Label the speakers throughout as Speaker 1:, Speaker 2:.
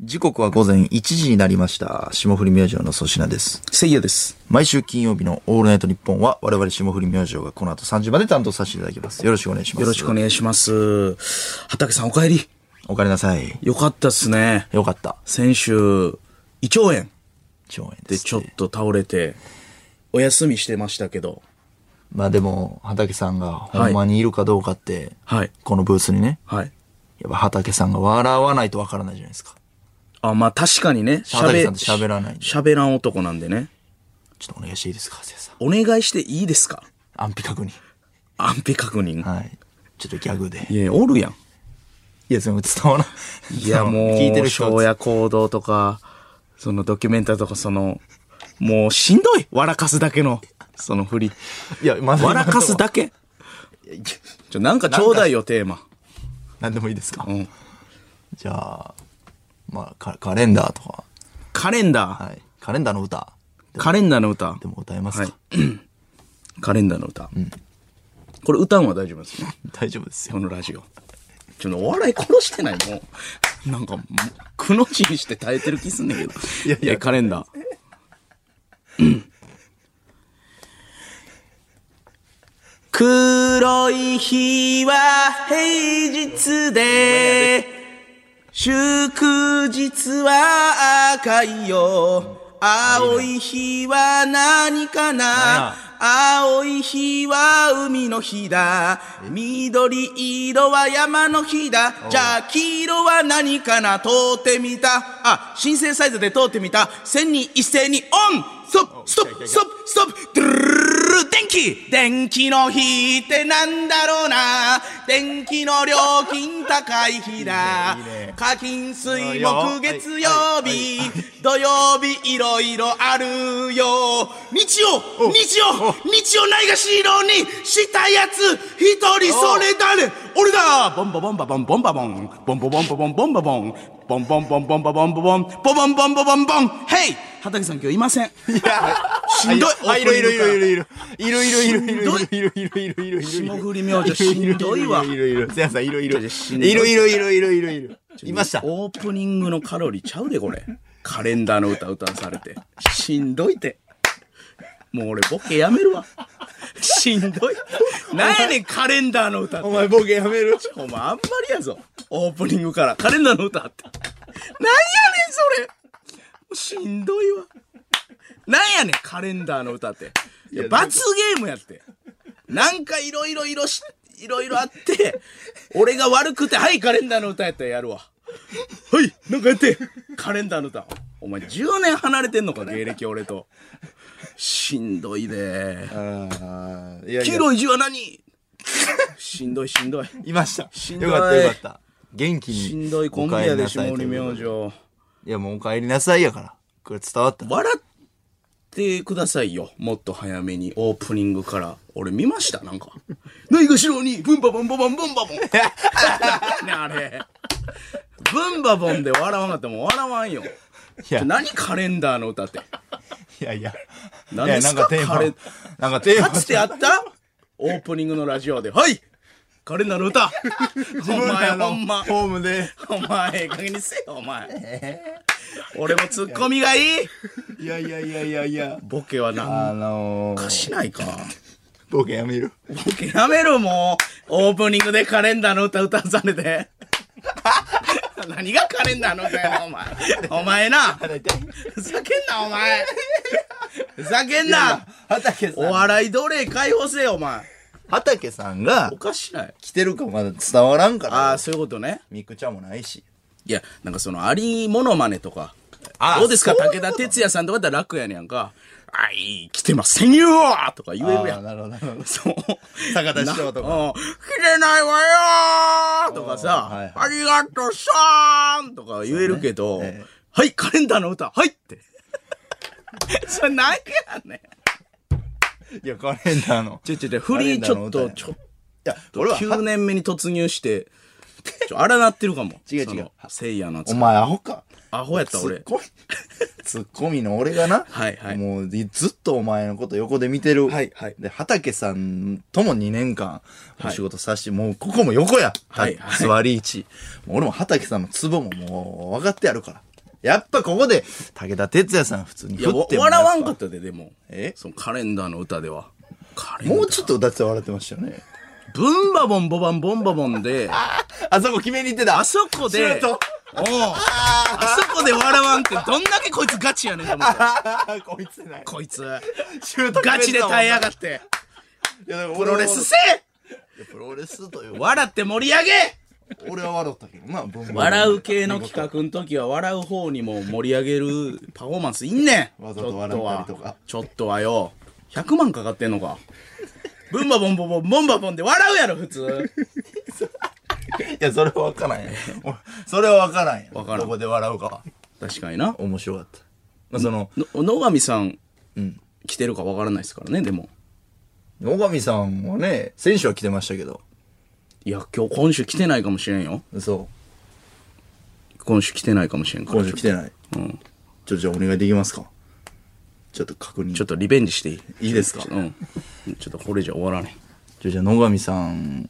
Speaker 1: 時刻は午前1時になりました。霜降り明星の粗品です。
Speaker 2: せいやです。
Speaker 1: 毎週金曜日のオールナイト日本は我々霜降り明星がこの後3時まで担当させていただきます。よろしくお願いします。
Speaker 2: よろしくお願いします。畑さんお帰り。
Speaker 1: おかえりなさい。
Speaker 2: よかったっすね。
Speaker 1: よかった。
Speaker 2: 先週、胃腸炎
Speaker 1: 1円で。
Speaker 2: ですちょっと倒れて、お休みしてましたけど。
Speaker 1: まあでも、畑さんがほんまにいるかどうかって、
Speaker 2: はい。
Speaker 1: このブースにね、
Speaker 2: はい。
Speaker 1: やっぱ畑さんが笑わないとわからないじゃないですか。
Speaker 2: あ、まあ確かにね、
Speaker 1: 畑さんと喋らないんで
Speaker 2: 喋らん男なんでね。
Speaker 1: ちょっとお願いしていいですか、せいやさん。
Speaker 2: お願いしていいですか
Speaker 1: 安否確認。
Speaker 2: 安否確認。
Speaker 1: はい。ちょっとギャグで。
Speaker 2: いや、おるやん。
Speaker 1: いや、その伝わらん。
Speaker 2: いや、もう、
Speaker 1: 聞いてる人は
Speaker 2: 庄屋行動とか、そのドキュメンタとか、その、もうしんどい。笑かすだけの、その振り。
Speaker 1: いや、まず
Speaker 2: 笑かすだけ。ちょ、なんかちょうだいよ、テーマ。
Speaker 1: 何でもいいですか。
Speaker 2: うん。
Speaker 1: じゃあ、まあ、カカレンダーとか。
Speaker 2: カレンダー。
Speaker 1: はい。カレンダーの歌。
Speaker 2: カレンダーの歌
Speaker 1: で。も歌えますか、
Speaker 2: はいカレンダーの歌。これ歌うのは大丈夫ですね。
Speaker 1: 大丈夫ですよ。
Speaker 2: このラジオ。ちょ、お笑い殺してない、もう。なんか、もうくの字にして耐えてる気すんねんけど。い
Speaker 1: やいや
Speaker 2: カレンダー。黒い日は平日で、祝日は赤いよ。青い日は何かな青い日は海の日だ。緑色は山の日だ。じゃあ黄色は何かな通ってみた。あ、シンセサイズで通ってみた。千人一斉にオンストップストップストップストップドゥルルルル電気電気の日ってなんだろうな電気の料金高い日だ
Speaker 1: いいねいいね。
Speaker 2: 課金水
Speaker 1: いいよ
Speaker 2: 木月曜日、
Speaker 1: はいはい
Speaker 2: 土曜日いろいろあるよ日曜日曜日曜ないがしろにしたやつ一人それ誰俺だボンボボンバボンボンバボンボンボボンボボンボンバボンボンボンボンボンバボンボボンボボンボンボボンボンヘイ畑さん今日いませんしんどい
Speaker 1: あ、いるいるいるいるいる。いるいるいるい
Speaker 2: しん
Speaker 1: る
Speaker 2: どい
Speaker 1: いるいるいるいるいるいる。
Speaker 2: 霜降り明星しんどいわ
Speaker 1: いるいるいる。せやさんいるいる。い
Speaker 2: ちょ
Speaker 1: る
Speaker 2: ちょしんどい
Speaker 1: いるいるいるいるいる。いました。
Speaker 2: オープニングのカロリーちゃうでこれカレンダーの歌歌わされてしんどいてもう俺ボケやめるわしんどいなんやねんカレンダーの歌って
Speaker 1: お前ボケやめる。
Speaker 2: お前あんまりやぞオープニングからカレンダーの歌ってなんやねんそれしんどいわなんやねんカレンダーの歌っていや罰ゲームやってなんかいろいろいろしいろいろあって俺が悪くて「はいカレンダーの歌」やったらやるわはいなんかやってカレンダーの歌お前10年離れてんのか芸歴俺としんどいで
Speaker 1: ああ、いやい
Speaker 2: 黄
Speaker 1: や。
Speaker 2: 色い字は何 しんどいしんどい
Speaker 1: いました
Speaker 2: し。んどい
Speaker 1: よかったよかった。元気に。
Speaker 2: しんどいコンビやで下降り明星。
Speaker 1: いや、もうお帰りなさいやから。これ伝わった。
Speaker 2: 笑ってくださいよもっと早めにオープニングから俺見ましたなんか何がしろにブンバボンバボンボンバボンねあれブンバボンで笑わんかったらもう笑わんよ
Speaker 1: いや、
Speaker 2: 何カレンダーの歌って
Speaker 1: いやいや。
Speaker 2: 何ですか
Speaker 1: いやなんか
Speaker 2: カレ
Speaker 1: テーマ。なんかテーマ。
Speaker 2: かつてあったオープニングのラジオで「はいカレンダーの歌」お前ほんま
Speaker 1: ホームで。
Speaker 2: お前ええ加減にせよお前俺もツッコミがいい
Speaker 1: いやいやいやいやいや。
Speaker 2: ボケはなん
Speaker 1: あの
Speaker 2: か
Speaker 1: ー、
Speaker 2: しないか
Speaker 1: ボケやめる。
Speaker 2: ボケやめろもうオープニングでカレンダーの歌歌わされて何がカレンダーの歌やなお前お前なふざけんなお前ふざけんな
Speaker 1: 畑
Speaker 2: お笑い奴隷解放せよお前
Speaker 1: 畑さんが
Speaker 2: おかしない
Speaker 1: 来てるかまだ伝わらんか
Speaker 2: ああ
Speaker 1: ら。
Speaker 2: そういうことね
Speaker 1: ミクちゃんもないし。
Speaker 2: いやなんかそのありものまねとか
Speaker 1: あ
Speaker 2: どうですか
Speaker 1: そういうこ
Speaker 2: 武田鉄矢さんとかだったら楽やねやんか「あい来てませんよ!」とか言えるや
Speaker 1: あ
Speaker 2: ん
Speaker 1: ーなるほどなるほど。
Speaker 2: そう。
Speaker 1: 坂田師匠とか
Speaker 2: なうん切れないわよーとかさ、
Speaker 1: おーはいはい
Speaker 2: ありがとうさーんとか言えるけど、
Speaker 1: そうねええ
Speaker 2: はい、カレンダーの歌、はいって。 それ何やねん。
Speaker 1: いや、カレンダーの。
Speaker 2: ちょちょちょ、フリーちょっ
Speaker 1: カレンダーの歌や
Speaker 2: と、
Speaker 1: ね
Speaker 2: ちょっ
Speaker 1: いや、
Speaker 2: と、
Speaker 1: 俺は、
Speaker 2: 9年目に突入して、ちょ、荒なってるかも。
Speaker 1: 違う違う
Speaker 2: その。せいやのやつ
Speaker 1: お前アホか。
Speaker 2: アホやった
Speaker 1: ツ
Speaker 2: 俺
Speaker 1: ッ。コミ、 ツッコミの俺がな。
Speaker 2: はいはい
Speaker 1: もう、ずっとお前のこと横で見てる。
Speaker 2: はいはい
Speaker 1: で、畑さんとも2年間、お仕事さして、もうここも横や。
Speaker 2: はいはい
Speaker 1: 座り位置。もう俺も畑さんのツボももう分かってやるから。やっぱここで、武田鉄矢さん普通に
Speaker 2: い
Speaker 1: 振
Speaker 2: や、
Speaker 1: って
Speaker 2: 笑
Speaker 1: も
Speaker 2: わんか
Speaker 1: やっ
Speaker 2: ったで、でも。
Speaker 1: え
Speaker 2: そのカレンダーの歌では。カレ
Speaker 1: ぱも
Speaker 2: ンダ
Speaker 1: う
Speaker 2: ー。
Speaker 1: ちょっとだって笑ってましたよね。
Speaker 2: ブンバボンボバンボンバボンで、
Speaker 1: あそこ決めに行ってた。
Speaker 2: あそこで、
Speaker 1: シュート
Speaker 2: おうあそこで笑わんって、どんだけこいつガチやねんと思って。
Speaker 1: こいつない。
Speaker 2: こいつ、
Speaker 1: シュート
Speaker 2: ガチで耐えや
Speaker 1: が
Speaker 2: がって、
Speaker 1: プ
Speaker 2: プロレスせ
Speaker 1: プロレスという。
Speaker 2: 笑って盛り上げ
Speaker 1: 俺は笑ったけどな、ボンボン
Speaker 2: 笑う系の企画の時は笑う方にも盛り上げるパフォーマンスいんねん。
Speaker 1: わざと笑ったりとか
Speaker 2: ちょっとは。ちょっとはよ。100万かかってんのか。ブンバボンボボンボンバボンで笑うやろ、普通。
Speaker 1: いや、それは分からんやん。おそれは分からんやん。
Speaker 2: 分からん
Speaker 1: どこで笑うかは。
Speaker 2: 確かにな。
Speaker 1: 面白かった。まあ、その、
Speaker 2: の野上さん、
Speaker 1: うん。
Speaker 2: 来てるかわからないですからね、でも。
Speaker 1: 野上さんはね、選手は来てましたけど。
Speaker 2: いや、今日、今週来てないかもしれんよ。
Speaker 1: そ
Speaker 2: 今週来てないかもしれん
Speaker 1: う。
Speaker 2: から。
Speaker 1: 今週来てない。
Speaker 2: うん。
Speaker 1: ちょ、じゃあお願いできますか。ちょっと確認。
Speaker 2: ちょっとリベンジしていい
Speaker 1: いいですか
Speaker 2: うん。ちょっとこれじゃ終わらね
Speaker 1: ちょじゃあ野上さん、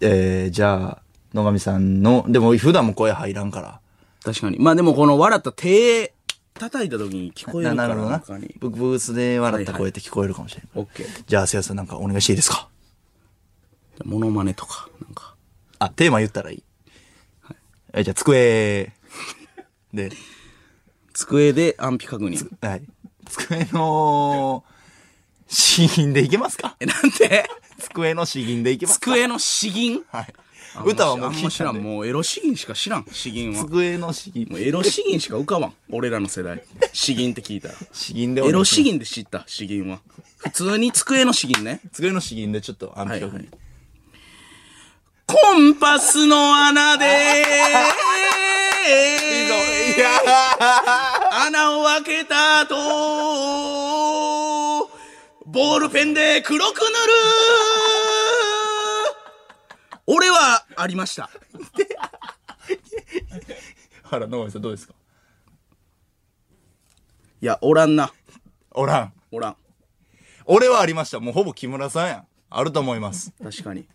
Speaker 1: えー、じゃあ、野上さんの、でも普段も声入らんから。
Speaker 2: 確かに。まあでもこの笑った手、叩いた時に聞こえ
Speaker 1: な
Speaker 2: るか
Speaker 1: な
Speaker 2: ら、
Speaker 1: るほどな
Speaker 2: 中に。。
Speaker 1: ブブースで笑った声って聞こえるかもしれない。
Speaker 2: オッケー。
Speaker 1: じゃあ、せやさんなんかお願いしていいですか
Speaker 2: モノマネとか、なんか。
Speaker 1: あ、テーマ言ったらいい。えじゃあ、机。で、
Speaker 2: 机で安否確認。
Speaker 1: はい。机の、詩吟でいけますか
Speaker 2: え、なんて
Speaker 1: 机の詩吟でいけますか
Speaker 2: 机の詩吟
Speaker 1: はい。歌はもう
Speaker 2: あん
Speaker 1: 聞
Speaker 2: ま
Speaker 1: い
Speaker 2: 知
Speaker 1: た
Speaker 2: ら
Speaker 1: ん
Speaker 2: ん。
Speaker 1: で。
Speaker 2: もうエロ詩吟しか知らん。詩吟は。も
Speaker 1: 机の詩吟。
Speaker 2: うエロ詩吟しか浮かばん。俺らの世代。詩吟って聞いたら。
Speaker 1: 詩吟でお願いしま
Speaker 2: エロ
Speaker 1: す
Speaker 2: 詩吟で知った、詩吟は。普通に机の詩吟ね。
Speaker 1: 机の詩吟でちょっと暗記確
Speaker 2: はい
Speaker 1: 認。
Speaker 2: コンパスの穴で、
Speaker 1: いや
Speaker 2: 穴を開けた後、ボールペンで黒く塗る俺はありました。
Speaker 1: あら、野上さんどうですか
Speaker 2: いや、おらんな。
Speaker 1: おらん。
Speaker 2: おらん。
Speaker 1: 俺はありました。もうほぼ木村さんやん。あると思います。
Speaker 2: 確かに。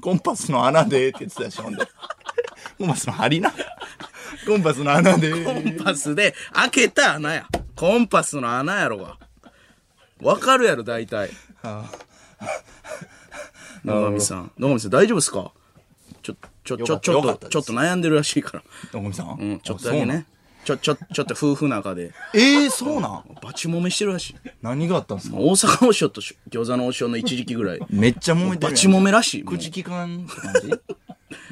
Speaker 1: コンパスの穴でって言ってたし、ほんで。コンパスの針な。コンパスの穴で。
Speaker 2: コンパスで開けた穴や。コンパスの穴やろが。わかるやろ、大体。野上さん。野上さん、大丈夫ですかちょ、ちょ、ちょ、ちょ
Speaker 1: よか
Speaker 2: っ
Speaker 1: ったで
Speaker 2: と、
Speaker 1: す
Speaker 2: ちょっと悩んでるらしいから。
Speaker 1: 野上さん
Speaker 2: うん、ちょっとだけ。
Speaker 1: あそうなん
Speaker 2: ね。ちょ、ちょ、ちょっと夫婦仲で。
Speaker 1: ええそうなん
Speaker 2: バチ揉めしてるらしい。
Speaker 1: 何があったんですか
Speaker 2: 大阪王将とし餃子の王将の一時期ぐらい。
Speaker 1: めっちゃ揉めてるやん。
Speaker 2: バチ揉めらしい。もう
Speaker 1: 口利かんって感 じ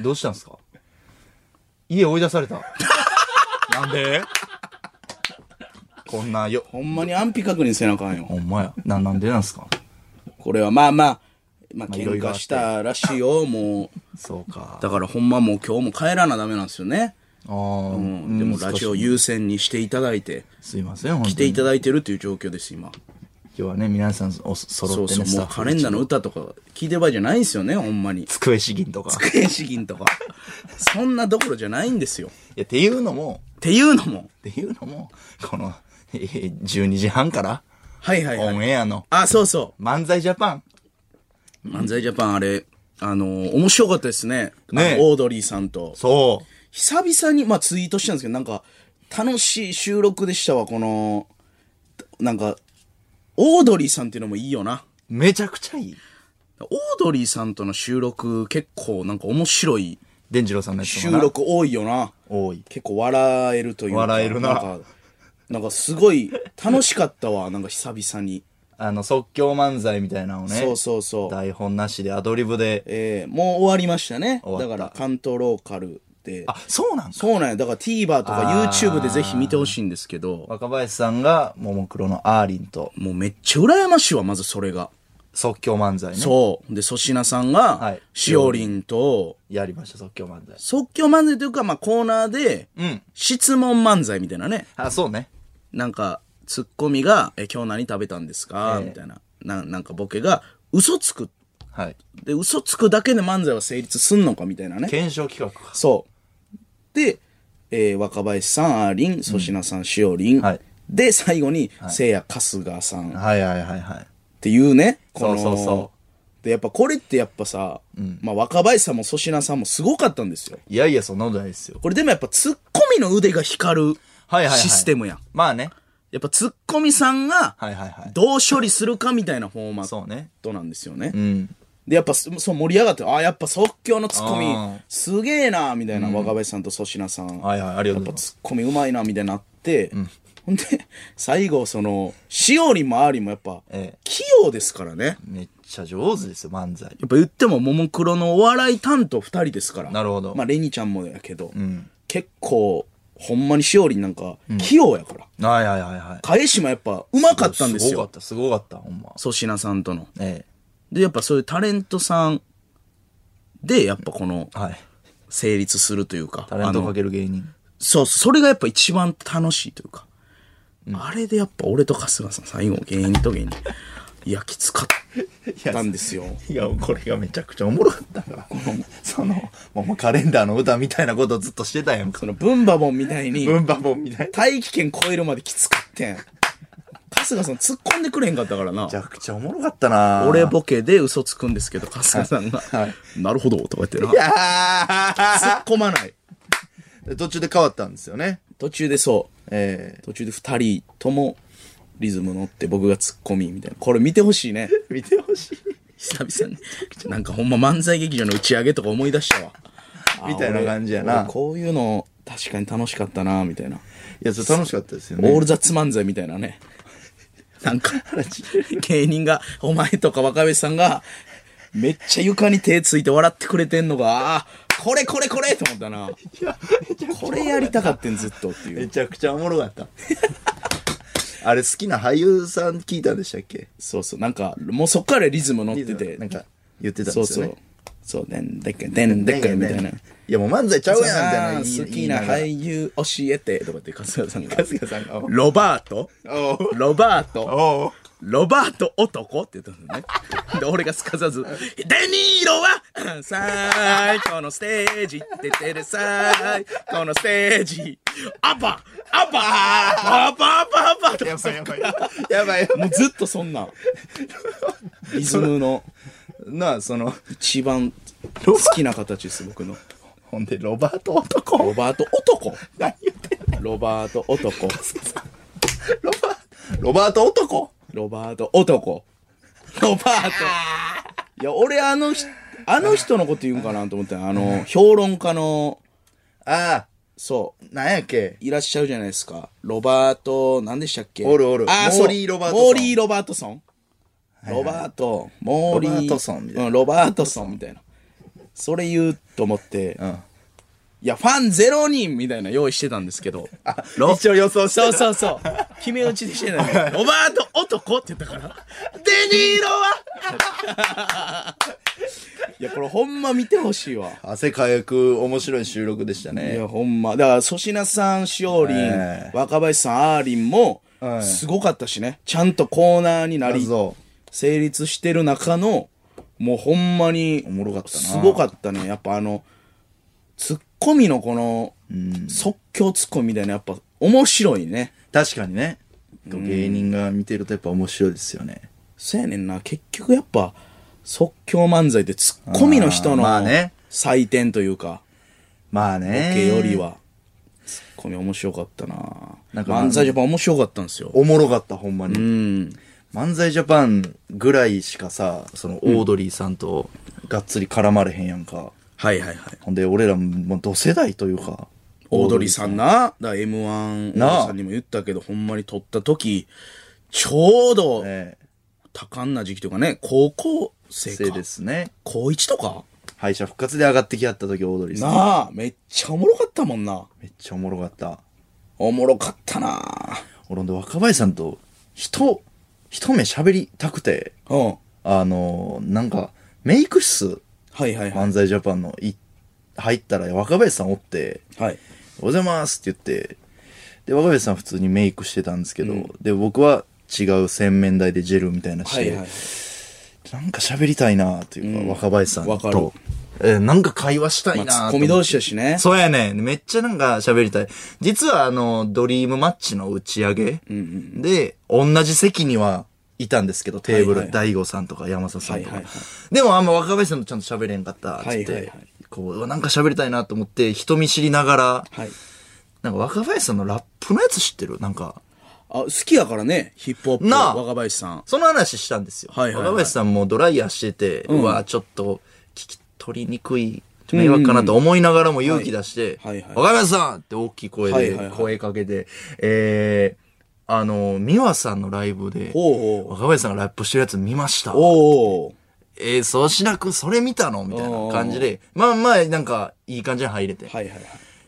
Speaker 1: どうしたんですか家追い出され た。なんでこんなよ。
Speaker 2: ほんまに安否確認せなあかんよ。
Speaker 1: ほんまや。な、なんでなんすか
Speaker 2: これはまあまあ、まあ
Speaker 1: いろ
Speaker 2: 喧
Speaker 1: いろあ
Speaker 2: 嘩
Speaker 1: って
Speaker 2: したらしいよ、もう。
Speaker 1: そうか。
Speaker 2: だからほんまもう今日も帰らなダメなんですよね。
Speaker 1: あー
Speaker 2: うん、でもラジオ
Speaker 1: 難しい
Speaker 2: 優先にしていただいて、
Speaker 1: すいません、本
Speaker 2: 来て
Speaker 1: 当に
Speaker 2: い
Speaker 1: 今
Speaker 2: ただいてるという状況です、今。
Speaker 1: 日はね、皆さんお揃
Speaker 2: そう
Speaker 1: って
Speaker 2: そ
Speaker 1: ね、
Speaker 2: う、もうカレンダーの歌とか聞いてる場合じゃないんですよね、ほんまに。
Speaker 1: 机資金とか。い
Speaker 2: 机資金とか。 そんなどころじゃないんですよ。っ
Speaker 1: や、っていうのも、
Speaker 2: ていうのも。
Speaker 1: っていうのも、この、えー12時半から、
Speaker 2: はいはいは
Speaker 1: オ
Speaker 2: い。
Speaker 1: ンエアの、
Speaker 2: あ、そうそ
Speaker 1: 漫才ジャパン。
Speaker 2: う。漫才ジャパンあれ、あのー面白かったですね。
Speaker 1: ね
Speaker 2: あのオードリーさんと。
Speaker 1: そう。
Speaker 2: 久々に、まあツイートしたんですけど、なんか、楽しい収録でしたわ、この、なんか、オードリーさんっていうのもいいよな。
Speaker 1: めちゃくちゃいい。
Speaker 2: オードリーさんとの収録結構なんか面白い
Speaker 1: 伝次郎さんのやつ
Speaker 2: 収
Speaker 1: もな
Speaker 2: 録多いよな。
Speaker 1: 多い。
Speaker 2: 結構笑えるというか。
Speaker 1: 笑えるなん
Speaker 2: か、なんかすごい楽しかったわ、なんか久々に。
Speaker 1: あの、即興漫才みたいなのね。
Speaker 2: そうそうそう。
Speaker 1: 台本なしでアドリブで。
Speaker 2: えー、もう終わりましたね。
Speaker 1: 終わ
Speaker 2: だ
Speaker 1: った
Speaker 2: から関東ローカルで。
Speaker 1: あ、そうなんか。
Speaker 2: そうなんや。だから TVer とか
Speaker 1: あー
Speaker 2: YouTube でぜひ見てほしいんですけど、
Speaker 1: 若林さんが、ももクロのアーリンと、
Speaker 2: もうめっちゃ羨ましいわ、まずそれが。
Speaker 1: 即興漫才ね。
Speaker 2: そう。で、粗品さん
Speaker 1: は
Speaker 2: が
Speaker 1: い、
Speaker 2: しおりんと、
Speaker 1: やりました、即興漫才。
Speaker 2: 即興漫才というか、まあコーナーで、
Speaker 1: うん。
Speaker 2: 質問漫才みたいなね。
Speaker 1: あ、そうね。
Speaker 2: なんか、ツッコミが、え、今日何食べたんですか、みたいな。な、なんかボケが、嘘つく。
Speaker 1: はい。
Speaker 2: で、嘘つくだけで漫才は成立すんのかみたいなね。
Speaker 1: 検証企画か。
Speaker 2: そう。で、えー若林さん、あーりん、粗品さん、しおりん。
Speaker 1: はい
Speaker 2: で、最後に、せいや、春日さんっ
Speaker 1: はいはいはいはい。
Speaker 2: ていうね、この
Speaker 1: そうそうそ
Speaker 2: で、やっぱこれってやっぱさ、まあ若林さんも粗品さんもすごかったんですよ。
Speaker 1: いやいや、そんなことないですよ。
Speaker 2: これでもやっぱツッコミの腕が光る
Speaker 1: はいはいはい。
Speaker 2: システムやん。
Speaker 1: まあね。
Speaker 2: やっぱツッコミさんが
Speaker 1: はいはいはい。
Speaker 2: どう処理するかみたいなフォーマッ
Speaker 1: そうね。
Speaker 2: トなんですよね。
Speaker 1: うん。
Speaker 2: で、やっぱそそう盛り上がって、ああ、やっぱ即興のツッコミ
Speaker 1: あー
Speaker 2: すげえなみたいな若林さんと粗品さん。
Speaker 1: はいはい、ありがとうございます。
Speaker 2: ツッコミうまいなみたいになって、ほんで最後そのしおりもありもやっぱ、
Speaker 1: ええ
Speaker 2: 器用ですからね
Speaker 1: めっちゃ上手ですよ、漫才。
Speaker 2: やっぱ言ってもももクロのお笑い担当2人ですから
Speaker 1: なるほど
Speaker 2: まあレニちゃんもやけど、結構ほんまにしおりなんか器用やから、
Speaker 1: はいはいはいはい。
Speaker 2: 返しもやっぱうまかったんです
Speaker 1: ごか
Speaker 2: よ
Speaker 1: った、すごかった、ほんま。
Speaker 2: 粗品さんとの
Speaker 1: え
Speaker 2: でやっぱそういうタレントさんでやっぱこの
Speaker 1: え。はい。
Speaker 2: 成立するというか
Speaker 1: タレント
Speaker 2: あの
Speaker 1: かける芸人。
Speaker 2: そうそう、それがやっぱ一番楽しいというか。あれでやっぱ俺と春日さん、最後芸人と芸人。いや、きつかったんですよ。
Speaker 1: いや、これがめちゃくちゃおもろかったから。 その、もうカレンダーの歌みたいなことずっとしてたやんか
Speaker 2: そ。のブンバボンみたいに、
Speaker 1: 文ンバボンみたいな。め
Speaker 2: 大気圏超えるまできつかってん。春日さん突っ込んでくれへんかったからな
Speaker 1: ち。ゃくちゃおもろかったな
Speaker 2: 俺ボケで嘘つくんですけど、春日さんが、
Speaker 1: はい
Speaker 2: なるほど、とか言ってな。
Speaker 1: いや
Speaker 2: 突っ込まない。
Speaker 1: ー 途中で変わったんですよね。
Speaker 2: 途中でそう。
Speaker 1: え
Speaker 2: 途中で二人ともリズム乗って僕が突っ込みみたいな。これ見てほしいね。
Speaker 1: え見てほしい。
Speaker 2: 久々に。なんかほんま漫才劇場の打ち上げとか思い出したわ。
Speaker 1: みたいな感じや
Speaker 2: あ
Speaker 1: な
Speaker 2: 俺俺こういうの確かに楽しかったな、みたいな。
Speaker 1: いや、それ楽しかったですよ
Speaker 2: オー
Speaker 1: ね。
Speaker 2: ルザッツ漫才みたい なね。なんか、芸人が、お前とか若林さんが、めっちゃ床に手ついて笑ってくれてんのが、ああ、これこれこれと思ったな。これやりたかってん、ずっとってい
Speaker 1: め
Speaker 2: う。
Speaker 1: ちゃくちゃおもろかった。 あれ好きな俳優さん聞いたんでしたっけ
Speaker 2: そうそう。なんか、もうそっからリズム乗ってて。
Speaker 1: なんか言ってたん
Speaker 2: そう
Speaker 1: です
Speaker 2: そ
Speaker 1: よ
Speaker 2: う
Speaker 1: ね。。
Speaker 2: そう、でんでっかい、でんでっかいみたいな。
Speaker 1: いや、もう漫才ちゃうやんみたいな。
Speaker 2: 好きな
Speaker 1: 優。
Speaker 2: 俳優教えてとかって春日さんが
Speaker 1: 春日さんが。
Speaker 2: ロバート
Speaker 1: おう
Speaker 2: ロバート
Speaker 1: おう
Speaker 2: ロバート男って言ったんだよね。で、俺がすかさず、デニーロは、最高のステージ、出てる最高のステージ、アバアバアバアバアバと
Speaker 1: や
Speaker 2: か
Speaker 1: ば
Speaker 2: さ
Speaker 1: いやばい。やばいよ。
Speaker 2: もうずっとそんな、リズムの
Speaker 1: なあ、その、
Speaker 2: 一番好きな形です、僕の。
Speaker 1: ほんで、ロバート男。
Speaker 2: ロバート男
Speaker 1: 何言ってんの
Speaker 2: ロバート男
Speaker 1: ロバート、ロバート男。
Speaker 2: ロバート男。ロバート。いや、俺あの人、あの人のこと言うんかなと思って、あの、評論家の、
Speaker 1: ああ、
Speaker 2: そう、
Speaker 1: なんやっけ。
Speaker 2: いらっしゃるじゃないですか。ロバート、何でしたっけ
Speaker 1: おるおる
Speaker 2: あー、
Speaker 1: モーリー
Speaker 2: そう
Speaker 1: ロバートソン
Speaker 2: モーリー・ロバートソン。ロバート、モーリー。
Speaker 1: ロバートソンみたいな
Speaker 2: うん、ロバートソンみたいな。それ言うと思って、
Speaker 1: ん
Speaker 2: いや、ファンゼロ人みたいな用意してたんですけど、ロ
Speaker 1: 一応予想して
Speaker 2: そうそうそう。決め打ちでしてない。ロバート男って言ったから。デニーロ はいや、これほんま見てほしいわ。
Speaker 1: 汗かゆく面白い収録でした
Speaker 2: い
Speaker 1: ね。
Speaker 2: や、ほんま。だから、粗品さん、しおりん、
Speaker 1: え
Speaker 2: 若林さん、あーりんも、
Speaker 1: はい
Speaker 2: すごかったしね。ちゃんとコーナーにな
Speaker 1: あ
Speaker 2: り、
Speaker 1: そ
Speaker 2: 成立してる中の、もうほんまに、
Speaker 1: おもろかったな
Speaker 2: すごかったね。やっぱあの、ツッコミのこの、即興ツッコミみたいな、やっぱ面白いね。
Speaker 1: う。確かにね。芸人が見てるとやっぱ面白いですよね。
Speaker 2: そうやねんな。結局やっぱ、即興漫才ってツッコミの人の
Speaker 1: あーまあね
Speaker 2: 採点というか、
Speaker 1: まあね。
Speaker 2: ボケより。は、ツッコミ面白かったな
Speaker 1: なんか
Speaker 2: 漫才ジャパン面白かったんですよ。
Speaker 1: おもろかった、ほんまに。
Speaker 2: うん。
Speaker 1: 漫才ジャパンぐらいしかさ、その、オードリーさんとがっつり絡まれへんやんか。
Speaker 2: はいはいはい。
Speaker 1: ほんで、俺らもう同世代というか。
Speaker 2: オードリーさんな、だから M1、オードリ
Speaker 1: なあ
Speaker 2: ーさんにも言ったけど、ほんまに撮った時、ちょうど
Speaker 1: ええ
Speaker 2: 多感な時期とかね、高校生
Speaker 1: せい
Speaker 2: か
Speaker 1: で。すね。
Speaker 2: 高1とか
Speaker 1: 敗者復活で上がってきはった時、オードリーさん。
Speaker 2: なあ、めっちゃおもろかったもんな。
Speaker 1: めっちゃおもろかった。
Speaker 2: おもろかったな
Speaker 1: 俺ほんで若林さんと、人、一目喋りたくて、
Speaker 2: うん。は
Speaker 1: あのーなんか、メイク室、
Speaker 2: いはいはい。
Speaker 1: 漫才ジャパンのい、入ったら若林さんおって、
Speaker 2: は
Speaker 1: お
Speaker 2: い。
Speaker 1: はようございますって言って、で、若林さん普通にメイクしてたんですけど、で、僕は違う洗面台でジェルみたいなし
Speaker 2: は
Speaker 1: て、
Speaker 2: いはい。
Speaker 1: なんか喋りたいなというか、若林さん
Speaker 2: わかる
Speaker 1: と、えーなんか会話したい
Speaker 2: ま
Speaker 1: なと
Speaker 2: あ、ツ
Speaker 1: 思って
Speaker 2: ッコミ同士やしね。
Speaker 1: そうやねん。めっちゃなんか喋りたい。実はあの、ドリームマッチの打ち上げで、同じ席にはいたんですけど、テーブ
Speaker 2: はい
Speaker 1: ル、
Speaker 2: は
Speaker 1: 大悟さんとか山里さんとか
Speaker 2: はいはいは。
Speaker 1: でもあんま若林さんとちゃんと喋れんかった、つっ
Speaker 2: はいはい
Speaker 1: て
Speaker 2: は。
Speaker 1: こう、うわなんか喋りたいなと思って、人見知りながら、
Speaker 2: はい。
Speaker 1: なんか若林さんのラップのやつ知ってるなんか、
Speaker 2: あ、好きやからね、ヒップホップ、
Speaker 1: なあ
Speaker 2: 若林さん。
Speaker 1: その話したんですよ。
Speaker 2: はいはいはい
Speaker 1: 若林さんもドライヤーしてて、うわ、ちょっと聞き取りにくい、迷惑かなと思いながらも勇気出して、
Speaker 2: はいはいはい
Speaker 1: 若林さんって大きい声
Speaker 2: はいはい
Speaker 1: で
Speaker 2: はい
Speaker 1: 声かけて、えー、あの、美和さんのライブで、
Speaker 2: おうおう
Speaker 1: 若林さんがラップしてるやつ見ました。
Speaker 2: おーおー
Speaker 1: えー、そうしなくそれ見たのみたいな感じで、まあまあ、なんか、いい感じに入れて、
Speaker 2: はいはいはい。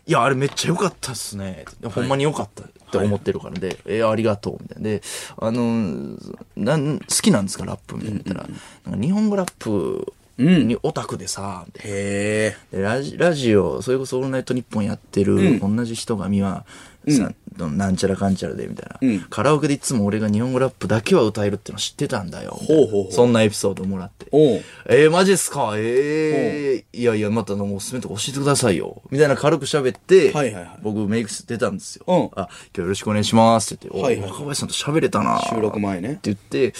Speaker 1: いや、あれめっちゃ良かったっすね。ほんまに良かったって思ってるからで、えーありがとう、みたいな。で、あのーなん、好きなんですか、ラップみたいな言ったら、なんか日本語ラップにオタクでさ、みたい
Speaker 2: へえ。
Speaker 1: なでラジラジオ、それこそオールナイトニッポンやってる、同じ人が美和さんのなんちゃらかんちゃらで、みたいな、カラオケでいつも俺が日本語ラップだけは歌えるっての知ってたんだよ。みたいな
Speaker 2: ほうほうほう
Speaker 1: そんなエピソードもらって。
Speaker 2: おう
Speaker 1: えー、マジっすかえー、いやいや、またあのおすすめとか教えてくださいよ。みたいな軽く喋って、
Speaker 2: はいはいはい
Speaker 1: 僕メイク室出たんですよ。
Speaker 2: うん
Speaker 1: あ、今日よろしくお願いしますって言って、
Speaker 2: はい
Speaker 1: お
Speaker 2: はいはい
Speaker 1: 若林さんと喋れたな
Speaker 2: 収録前ね
Speaker 1: って言って、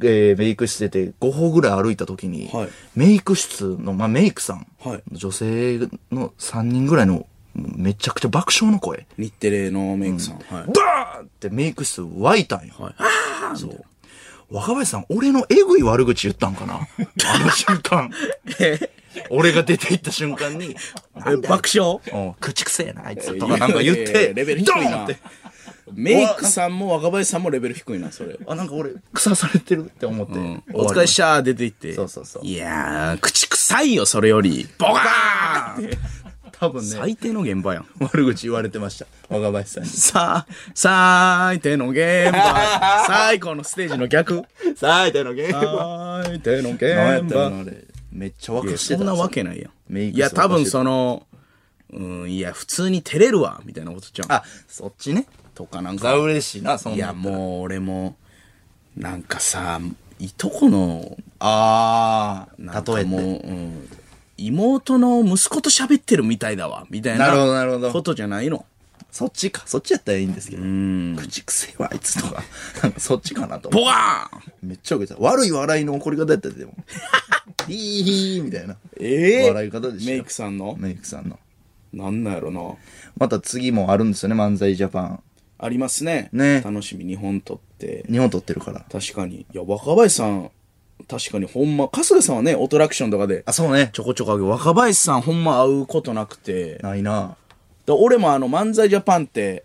Speaker 1: えーメイク室出て5歩ぐらい歩いた時に、
Speaker 2: はい
Speaker 1: メイク室の、まあ、メイクさん、
Speaker 2: はい
Speaker 1: 女性の3人ぐらいのめちゃくちゃ爆笑の声、
Speaker 2: 日テレのメイクさん。はい。
Speaker 1: バーンってメイク室湧いたんよ。
Speaker 2: はい。そう。
Speaker 1: 若林さん、俺のえぐい悪口言ったんか なあの瞬間。俺が出て行った瞬間に、
Speaker 2: え、爆笑
Speaker 1: おう口くせえな、あいつとかなんか言っ
Speaker 2: いやいやい
Speaker 1: て、
Speaker 2: やレベル低
Speaker 1: ド
Speaker 2: い
Speaker 1: ーン
Speaker 2: な
Speaker 1: って。
Speaker 2: メイクさんも若林さんもレベル低いな、それ。
Speaker 1: あ、なんか俺、腐されてるって思って。
Speaker 2: お疲れっしゃー出て行って。
Speaker 1: そうそうそう
Speaker 2: いやー、口臭いよ、それより。ボカーン
Speaker 1: 多分ね、
Speaker 2: 最低の現場やん。
Speaker 1: 悪口言われてました。若林さんに。
Speaker 2: さ、最低の現 場。最高のステージの 逆。
Speaker 1: さあ、みたいなゲームは。
Speaker 2: 最低の現
Speaker 1: 何やった
Speaker 2: 場
Speaker 1: よ。なあれめっちゃ若くして
Speaker 2: そ
Speaker 1: た。
Speaker 2: んなわけないやん。
Speaker 1: メイク
Speaker 2: いや、
Speaker 1: する場所
Speaker 2: 多分その、うん、いや、普通に照れるわ、みたいなことじゃん。
Speaker 1: あ、そっちね。
Speaker 2: とかなん
Speaker 1: ざ
Speaker 2: か。
Speaker 1: 嬉しいな、そん
Speaker 2: いや、
Speaker 1: な。
Speaker 2: もう俺も、なんかさ、いとこの、
Speaker 1: あ
Speaker 2: なん
Speaker 1: ー、
Speaker 2: か
Speaker 1: 例え
Speaker 2: もう、
Speaker 1: て。
Speaker 2: うん、妹の息子と喋ってるみたいだわ、みたいな。
Speaker 1: なるほどなるほど
Speaker 2: ことじゃないの。
Speaker 1: そっちか。そっちやったらいいんですけど。口くせえわ、あいつとか。なんかそっちかなと思って
Speaker 2: ボカーン
Speaker 1: めっちゃ受けた。悪い笑いの怒り方やったで、でも。 ヒーヒーみたいな。
Speaker 2: ええ
Speaker 1: 笑い方でしたよ
Speaker 2: メイクさんの
Speaker 1: メイクさんの。
Speaker 2: なんなんやろな。
Speaker 1: また次もあるんですよね、漫才ジャパン。
Speaker 2: ありますね。
Speaker 1: ね
Speaker 2: 楽しみ、日本とって。
Speaker 1: 日本撮ってるから。
Speaker 2: 確かに。いや、若林さん、確かにほんま、春日さんはね、オトラクションとかで
Speaker 1: あ、、そうね。
Speaker 2: ちょこちょこあげ若林さんほんま会うことなくて。
Speaker 1: ないな。
Speaker 2: だ俺もあの、漫才ジャパンって、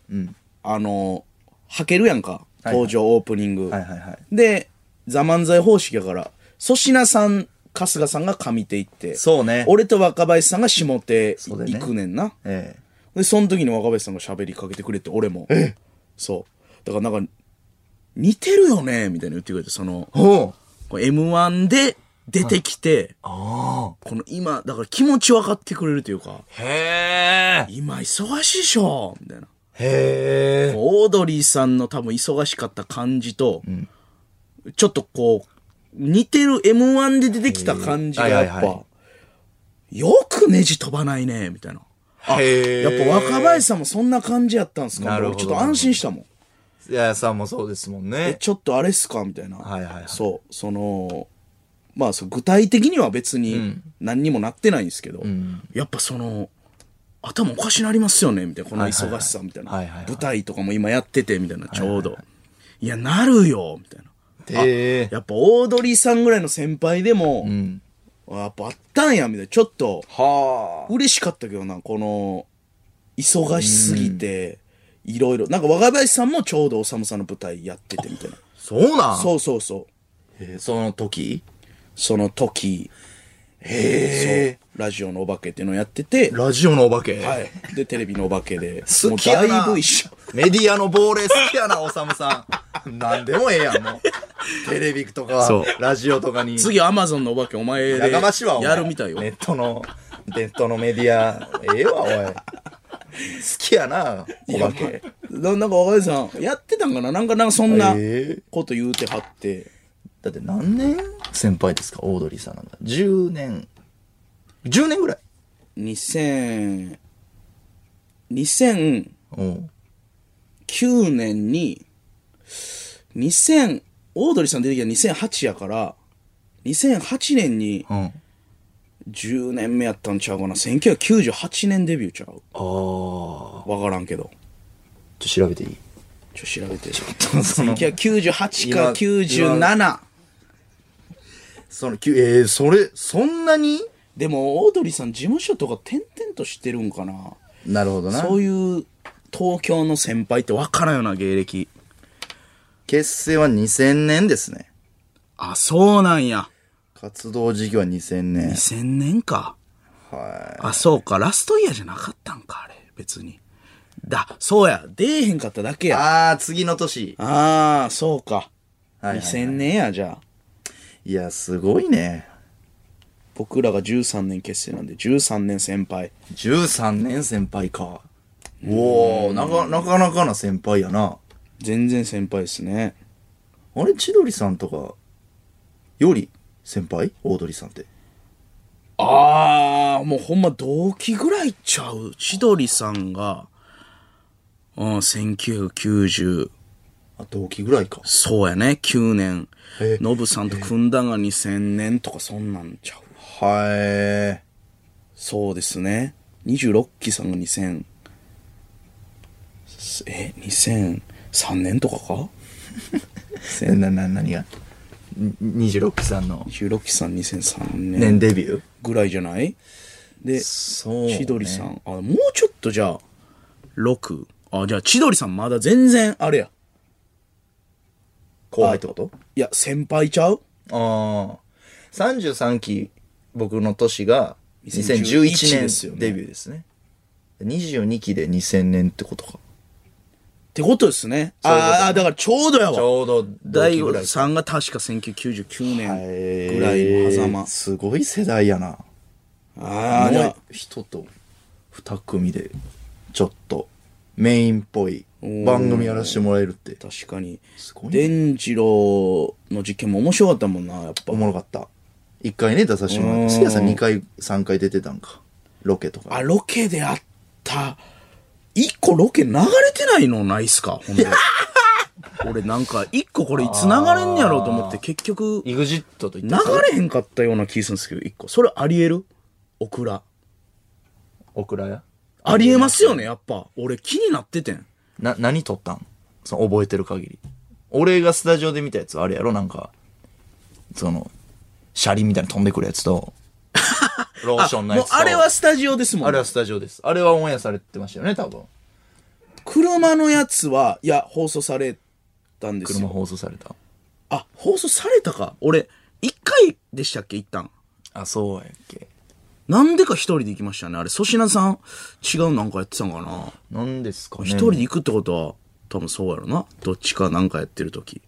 Speaker 2: あの、はけるやんか。
Speaker 1: いはい
Speaker 2: 登場オープニング。
Speaker 1: はいはいはい。
Speaker 2: で、ザ漫才方式やから、粗品さん、春日さんが上手行って、
Speaker 1: そうね
Speaker 2: 俺と若林さんが下手
Speaker 1: そうだよね
Speaker 2: 行くねんな。
Speaker 1: ええ
Speaker 2: で、その時に若林さんが喋りかけてくれて、俺も。そう。だからなんか、似てるよね、みたいな言ってくれて、その、
Speaker 1: ほう。
Speaker 2: これ M1 で出てきて、
Speaker 1: あ
Speaker 2: この今、だから気持ち分かってくれるというか、
Speaker 1: あ。へえ。
Speaker 2: 今忙しいでしょみたいな。
Speaker 1: へえ。
Speaker 2: オードリーさんの多分忙しかった感じと、ちょっとこう、似てる M1 で出てきた感じがやっぱ、
Speaker 1: はいはいは
Speaker 2: よくネジ飛ばないね、みたいな。あ、
Speaker 1: へ
Speaker 2: やっ
Speaker 1: ー
Speaker 2: ぱ若林さんもそんな感じやったんすか
Speaker 1: なるほ
Speaker 2: 俺
Speaker 1: ど
Speaker 2: ちょっと安心したもん。
Speaker 1: いや、さんもそうですもん
Speaker 2: え、
Speaker 1: ね。
Speaker 2: ちょっとあれっすかみたいな。
Speaker 1: はいはいはい
Speaker 2: そう、その、まあそう具体的には別に何にもなってないんですけど、やっぱその、頭おかしなりますよねみたいな、この忙しさみたいな。
Speaker 1: はいはいはい
Speaker 2: 舞台とかも今やってて、みたいな、ちょうど。いや、なるよみたいな。
Speaker 1: へえ。
Speaker 2: やっぱオードリーさんぐらいの先輩でも、あやっぱあったんや、みたいな。ちょっと、
Speaker 1: は
Speaker 2: 嬉しかったけどな、この、忙しすぎて、いろいろ。なんか若林さんもちょうどおさむさんの舞台やってて、みたいな。
Speaker 1: あ。そうなん
Speaker 2: そうそうそう。
Speaker 1: へえその時
Speaker 2: その時、へそうラジオのお化けっていうのをやってて、
Speaker 1: ラジオのお化け。
Speaker 2: はい。で、テレビのお化けで、も
Speaker 1: 好
Speaker 2: う
Speaker 1: きや
Speaker 2: だ
Speaker 1: ない
Speaker 2: ぶ一緒。
Speaker 1: メディアの亡霊好きやな、おさむさん。 なんでもええやん、もう。テレビとか
Speaker 2: そう、
Speaker 1: ラジオとかに。
Speaker 2: 次、アマゾンのお化け、お前で
Speaker 1: やかましいわ、お前
Speaker 2: やるみたいよ。
Speaker 1: ネットの、ネットのメディア、ええわ、おい。好きやな、お化け。
Speaker 2: ななんか若林さん、やってたんかななんか、なんかそんな
Speaker 1: ええ
Speaker 2: こと言うてはって、
Speaker 1: だって何年先輩ですか、オードリーさんなんか。10年。10年ぐらい。
Speaker 2: 2000、2009
Speaker 1: おう
Speaker 2: 年に、2008オードリーさん出てきたの2008やから、2008年に
Speaker 1: うん。あ
Speaker 2: 10年目やったんちゃうかな。1998年デビューちゃう
Speaker 1: あ。ちょ
Speaker 2: わからんけど。
Speaker 1: っと調べていい
Speaker 2: ちょ、調べて。
Speaker 1: その
Speaker 2: 1998
Speaker 1: 今
Speaker 2: か97。
Speaker 1: その、きゅえー、それ、そんなに
Speaker 2: でも、オードリーさん事務所とか転々としてるんかな。
Speaker 1: なるほどな。
Speaker 2: そういう東京の先輩ってわからんよな、芸歴。
Speaker 1: 結成は2000年ですね。
Speaker 2: あ、そうなんや。
Speaker 1: 活動時期は2000年。
Speaker 2: 2000年か。
Speaker 1: は
Speaker 2: あ、そうか。ラストイヤーじゃなかったんか、あれ。別に。だ、そうや。出えへんかっただけ
Speaker 1: い。
Speaker 2: や。あ
Speaker 1: ああ、次の年。
Speaker 2: あー、そうか。
Speaker 1: はいはいはい
Speaker 2: 2000年や、じゃあ。
Speaker 1: いや、すごいね。
Speaker 2: 僕らが13年結成なんで、13年先輩。
Speaker 1: 13年先輩か。おおなか、なかなかな先輩やな。
Speaker 2: 全然先輩ですね。
Speaker 1: あれ、千鳥さんとか、より先輩オードリーさんって。
Speaker 2: ああ、もうほんま同期ぐらいちゃう。千鳥さんが、うん、1990、
Speaker 1: あ、同期ぐらいか。
Speaker 2: そうやね、9年
Speaker 1: え。
Speaker 2: ノブさんと組んだが2000年とかそんなんちゃう。
Speaker 1: は
Speaker 2: そうですね。26期さんが2000、え、2003年とかか
Speaker 1: い。な、な、何がに ?26 期さんの
Speaker 2: ?26 期さん2003
Speaker 1: 年
Speaker 2: 年
Speaker 1: デビュー
Speaker 2: ぐらいじゃないで、
Speaker 1: そう、
Speaker 2: 千鳥さ。ん。あ、もうちょっとじゃあ、6。あ、じゃあ千鳥さんまだ全然あれや。
Speaker 1: 後輩ってこと
Speaker 2: いや、先輩ちゃう
Speaker 1: ああ。33期、僕の年が、
Speaker 2: 2011
Speaker 1: 2011
Speaker 2: ですよ
Speaker 1: 年
Speaker 2: ね
Speaker 1: デビューですね。22期で2000年ってことか。
Speaker 2: ってことですね。
Speaker 1: ういうこと
Speaker 2: ああ、だからちょうどや
Speaker 1: ち
Speaker 2: わ。
Speaker 1: ょうど、
Speaker 2: 大悟さんが確か1999年ぐらいの狭間。
Speaker 1: すごい世代やな。
Speaker 2: ああ、じゃあ
Speaker 1: もう人と二組で、ちょっと、メインっぽい番組やらせてもらえるって、
Speaker 2: 確かに。
Speaker 1: すごいね
Speaker 2: 伝次郎の事件も面白かったもんな、やっぱ
Speaker 1: お。もろかった。一回ね、出させてもらって、杉谷さん二回、三回出てたんか。ロケとか。
Speaker 2: あ、ロケであった。一個ロケ流れてないのないっすか ほんで。俺なんか、一個これいつ流れんやろうと思って、結局、流
Speaker 1: グジットと言
Speaker 2: れへんかったような気するんですけど、一個。それあり得るオクラ。
Speaker 1: オクラや
Speaker 2: ありえますよね、やっぱ。俺気になっててん。
Speaker 1: な、何撮ったんその覚えてる限り。俺がスタジオで見たやつあれやろなんか、その、車輪みたいに飛んでくるやつ と、ローションのや
Speaker 2: もう
Speaker 1: つと。
Speaker 2: あれはスタジオですも
Speaker 1: あ
Speaker 2: ん
Speaker 1: れ。はスタジオです。あれはオンエアされてましたよね、多分。
Speaker 2: 車のやつは、いや、放送されたんです
Speaker 1: 車
Speaker 2: よ。
Speaker 1: 放送された。
Speaker 2: あ、放送されたか。俺、一回でしたっけ、一旦。
Speaker 1: あ、そうやっけ。
Speaker 2: なんでか一人で行きましたね。あれ、粗品さん、違うなんかやってたんかな。
Speaker 1: なんですかね。
Speaker 2: 一人で行くってことは、多分そうやろな。どっちかなんかやってる時、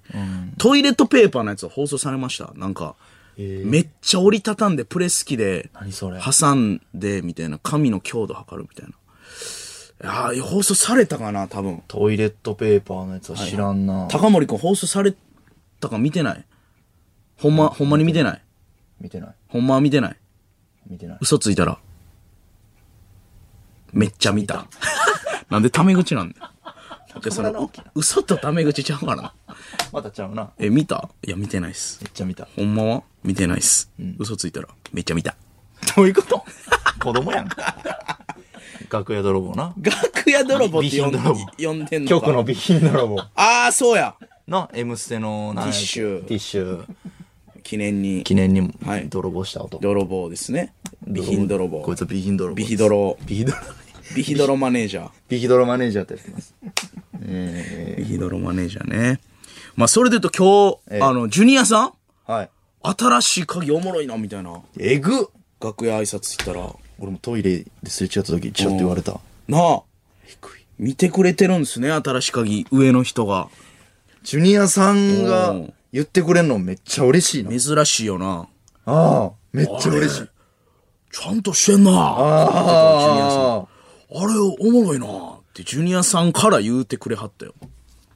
Speaker 2: トイレットペーパーのやつは放送されました。なんか、めっちゃ折りたたんで、プレス機で、
Speaker 1: 何それ
Speaker 2: 挟んで、みたいな、紙の強度測るみたいな。いやー放送されたかな、多分。
Speaker 1: トイレットペーパーのやつは知らんな。
Speaker 2: 高森くん放送されたか見てないほんま、ほんまに見てない
Speaker 1: 見てない。
Speaker 2: ほんまは見てない
Speaker 1: 見てない。
Speaker 2: 嘘ついたら、めっちゃ見た。 なんでタメ口 なんだよ。でそ
Speaker 1: 村直
Speaker 2: の嘘とタメ口ちゃうかな。
Speaker 1: またちゃうな。
Speaker 2: え、見たいや、見てないっす
Speaker 1: め。っちゃ見た。
Speaker 2: ほんまは見てないっす。嘘ついたら、めっちゃ見た。
Speaker 1: どういうこと 子供やんか。楽屋泥棒な。
Speaker 2: 楽屋泥棒って呼
Speaker 1: 備品
Speaker 2: ん
Speaker 1: 泥棒
Speaker 2: 呼んでんの
Speaker 1: 局
Speaker 2: か。
Speaker 1: の備品泥棒。
Speaker 2: ああ、そうや。
Speaker 1: の、M ステの、ティ
Speaker 2: ティッシュ
Speaker 1: ティッシュ。
Speaker 2: 記念に、
Speaker 1: 記念に
Speaker 2: はい
Speaker 1: 泥棒した男。
Speaker 2: 泥棒ですね。備品泥棒。
Speaker 1: こいつは備品泥棒。
Speaker 2: 備品泥
Speaker 1: 備品泥。
Speaker 2: 備品泥マネージャー。
Speaker 1: 備品泥マネージャーってやってます。
Speaker 2: 備品泥マネージャーね。まあ、それで言うと今日、あの、ジュニアさん
Speaker 1: はい。
Speaker 2: 新しい鍵おもろいな、みたいな。
Speaker 1: えぐっ
Speaker 2: 楽屋挨拶行ったら、
Speaker 1: 俺もトイレですれ違った時、ちらっと言われた。
Speaker 2: なあ。見てくれてるんですね、新しい鍵。上の人が。
Speaker 1: ジュニアさんが
Speaker 2: おー
Speaker 1: 言ってくれんのめっちゃ嬉しいな。
Speaker 2: 珍しいよな。
Speaker 1: ああ、めっちゃ嬉しい。
Speaker 2: ちゃんとしてんなジュニア
Speaker 1: あ
Speaker 2: さん
Speaker 1: あ、
Speaker 2: あれおもろいなってジュニアさんから言うてくれはったよ。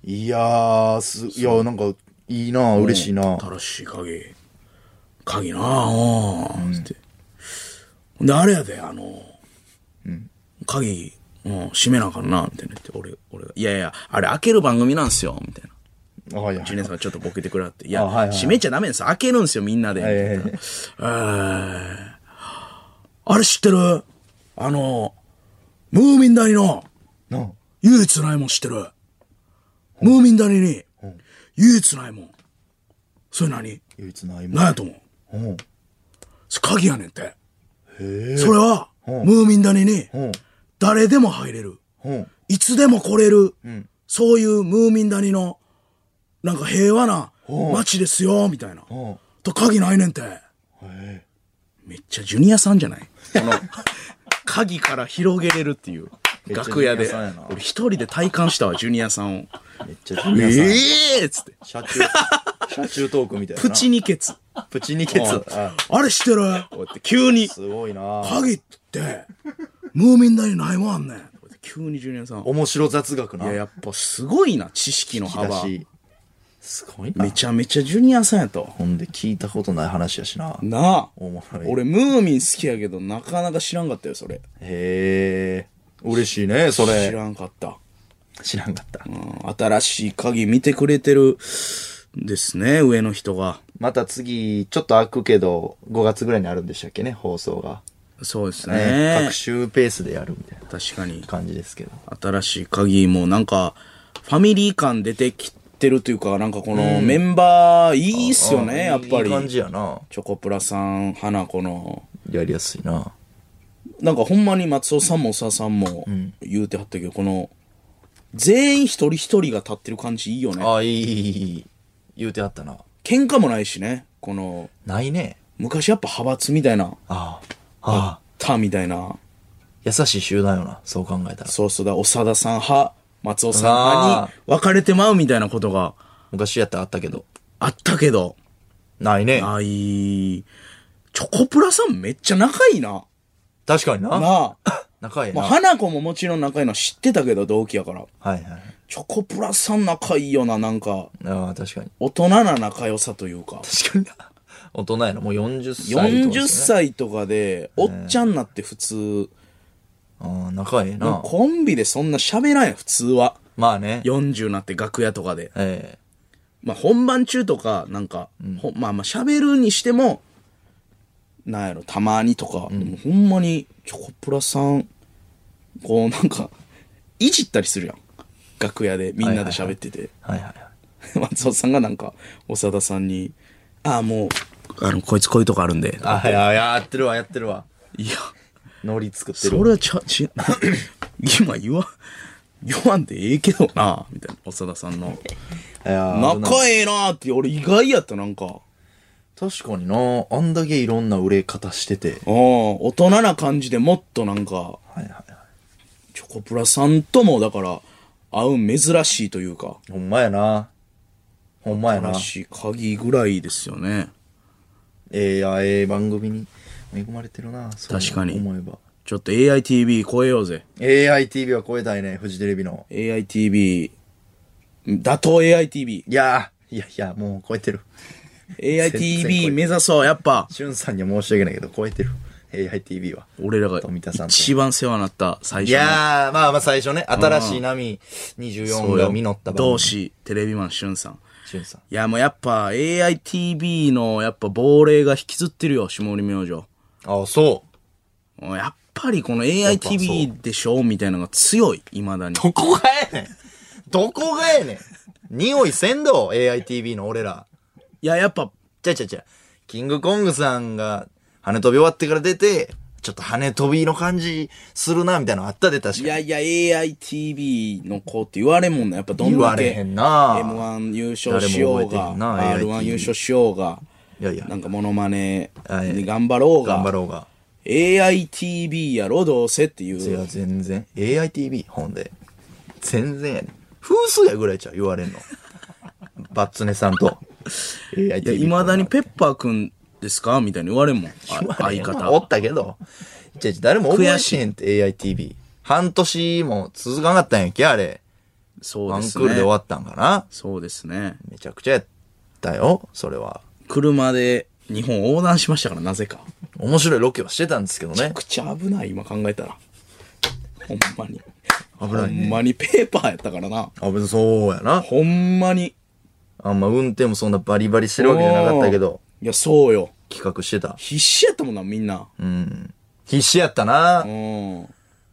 Speaker 1: いやー、す、いや、なんか、いいな、嬉しいな。
Speaker 2: 新しい鍵。鍵なあうん。つって。ほんで、あれやで、あの、鍵、うん、閉めなあかんなみたいな言って、俺、俺が。いやいや、あれ開ける番組なんすよ、みたいな。
Speaker 1: はいはい
Speaker 2: ジュネさんがちょっとボケてくれはって。い
Speaker 1: あ
Speaker 2: や、
Speaker 1: はいはい
Speaker 2: 閉めちゃダメなんですよ。開けるんですよ、みんなで。
Speaker 1: はいはいはい
Speaker 2: あーあれ知ってるあの、ムーミン谷の
Speaker 1: な
Speaker 2: 唯一ないもん知ってるムーミン谷に唯一ないもん。それ何
Speaker 1: 唯一ないもん
Speaker 2: 何やと思う
Speaker 1: うん
Speaker 2: それ鍵やねんって。それは、ムーミン谷に
Speaker 1: うん
Speaker 2: 誰でも入れる。
Speaker 1: うん
Speaker 2: いつでも来れる、
Speaker 1: ん
Speaker 2: そういうムーミン谷の、なんか平和な街ですよ、みたいな。
Speaker 1: うん
Speaker 2: と鍵ないねんて。
Speaker 1: え
Speaker 2: めっちゃジュニアさんじゃないこの、鍵から広げれるっていう。
Speaker 1: っちゃ
Speaker 2: 楽屋で
Speaker 1: ジュニアさんやな。
Speaker 2: 俺一人で体感したわ、ジュニアさんを。
Speaker 1: えめっちゃジュニアさん
Speaker 2: ええー、つって。
Speaker 1: 車中車中トークみたいな
Speaker 2: プチニケツ。
Speaker 1: プチニケツあ
Speaker 2: あれしてるこうやって急に。
Speaker 1: すごいな
Speaker 2: 鍵って、ムーミン谷にないもんあんねん。こうやって急にジュニアさん。い
Speaker 1: 面白雑学な
Speaker 2: や、やっぱすごいな、知識の
Speaker 1: 引き出
Speaker 2: 幅。
Speaker 1: しすごいな
Speaker 2: めちゃめちゃジュニアさんやと。
Speaker 1: ほんで聞いたことない話やしな
Speaker 2: なあ。
Speaker 1: おもろい
Speaker 2: 俺、ムーミン好きやけど、なかなか知らんかったよ、それ。
Speaker 1: へえ嬉しいねそ
Speaker 2: 知
Speaker 1: れ
Speaker 2: らんかった。
Speaker 1: 知らんかった
Speaker 2: うん、新しい鍵見てくれてるんですね、上の人が。
Speaker 1: また次ちょっと開くけど5月ぐらいにあるんでしたっけね放送が
Speaker 2: そうです
Speaker 1: ね
Speaker 2: ね
Speaker 1: 各。週ペースでやるみたいな
Speaker 2: 確かに。
Speaker 1: 感じですけど
Speaker 2: 新しい鍵もなんか、ファミリー感出てきてるというか、なんかこのメンバー、いいっすよね、やっぱ
Speaker 1: い
Speaker 2: り
Speaker 1: い。感じやな
Speaker 2: チョコプラさん、花子の。
Speaker 1: やりやすいな
Speaker 2: なんかほんまに松尾さんも長さんも言うてはったけど、この、全員一人一人が立ってる感じいいよね。
Speaker 1: あいいいいいい言うてあったな
Speaker 2: 喧嘩もないしねこの
Speaker 1: ないね
Speaker 2: 昔やっぱ派閥みたいな
Speaker 1: ああああ
Speaker 2: 他みたいな
Speaker 1: 優しい集団よなそう考えたら
Speaker 2: そうそうだ長田さん派松尾さん
Speaker 1: あ
Speaker 2: 派
Speaker 1: ー
Speaker 2: に分かれてまうみたいなことが
Speaker 1: 昔やったらあったけど
Speaker 2: あったけど
Speaker 1: ないね
Speaker 2: あいチョコプラさんめっちゃ仲いいな
Speaker 1: 確かにな
Speaker 2: なあ
Speaker 1: 仲いいな、
Speaker 2: まあ花子ももちろん仲いいのは知ってたけど同期やから
Speaker 1: はいはい
Speaker 2: チョコプラさん仲いいよななんか
Speaker 1: ああ確かに
Speaker 2: 大人な仲良さというか
Speaker 1: 確かにな大人やなもう40歳とか
Speaker 2: 40
Speaker 1: ですね
Speaker 2: 歳とかでおっちゃんになって普通
Speaker 1: ああ仲ええ
Speaker 2: もう
Speaker 1: な
Speaker 2: コンビでそんな喋らんやん普通は
Speaker 1: まあね
Speaker 2: 40なって楽屋とかで、
Speaker 1: え
Speaker 2: まあ、本番中とかなんか、ほんまあまあ喋るにしてもなんやろたまにとか、でもほんまにチョコプラさんこうなんかいじったりするやん楽屋でみんなで喋ってて、
Speaker 1: えはいはいはい
Speaker 2: 松尾さんがなんか長田さんに「ああもうあのこいつこういうとこあるんで
Speaker 1: あいややってるわやってるわ」
Speaker 2: いや
Speaker 1: ノリ作って
Speaker 2: そ
Speaker 1: るわ
Speaker 2: れはちゃち 今言わ言わんでええけどなみたいな長田さんの。
Speaker 1: いやー危ない
Speaker 2: 仲ええなーって俺意外やったなんかあ
Speaker 1: 確かになあんだけいろんな売れ方してて
Speaker 2: あ大人な感じでもっとなんか
Speaker 1: はいはいはい
Speaker 2: チョコプラさんともだから会う珍しいというか
Speaker 1: ほんまやなほんまやな
Speaker 2: 珍しい鍵ぐらいですよね
Speaker 1: ええいやええ番組に恵まれてるなそう
Speaker 2: 確かに
Speaker 1: 思えば
Speaker 2: ちょっと AITV 超えようぜ
Speaker 1: AITV は超えたいねフジテレビの
Speaker 2: AITV 打倒 AITVAITV
Speaker 1: いやーいやいやもう超えてる全然超えて
Speaker 2: 目指そうやっぱ
Speaker 1: しゅんさんには申し訳ないけど超えてる AITV は
Speaker 2: 俺らが
Speaker 1: 富田さんと
Speaker 2: 一番世話になった最
Speaker 1: い
Speaker 2: 初の
Speaker 1: やーまあまあ最初ね新しい波24が実った番組
Speaker 2: 同志テレビマンしゅんさん
Speaker 1: しゅんさん
Speaker 2: いやもうやっぱ AITV のやっぱ亡霊が引きずってるよ下り明星
Speaker 1: ああそう
Speaker 2: うんやっぱりこの
Speaker 1: やっ
Speaker 2: AITV でしょみたいなのが強い、未だに。
Speaker 1: どこがやねんどこがやねん匂いせんど AITV の俺ら
Speaker 2: いや、やっぱ、
Speaker 1: ちゃうちゃうちゃうキングコングさんが羽飛び終わってから出てちょっと羽飛びの感じするなみたいなのあったで確
Speaker 2: い
Speaker 1: かに
Speaker 2: やいや AITV の子って言われんもんな。やっぱどん
Speaker 1: 言わ
Speaker 2: だ
Speaker 1: れ
Speaker 2: け
Speaker 1: へんな
Speaker 2: M1 優勝しよう
Speaker 1: 誰も覚えてへ
Speaker 2: が、
Speaker 1: んな
Speaker 2: R1
Speaker 1: AITV
Speaker 2: 優勝しようが、
Speaker 1: いやいや
Speaker 2: なんかモノマネ
Speaker 1: はい
Speaker 2: に頑張ろう
Speaker 1: 頑張
Speaker 2: が、
Speaker 1: ろうが
Speaker 2: AITV やろ、どうせってい。
Speaker 1: いうや全然 AITV ほんで全然やねん風水やぐらいちゃう言われ んのバッツネさんと AITV
Speaker 2: いや、未だにペッパーくんですかみたいに言われんもん。あ相
Speaker 1: お
Speaker 2: 方。
Speaker 1: ったけど。じゃ誰も覚え
Speaker 2: 悔して
Speaker 1: へんって AITV。半年も続かなかったんやっけあれ。
Speaker 2: そう
Speaker 1: ワ
Speaker 2: で
Speaker 1: ン
Speaker 2: す
Speaker 1: クールで終
Speaker 2: ね
Speaker 1: わ。ったんかな
Speaker 2: そうですね。
Speaker 1: めちゃくちゃやったよ、それは。
Speaker 2: 車で日本横断しましたから、なぜか。
Speaker 1: 面白いロケはしてたんですけど
Speaker 2: めち
Speaker 1: ね
Speaker 2: ゃ。くちゃ危ない今考えたらほんまに
Speaker 1: 危ない
Speaker 2: ほん
Speaker 1: ね。
Speaker 2: まにペーパーやったからな
Speaker 1: 危そうやな。
Speaker 2: ほんまに
Speaker 1: あんま運転もそんなバリバリしてるわけじゃなかったけど、
Speaker 2: いや、そうよ。
Speaker 1: 企画してた。
Speaker 2: 必死やったもんな、みんな。
Speaker 1: 必死やったな
Speaker 2: う。ん。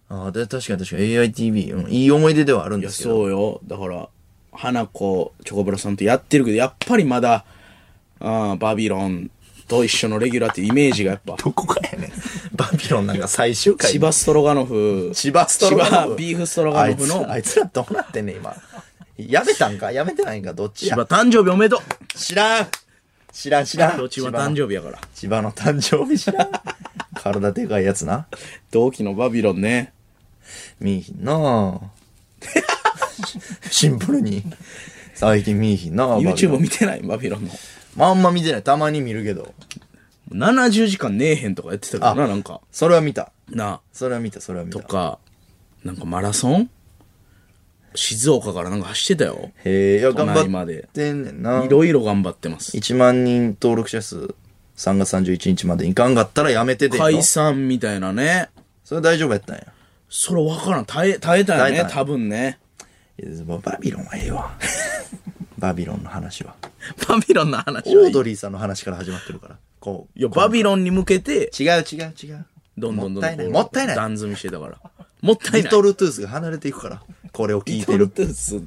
Speaker 1: ああ、で、確かに確かに AITV、うん、いい思い出ではあるん
Speaker 2: い
Speaker 1: で
Speaker 2: や、
Speaker 1: すけど。
Speaker 2: そうよ。だから、花子、チョコプラさんとやってるけど、やっぱりまだ、うん、バビロンと一緒のレギュラーってイメージがやっ ぱ、
Speaker 1: どこかやねん。バビロンなんか最終回。
Speaker 2: 千葉ストロガノフ、
Speaker 1: 千葉ストロガノ
Speaker 2: 千葉
Speaker 1: フ。
Speaker 2: ビーフストロガノフの
Speaker 1: あいつらあいつらどうなってんねん、今。やめたんかやめてないんかどっち
Speaker 2: 千
Speaker 1: や
Speaker 2: 葉誕生日おめでとう
Speaker 1: 知らん知らん知らん。
Speaker 2: 千葉誕生日やから。
Speaker 1: 千葉の誕生日知らん。体でかいやつな。
Speaker 2: 同期のバビロンね。
Speaker 1: 見えひんな ぁシンプルに。最近見えひんなぁ
Speaker 2: YouTube 見てないバビロンの。
Speaker 1: まああんま見てない。たまに見るけど。
Speaker 2: 70時間ねえへんとかやってたからな、
Speaker 1: あ
Speaker 2: なんか。
Speaker 1: それは見た。
Speaker 2: なあ。
Speaker 1: それは見た、それは見た
Speaker 2: と。か、なんかマラソン静岡からなんか走ってたよ。
Speaker 1: へえ、いや、頑
Speaker 2: 都内ま
Speaker 1: 張
Speaker 2: で。
Speaker 1: ってんねんない
Speaker 2: ろいろ頑張ってます。
Speaker 1: 1万人登録者数、3月31日までにいかんかったらやめててんの。
Speaker 2: 解散みたいなね。
Speaker 1: それ大丈夫やったんや。
Speaker 2: それ分からん。耐え、耐えたよ
Speaker 1: 耐え
Speaker 2: ね
Speaker 1: た、ね
Speaker 2: 多分ね。
Speaker 1: いやもうバビロンはええ わ。バビロンの話は。
Speaker 2: バビロンの話
Speaker 1: オ
Speaker 2: はい
Speaker 1: ー
Speaker 2: い。
Speaker 1: ドリーさんの話から始まってるから。こう。
Speaker 2: いや、バビロンに向けて、
Speaker 1: 違う違う違う。
Speaker 2: どんどんどんど
Speaker 1: もっ
Speaker 2: ん
Speaker 1: たいない。もったいない。
Speaker 2: 段積みしてたから。もった
Speaker 1: リ
Speaker 2: いない。
Speaker 1: トルトゥースが離れていくから。これを聞いてる。
Speaker 2: トゥース
Speaker 1: うん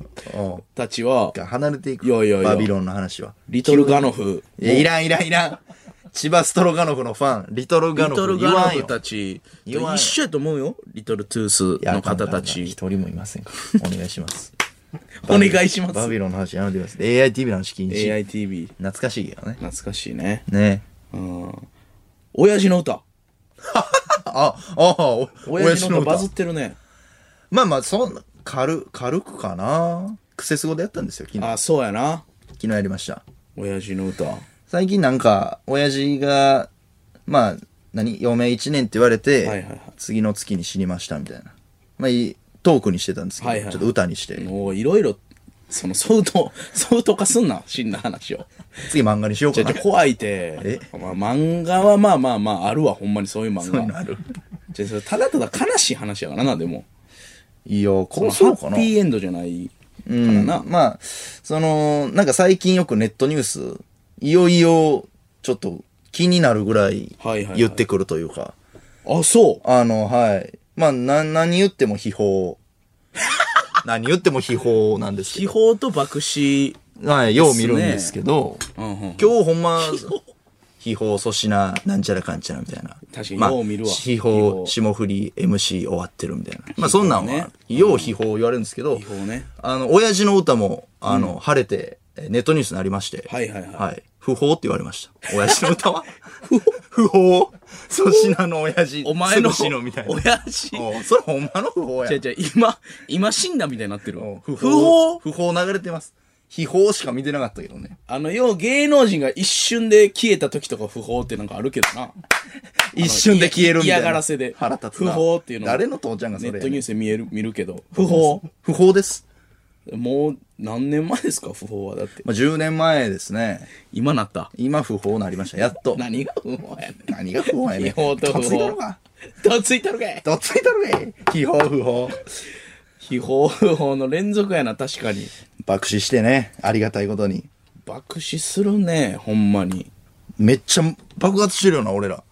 Speaker 2: たちは、
Speaker 1: が離れていく。
Speaker 2: いやいやいや
Speaker 1: バビロンの話は。
Speaker 2: リトルガノフ、
Speaker 1: いやいらんいらんいらん。千葉ストロガノフのファン、リトルガ
Speaker 2: リ
Speaker 1: ノ
Speaker 2: ト
Speaker 1: フ
Speaker 2: ル
Speaker 1: 言
Speaker 2: ガノ
Speaker 1: わん
Speaker 2: フ
Speaker 1: よ。
Speaker 2: たち、
Speaker 1: 言わんよ
Speaker 2: 一緒やと思うよ。リトルトゥースの方た
Speaker 1: 一
Speaker 2: ち。
Speaker 1: 人もいませんから。お願いし ます。
Speaker 2: お願いします
Speaker 1: バビロンの話やめてください。AITV の話禁止。
Speaker 2: AITV。
Speaker 1: 懐かしいけどね。
Speaker 2: 懐かしいね。
Speaker 1: ね
Speaker 2: うん。親父の歌。
Speaker 1: あ、ああ、お
Speaker 2: 親父の歌
Speaker 1: 親
Speaker 2: バズってるね。
Speaker 1: まあまあ、そんな、軽、軽くかな。クセスゴでやったんですよ、昨日。
Speaker 2: あ、そうやな。
Speaker 1: 昨日やりました。
Speaker 2: 親父の歌。
Speaker 1: 最近なんか、親父が、まあ、何余命1年って言われて、
Speaker 2: はいはいはい
Speaker 1: 次の月に死にましたみたいな。まあ、いいトークにしてたんですけど、
Speaker 2: はいはいはい
Speaker 1: ちょっと歌にして、
Speaker 2: もういろいろ、その、相当、 相当化すんな、死んだ話を。
Speaker 1: 次漫画にしよう
Speaker 2: じ
Speaker 1: かな
Speaker 2: ゃじゃ。怖いて。まあ、漫画はまあまあまあ、あるわ、ほんまにそういう漫画。
Speaker 1: そういうのある。
Speaker 2: じゃそれただただ悲しい話やからな、でも。
Speaker 1: いや、こう
Speaker 2: ハ
Speaker 1: そうか
Speaker 2: ッ
Speaker 1: な。
Speaker 2: ピーエンドじゃないから
Speaker 1: うん
Speaker 2: な。
Speaker 1: まあ、その、なんか最近よくネットニュース、いよいよ、ちょっと気になるぐらい
Speaker 2: はいはいはい
Speaker 1: 言ってくるというか、
Speaker 2: あ、そう。
Speaker 1: あの、はい。まあ、な、何言っても秘 宝。何言っても秘宝なんですけ
Speaker 2: 秘宝と爆死。
Speaker 1: ど。はい、よう見るんですけど、
Speaker 2: うんうん。
Speaker 1: 今日ほんま、秘宝、粗品、なんちゃらかんちゃらみたいな。
Speaker 2: 確かに
Speaker 1: まあ
Speaker 2: よう見るわ
Speaker 1: 秘
Speaker 2: 秘
Speaker 1: 宝、
Speaker 2: 宝
Speaker 1: 霜降り、MC 終わってるみたいな。まあ、そんなん
Speaker 2: ね
Speaker 1: は、よう秘宝言われるんですけど、
Speaker 2: 秘宝ね。
Speaker 1: あの、親父の歌も、あの、晴れて、えネットニュースになりまして。
Speaker 2: はいはいはい
Speaker 1: 不法って言われました。親父の歌 は不法粗品の親父。
Speaker 2: お前の、
Speaker 1: すぐ死ぬみたいな。
Speaker 2: 親父。
Speaker 1: おうそれほんまの不法や
Speaker 2: じゃ。じゃ今、今死んだみたいになってるわ
Speaker 1: おう
Speaker 2: 不法
Speaker 1: 法不法流れてます。秘宝しか見てなかったけどね。
Speaker 2: あの、よう芸能人が一瞬で消えた時とか不法ってなんかあるけどな。
Speaker 1: 一瞬で消えるみたいな。
Speaker 2: 嫌がらせで
Speaker 1: 腹立つな。
Speaker 2: 不法っていうの
Speaker 1: 誰の父ちゃんがそ
Speaker 2: ネ
Speaker 1: れ
Speaker 2: ットニュー
Speaker 1: ス。
Speaker 2: スで見える、見るけど。不法。
Speaker 1: 不法です。
Speaker 2: もう何年前ですか、不法は。だって。
Speaker 1: まあ、10年前ですね。
Speaker 2: 今なった。
Speaker 1: 今不法になりました。やっと。
Speaker 2: 何が不法やねん。
Speaker 1: 何が不法 やねん。
Speaker 2: 違法と不
Speaker 1: ど
Speaker 2: 法
Speaker 1: ついたのか。
Speaker 2: どついたるかい
Speaker 1: どついたのかい。秘宝不法。
Speaker 2: 非法不法の連続やな、確かに。
Speaker 1: 爆死してね、ありがたいことに。
Speaker 2: 爆死するね、ほんまに。
Speaker 1: めっちゃ爆発してるよな、俺ら。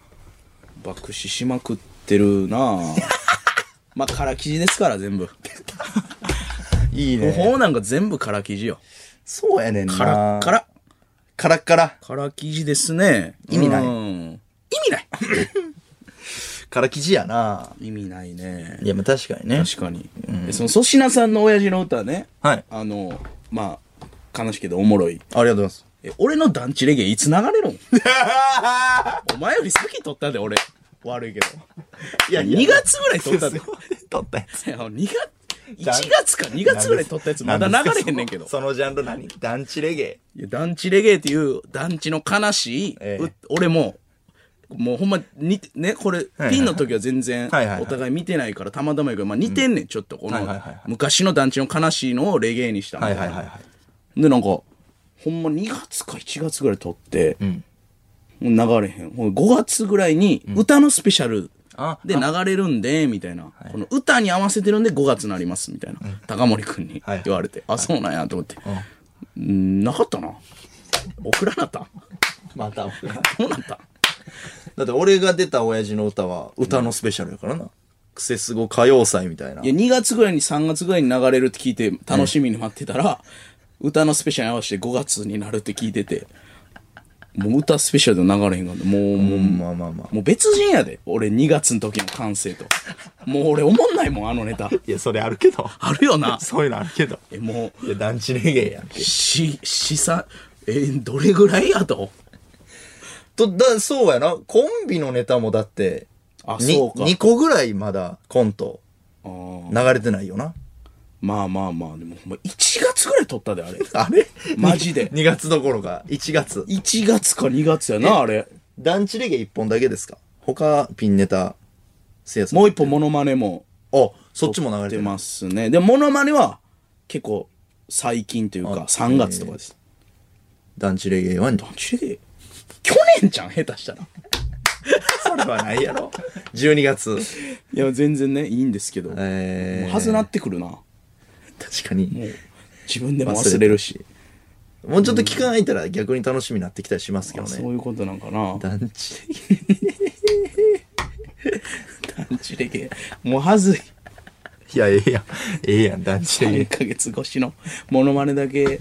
Speaker 2: 爆死しまくってるな まあ、空生地ですから、全 部。
Speaker 1: いい
Speaker 2: 不
Speaker 1: ね。
Speaker 2: 法なんか全部空生地よ。
Speaker 1: そうやねんな。
Speaker 2: 空、
Speaker 1: から。
Speaker 2: 空。
Speaker 1: からっから。
Speaker 2: 空生地ですね。
Speaker 1: 意味ない
Speaker 2: うん意味ない
Speaker 1: から生地やな。
Speaker 2: 意味ないね。
Speaker 1: いや、まあ確かにね。
Speaker 2: 確かに。でその粗品さんの親父の歌ね。
Speaker 1: はい
Speaker 2: あの、まあ、悲しいけどおもろ
Speaker 1: あ
Speaker 2: い。
Speaker 1: りがとうございます。
Speaker 2: え俺の団地レゲエいつ流れ るんお前より先取ったで、俺。悪いけど。
Speaker 1: いや
Speaker 2: 2月ぐらい撮ったで。
Speaker 1: 撮ったやつ。
Speaker 2: いや2月、1月か2月ぐらい撮ったやつまだ流れへんねんけど。
Speaker 1: そのジャンル何団地レゲエ。
Speaker 2: いや団地レゲエっていう団地の悲しい、
Speaker 1: ええ
Speaker 2: う俺も、もうほんまに、ね、これ、
Speaker 1: いはい
Speaker 2: ピンの時は全然
Speaker 1: はいはいはい
Speaker 2: お互い見てないからたまたまやけど、まあ似てんねん、ちょっとこの
Speaker 1: はいはいはいはい
Speaker 2: 昔の団地の悲しいのをレゲエにしたみ
Speaker 1: はい
Speaker 2: た
Speaker 1: い
Speaker 2: な
Speaker 1: はいはいはい。
Speaker 2: で、なんか、ほんま2月か1月ぐらい撮って、もう流れへん。ほんで5月ぐらいに歌のスペシャル
Speaker 1: あ
Speaker 2: で流れるんで、みたいな。この歌に合わせてるんで5月になります、みたいな。高森くんに
Speaker 1: はい
Speaker 2: 言われて、あ、そうなんやと思って。うんなかったな送らなかった
Speaker 1: また。
Speaker 2: どうなった。
Speaker 1: だって俺が出た親父の歌は歌のスペシャルやからな。クセスゴ歌謡祭みたいない
Speaker 2: や2月ぐらいに3月ぐらいに流れるって聞いて楽しみに待ってたら、歌のスペシャルに合わせて5月になるって聞いててもう歌スペシャルで流れへんかったもう、もう
Speaker 1: まあまあまあ。
Speaker 2: もう別人やで俺2月の時の感性ともう俺おもんないもんあのネタ
Speaker 1: いや、それあるけど。
Speaker 2: あるよな
Speaker 1: そういうのあるけど。
Speaker 2: えも
Speaker 1: いや、団地レゲエやん
Speaker 2: う
Speaker 1: け。
Speaker 2: ししさえどれぐらいやと
Speaker 1: と、だ、そうやな。コンビのネタもだって、
Speaker 2: あ
Speaker 1: に
Speaker 2: そうか
Speaker 1: 2個ぐらいまだコント
Speaker 2: あー
Speaker 1: 流れてないよ な。
Speaker 2: まあまあまあでもほんま1月ぐらい撮ったであれ
Speaker 1: あれ
Speaker 2: マジで
Speaker 1: ?2 月どころか、1月。
Speaker 2: 1月か2月やなあれ
Speaker 1: 団地レゲエ1本だけですか他、ピンネタ、せいやさん。
Speaker 2: もう一本モノマネも
Speaker 1: あ、そっちも流れて
Speaker 2: 出
Speaker 1: る。
Speaker 2: ますねでもモノマネは結構最近というか
Speaker 1: あ
Speaker 2: 3月とかです、
Speaker 1: 団地レゲエは2
Speaker 2: マジで去年じゃん下手したら
Speaker 1: それはないやろ。12月。
Speaker 2: いや全然ねいいんですけど、
Speaker 1: え
Speaker 2: もう
Speaker 1: ー、
Speaker 2: はずなってくるなも
Speaker 1: 確かに。
Speaker 2: う自分でも忘れるし、
Speaker 1: もうちょっと期間空いたら逆に楽しみになってきたりしますけど
Speaker 2: あ
Speaker 1: ね。
Speaker 2: そういうことなんかな
Speaker 1: 団地レゲエ
Speaker 2: 団地レゲエもうはずい
Speaker 1: いや、ええやん。ええやん、団地レゲエ
Speaker 2: 1。ヶ月越しのモノマネだけ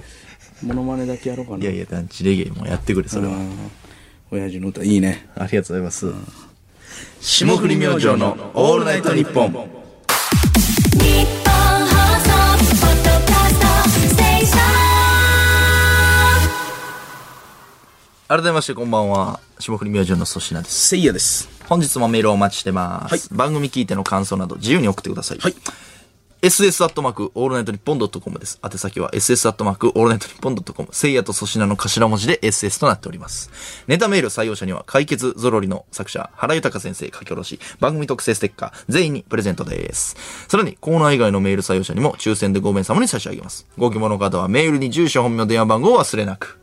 Speaker 2: モノマネだけやろうかない
Speaker 1: やいや、団地レゲエもやってくれ、それは。
Speaker 2: うん親父の歌いいね
Speaker 1: ありがとうございます。霜降り明星のオールナイトニッポン。
Speaker 3: 日本放送ポッドキャストステーション
Speaker 1: 改めまして、こんばんは。霜降り明星の粗品です。
Speaker 2: せいやです
Speaker 1: 本日もメールをお待ちしてます。
Speaker 2: はい
Speaker 1: 番組聞いての感想など自由に送ってください。
Speaker 2: はい
Speaker 1: ss アットマークオールナイトニッポンドットコムです。宛先は ss アットマークオールナイトニッポンドットコム。聖夜と粗品の頭文字で ss となっております。ネタメール採用者には解決ゾロリの作者原豊先生書き下ろし、番組特製ステッカー全員にプレゼントです。さらにコーナー以外のメール採用者にも抽選で5名様に差し上げます。ご希望の方はメールに住所、本名、電話番号を忘れなく。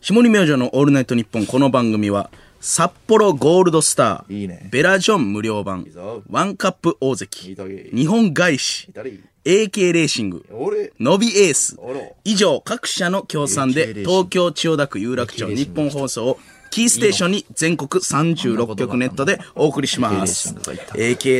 Speaker 2: 下り明星の「オールナイトニッポン」この番組は札幌ゴールドスター
Speaker 1: いいね
Speaker 2: ベラジョン無料版
Speaker 1: ぞ
Speaker 2: ワンカップ
Speaker 1: い
Speaker 2: 大
Speaker 1: い
Speaker 2: 関
Speaker 1: だけ
Speaker 2: 日本外資 AK レーシング
Speaker 1: 俺
Speaker 2: のびエース
Speaker 1: あら
Speaker 2: 以上各社の協賛
Speaker 1: AK レー
Speaker 2: で
Speaker 1: シング
Speaker 2: 東京千代田区有楽町
Speaker 1: AK レーシ
Speaker 2: 日
Speaker 1: ング
Speaker 2: 本放送をキーステーションに全国36局ネットでお送りします
Speaker 1: AK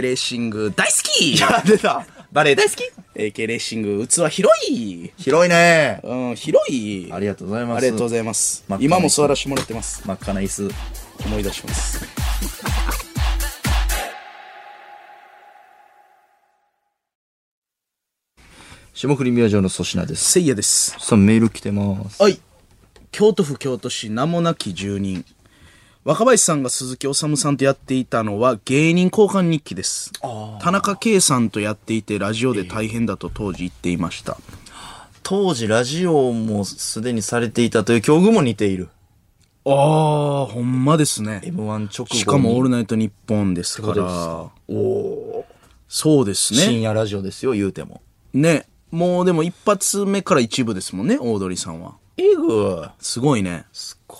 Speaker 1: レーシングがいた
Speaker 2: AK レーシング大好き
Speaker 1: 出たバレエ大好き
Speaker 2: AK レーシング器広い
Speaker 1: 広いね
Speaker 2: うん広い
Speaker 1: ありがとうございます。
Speaker 2: ありがとうございます
Speaker 1: 真っ。赤な
Speaker 2: 今も座らせてもらってます。
Speaker 1: 真っ赤な椅子。
Speaker 2: 思い出します。
Speaker 1: 霜降り明星の粗品です。
Speaker 2: せいやです。
Speaker 1: さあ、メール来てます。
Speaker 2: はい。京都府京都市名もなき住人。若林さんが鈴木おさむさんとやっていたのは芸人交換日記です。田中圭さんとやっていてラジオで大変だと当時言っていました。
Speaker 1: 当時ラジオもすでにされていたという境遇も似ている。
Speaker 2: ああ、ほんまですね。
Speaker 1: M1 直後に。
Speaker 2: しかも「オールナイトニッポン」ですからおそうです
Speaker 1: 深
Speaker 2: ね
Speaker 1: 夜ラジオですよ、言うても。
Speaker 2: ねもうでも一発目から一部ですもんねオードリーさんは
Speaker 1: えぐ
Speaker 2: すごいね
Speaker 1: すごい。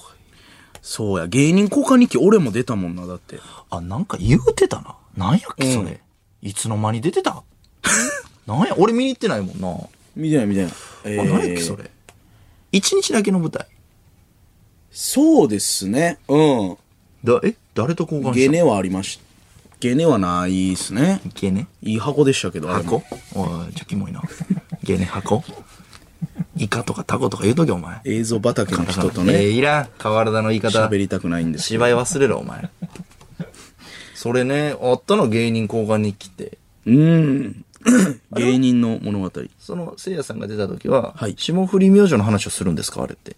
Speaker 2: そうや芸人交換日記俺も出たもんなだって
Speaker 1: あ、なんか言うてたな。なんやっけ、それ。いつの間に出てた なんや、俺見に行ってないもんな。
Speaker 2: みたいなみたいな、え
Speaker 1: あ、
Speaker 2: ー
Speaker 1: なんやっけ、それ。一日だけの舞台。
Speaker 2: そうですねうん
Speaker 1: だ、え誰と交換し
Speaker 2: ゲ
Speaker 1: た
Speaker 2: ネはありましたゲネはないですね
Speaker 1: ゲネ
Speaker 2: いい箱でしたけどあれも
Speaker 1: 箱おい、ちょ、キモいな。ゲネ箱イカとかタコとか言うとけ、お前。
Speaker 2: 映像畑の人 と
Speaker 1: えー
Speaker 2: ね
Speaker 1: いらん。河原田の言い方
Speaker 2: 喋。りたくないんですけど
Speaker 1: 芝居忘れろ、お前。 それね、あったの芸人交換日記って。
Speaker 2: うん芸人の物語
Speaker 1: その、せいやさんが出た時は、
Speaker 2: はい
Speaker 1: 霜降り明星の話をするんですかあれって。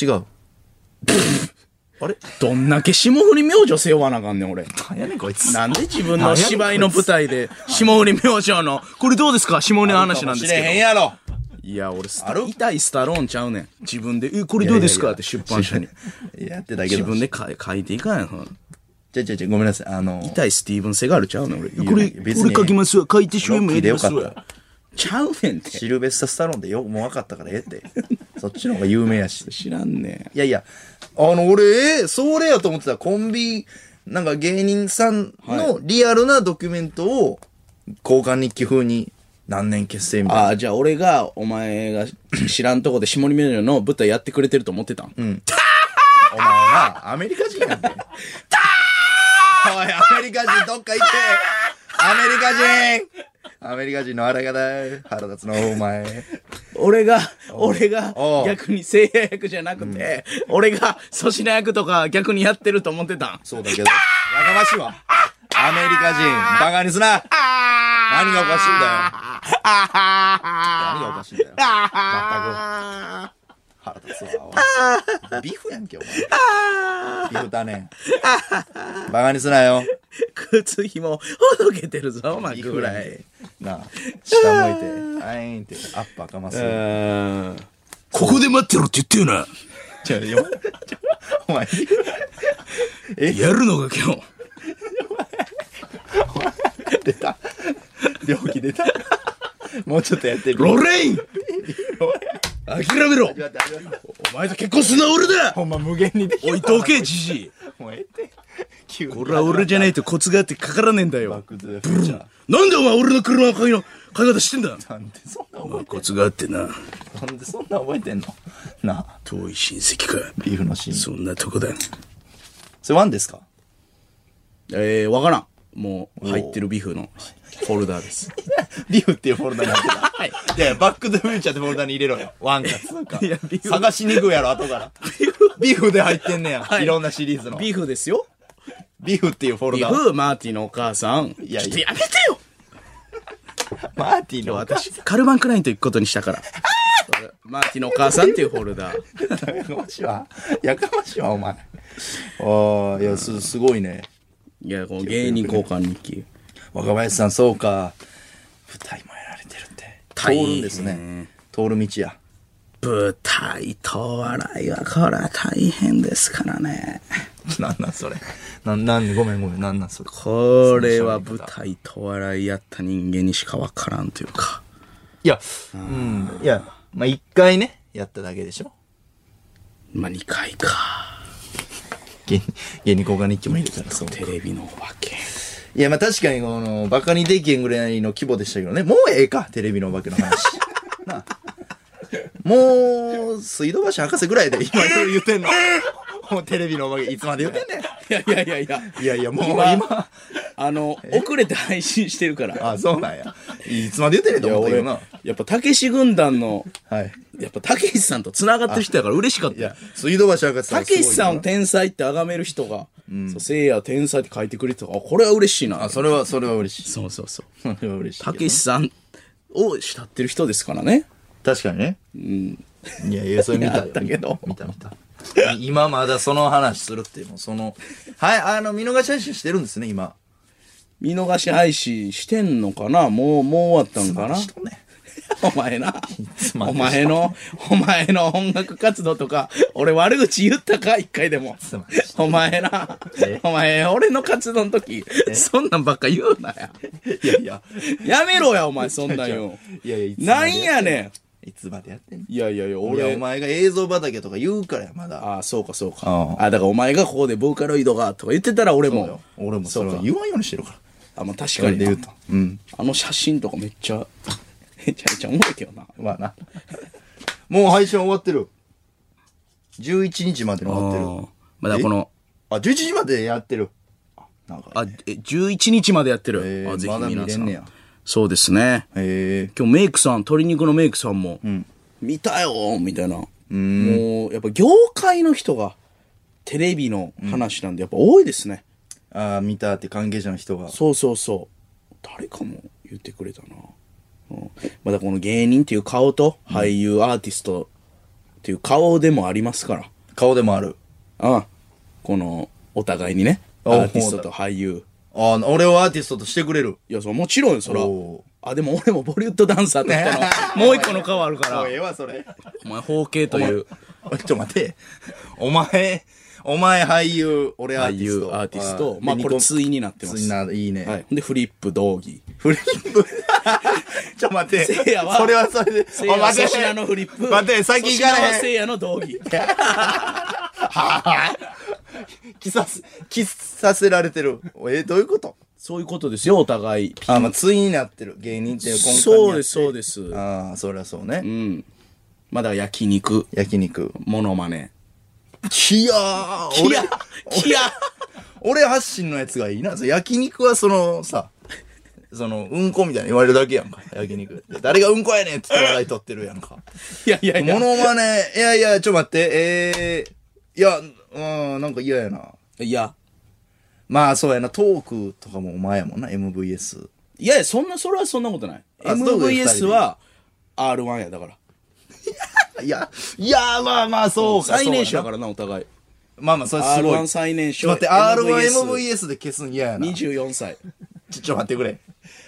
Speaker 1: 違 う。あれ
Speaker 2: どんだけ霜降り明星背負わなあかんねん、俺。
Speaker 1: なんやねん、こいつ。
Speaker 2: なんで自分の芝居の舞台で、霜降り明星の、これどうですか霜降りの話なんですけ
Speaker 1: 知れへん
Speaker 2: ど。
Speaker 1: やろ。
Speaker 2: いや、俺スタ、痛いスタローンちゃうねん。自分で、え、これどうですかって出版社に。
Speaker 1: やってたけど。
Speaker 2: 自分。で書い書いていかんやん。その
Speaker 1: ちゃちゃちゃ、ごめんなさい。あの、
Speaker 2: 痛いスティーブン・セガールちゃうねん、俺。
Speaker 1: や
Speaker 2: これ、これ
Speaker 1: 別に
Speaker 2: 書きますわ。書いて主演もやります
Speaker 1: ロッキーでよか
Speaker 2: わ。ちゃうねんって。
Speaker 1: シルベスタ・スタローンでよ、もう分かったからええって。そっちの方が有名やし。
Speaker 2: 知らんね
Speaker 1: いやいや、あの、俺、えーそれやと思ってた。コンビ、なんか芸人さんのリアルなドキュメントを交換日記風に何年結成みたいな。
Speaker 2: ああ、じゃあ俺が、お前が知らんとこで下リメニューの舞台やってくれてると思ってたん。うん。
Speaker 1: お前な、アメリカ人やんけ。おい、アメリカ人どっか行ってアメリカ人アメリカ人のあらがだ腹立つのお前。
Speaker 2: 俺が、俺が
Speaker 1: おう、
Speaker 2: 逆に聖夜役じゃなくて、俺が粗品役とか逆にやってると思ってたん。
Speaker 1: そうだけど。やかましいわ。アメリカ人、バカにすな何がおかしいんだよ。何がおかしいんだよ。まったく。腹立つわ。おいビフやんけ、お前。ビフだね。バカにすなよ。
Speaker 2: 靴紐、ほどけてるぞ、マ
Speaker 1: ビ
Speaker 2: ック
Speaker 1: フ
Speaker 2: フ
Speaker 1: や
Speaker 2: ラ
Speaker 1: ん
Speaker 2: イ。
Speaker 1: けなあ、下向いて、あいんって、アッパーかますよ。
Speaker 2: ここで待ってろって言ってよな。
Speaker 1: ちょ、よ、ちょお前、
Speaker 2: やるのが今日。
Speaker 1: 出た。料金出た。もうちょっとやってみる。
Speaker 2: ロレイン諦めろお前と結婚すんのは俺だ
Speaker 1: ほんま無限にできる
Speaker 2: 置いとけ、じじい。
Speaker 1: もうええって。急に
Speaker 2: これは俺じゃないとコツがあってかからねえんだよ。
Speaker 1: 爆ぜ。ブルー
Speaker 2: なんでお前俺の車の鍵の買い方してんだ
Speaker 1: なんでそんな覚
Speaker 2: まあコツがあってな、
Speaker 1: えなんでそんな覚えてんのなあ、
Speaker 2: 遠い親戚か。
Speaker 1: ビーフのシーン。
Speaker 2: そんなとこだ。
Speaker 1: それワンですか
Speaker 2: えー、わからん。もう入ってるビフのフォルダーです。
Speaker 1: ビーフっていうフォルダに入ってた。
Speaker 2: はい。
Speaker 1: いやいや、バックドゥフューチャーってフォルダに入れろよ。ワンかツーか
Speaker 2: いやビー。フ
Speaker 1: 探しに行くやろ、後から。ビーフで入ってんねや。
Speaker 2: い
Speaker 1: いろんなシリーズの。
Speaker 2: ビフですよ。
Speaker 1: ビーフっていうフォル
Speaker 2: ビ
Speaker 1: ダ。
Speaker 2: フ、マーティのお母さん。
Speaker 1: いや
Speaker 2: ちょっとやめてよ
Speaker 1: マーティの
Speaker 2: 私、カルバンクラインと行くことにした から。マーティのお母さんっていうフォルダー。
Speaker 1: やかましいわ。やかましいわ、お前。ああ、いや、す、すごいね。
Speaker 2: いや、この芸人交換日記。
Speaker 1: 若林さん、そうか。舞台もやられてるって。通
Speaker 2: 大変
Speaker 1: るんですね。通る道や。
Speaker 2: 舞台と笑いはこれは大変ですからね。
Speaker 1: なんなんそれ。なん、なん、ごめんごめん、なんなんそれ。
Speaker 2: これは舞台と笑いやった人間にしかわからんというか。
Speaker 1: いや、うん。いや、まあ、一回ね、やっただけでしょ。
Speaker 2: まあ、2回か。
Speaker 1: 芸人、芸人交換日記も入れたらそう。
Speaker 2: テレビのお化け。
Speaker 1: いや、まあ、確かに、この、バカにできへんぐらいの規模でしたけどね。もうええか、テレビのお化けの 話。なあもう、水道橋博士ぐらいで今いろいろ言ってんの。もうテレビのお化け、いつまで言ってんね
Speaker 2: いやいやいやいや。
Speaker 1: ん。いやいや、もう
Speaker 2: 今
Speaker 1: 今、今
Speaker 2: あの、遅れて配信してるから。
Speaker 1: あ、そうなんや。いつまで言ってんねん
Speaker 2: い
Speaker 1: と
Speaker 2: や、
Speaker 1: 思ったけ
Speaker 2: 俺、
Speaker 1: どな。
Speaker 2: やっぱ、たけし軍団の、
Speaker 1: はい。
Speaker 2: やっぱ、たけしさんと繋がってる人やから嬉しかっ
Speaker 1: い
Speaker 2: た
Speaker 1: や。、水道橋博士
Speaker 2: たけしさん
Speaker 1: て
Speaker 2: を天才って崇める人が、そうせいや天才って書いてくれてたから、あこれは嬉しいな。
Speaker 1: あ、それは、それは嬉しい。
Speaker 2: そうそうそう。
Speaker 1: それは嬉しいけど
Speaker 2: た
Speaker 1: な。
Speaker 2: けしさんを慕ってる人ですからね。
Speaker 1: 確かにね。うん。いやいや、それ見たよ。
Speaker 2: あったけど
Speaker 1: 見た見た。い今まだその話するっていうの、その、はい、あの、見逃し配信してるんですね、今。
Speaker 2: 見逃し配信してんのかなもう、もう終わったんかな
Speaker 1: 人ね。
Speaker 2: お前な
Speaker 1: つ。まん
Speaker 2: お
Speaker 1: でした
Speaker 2: 前の、お前の音楽活動とか、俺悪口言ったか一回でも
Speaker 1: まんで。
Speaker 2: お前な
Speaker 1: え。
Speaker 2: お前、俺の活動の時、そんなんばっか言うなや。
Speaker 1: いやいや。
Speaker 2: やめろや、お前、そんなんよ。
Speaker 1: いやいや、いつま
Speaker 2: な
Speaker 1: で
Speaker 2: んやね
Speaker 1: ん。いつまでやってんの
Speaker 2: ん。いやいやいや、
Speaker 1: 俺、
Speaker 2: 俺
Speaker 1: お、前が映像畑とか言うからや、まだ。
Speaker 2: ああ、そうかそうか。
Speaker 1: あ
Speaker 2: ああだからお前がここでボーカロイドがとか言ってたら俺も。
Speaker 1: 俺もそ
Speaker 2: そう
Speaker 1: れ
Speaker 2: か
Speaker 1: は。言わんようにしてるから。
Speaker 2: あ、まあ確
Speaker 1: そ
Speaker 2: か
Speaker 1: れ
Speaker 2: に
Speaker 1: で
Speaker 2: な
Speaker 1: 言うと。うん。
Speaker 2: あの写真とかめっちゃ、めちゃめちゃおもろいけどな。
Speaker 1: まあな。もう配信終わってる。11日までに終わってる。
Speaker 2: まだこの、
Speaker 1: あ、11時までやってる。あ、なんか。
Speaker 2: あ、え、11日までやってる。
Speaker 1: えー
Speaker 2: あ、ぜひ
Speaker 1: まだ見
Speaker 2: 皆
Speaker 1: れ
Speaker 2: さ
Speaker 1: ん
Speaker 2: ん。
Speaker 1: ねや
Speaker 2: そうですね。
Speaker 1: へえ。
Speaker 2: 今日メイクさん、鶏肉のメイクさんも、見たよーみたいな。もう、やっぱ業界の人が、テレビの話なんで、やっぱ多いですね。
Speaker 1: ああ、見たって関係者の人が。
Speaker 2: そうそうそう。誰かも言ってくれたな。うん、まだこの芸人っていう顔と、俳優、アーティストっていう顔でもありますから。
Speaker 1: 顔でもある。
Speaker 2: うん。この、お互いにね。ア
Speaker 1: あ
Speaker 2: ーティストと俳優。
Speaker 1: ああ、俺をアーティストとしてくれる。
Speaker 2: いや、そうもちろんよ、そら
Speaker 1: お。
Speaker 2: あ、でも俺もボリュッドダンサーとして の、もう一個の顔あるから。
Speaker 1: えわ、それ。
Speaker 2: お前、方形という。
Speaker 1: おいちょ、待て。お前、お前俳優、俺アー
Speaker 2: 俳
Speaker 1: ティス
Speaker 2: 優
Speaker 1: ト。
Speaker 2: アーティスト。
Speaker 1: ー
Speaker 2: まあ、
Speaker 1: で
Speaker 2: これ、
Speaker 1: ニコ
Speaker 2: ついになってます。
Speaker 1: ついないいね。
Speaker 2: はい。で、フリップ、道義。
Speaker 1: フリッ プ。ちょ、待て。
Speaker 2: せいやは
Speaker 1: それはそれで。
Speaker 2: せいや
Speaker 1: お
Speaker 2: は
Speaker 1: 待
Speaker 2: 粗
Speaker 1: て
Speaker 2: 品のフリップ。
Speaker 1: 待て、先行か
Speaker 2: 粗品は
Speaker 1: れ
Speaker 2: せ
Speaker 1: へん。
Speaker 2: いやの道義。
Speaker 1: キスさせ、キスさせられてる。え、どういうこと
Speaker 2: そういうことですよ、お互い。
Speaker 1: あ、まあ、対になってる。芸人っていう根幹にあって
Speaker 2: そうです、そうです。ま
Speaker 1: ああ、そりゃそうね。
Speaker 2: あだから焼肉、
Speaker 1: 焼肉。
Speaker 2: モノマネ。
Speaker 1: キヤー
Speaker 2: キヤキヤ
Speaker 1: 俺発信のやつがいいな。そう焼肉はそのさ、その、うんこみたいに言われるだけやんか。焼肉って。誰がうんこやねんって言って笑い取ってるやんか。
Speaker 2: いやいやい
Speaker 1: モ
Speaker 2: や。
Speaker 1: ノマネ、いやいや、ちょっと待って、えー、いや、うん、なんか嫌やな。
Speaker 2: いや。
Speaker 1: まあそうやな、トークとかもお前やもんな、MVS。
Speaker 2: いやいや、そんな、それはそんなことない。
Speaker 1: あそうか二人で
Speaker 2: MVS は R1 や、だから。
Speaker 1: いや、いや、まあまあそうか、
Speaker 2: 最年少
Speaker 1: そうやな。
Speaker 2: やからな、お互い。
Speaker 1: まあまあ、それすごい。
Speaker 2: R1 最年
Speaker 1: ち
Speaker 2: 少。
Speaker 1: ょっと待って、R1MVS で消すん嫌やな。
Speaker 2: 24歳。
Speaker 1: ちょ、ちょ、待ってくれ。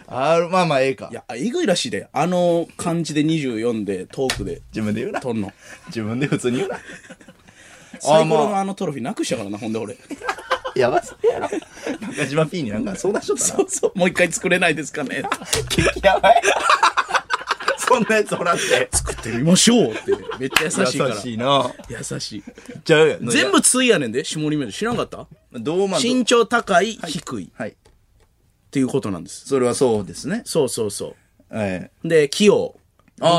Speaker 1: R、まあまあ、ええか
Speaker 2: い。や、えぐいらしいで。あの感じで24で、トークで、
Speaker 1: 自分で言うな。
Speaker 2: 撮んの。
Speaker 1: 自分で普通に 言うな。
Speaker 2: サイコロ
Speaker 1: ま
Speaker 2: の
Speaker 1: あ、
Speaker 2: あのトロフィーなくしたからな、ほんで俺。
Speaker 1: やばそうやな。中島 P になんか相談しとったな。
Speaker 2: そう、もう一回作れないですかね。
Speaker 1: 激やばい。 そんなやつおらんて。
Speaker 2: 作ってみましょうって。めっちゃ優しいから。
Speaker 1: 優しいな。
Speaker 2: 優しい。
Speaker 1: ちゃうやん
Speaker 2: 全部ついやねんで、下り目で。知らんかった
Speaker 1: どうま
Speaker 2: 身長高い、低いっ
Speaker 1: はい。
Speaker 2: ていうことなんです。
Speaker 1: それはそうですね。
Speaker 2: そうそうそ
Speaker 1: ええ。
Speaker 2: う。で、器用。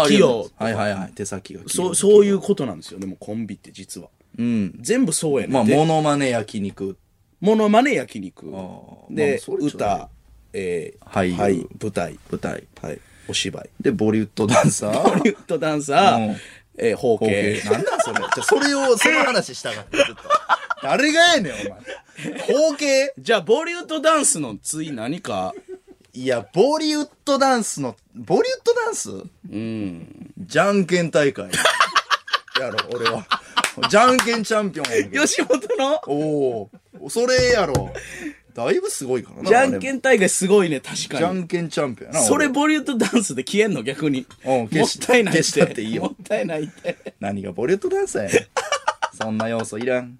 Speaker 2: 器用。
Speaker 1: はいはいはい。手先が器用。
Speaker 2: そう、そういうことなんですよ。でもコンビって実は。
Speaker 1: うん。
Speaker 2: 全部そうやねん。
Speaker 1: まあ、
Speaker 2: で
Speaker 1: モノマネ焼肉。
Speaker 2: モノマネ焼肉
Speaker 1: ーまあ
Speaker 2: で、
Speaker 1: それちょうだい
Speaker 2: 歌、えー
Speaker 1: 俳優
Speaker 2: 舞台、
Speaker 1: 舞台。
Speaker 2: はい、お芝居
Speaker 1: で、ボリュッドダンサ
Speaker 2: ハ
Speaker 1: ー。
Speaker 2: リウッドダンサー、
Speaker 1: うん
Speaker 2: えー包茎
Speaker 1: なんだそれ。じゃそれを、その話したかった。ちょっと誰がやねん、お前。包茎
Speaker 2: じゃあボリウッドダンスの次何か
Speaker 1: いや、ボリウッドダンスの、ボリウッドダンス
Speaker 2: うん
Speaker 1: じゃんけん大会。やろ、俺は。じゃんけんチャンピオンやねんけど。
Speaker 2: 吉本の
Speaker 1: おお、それやろ。だいぶすごいからな。
Speaker 2: じゃんけ
Speaker 1: ん、
Speaker 2: ん大会すごいね確
Speaker 1: じゃ
Speaker 2: かに
Speaker 1: んけんチャンピオンやな。
Speaker 2: それ
Speaker 1: 俺
Speaker 2: ボリウッドダンスで消えんの逆に
Speaker 1: うん
Speaker 2: もっ
Speaker 1: 消した
Speaker 2: いないって
Speaker 1: 消したっていいよ
Speaker 2: もったいないって
Speaker 1: 何がボリウッドダンス やねん。そんな要素いらん。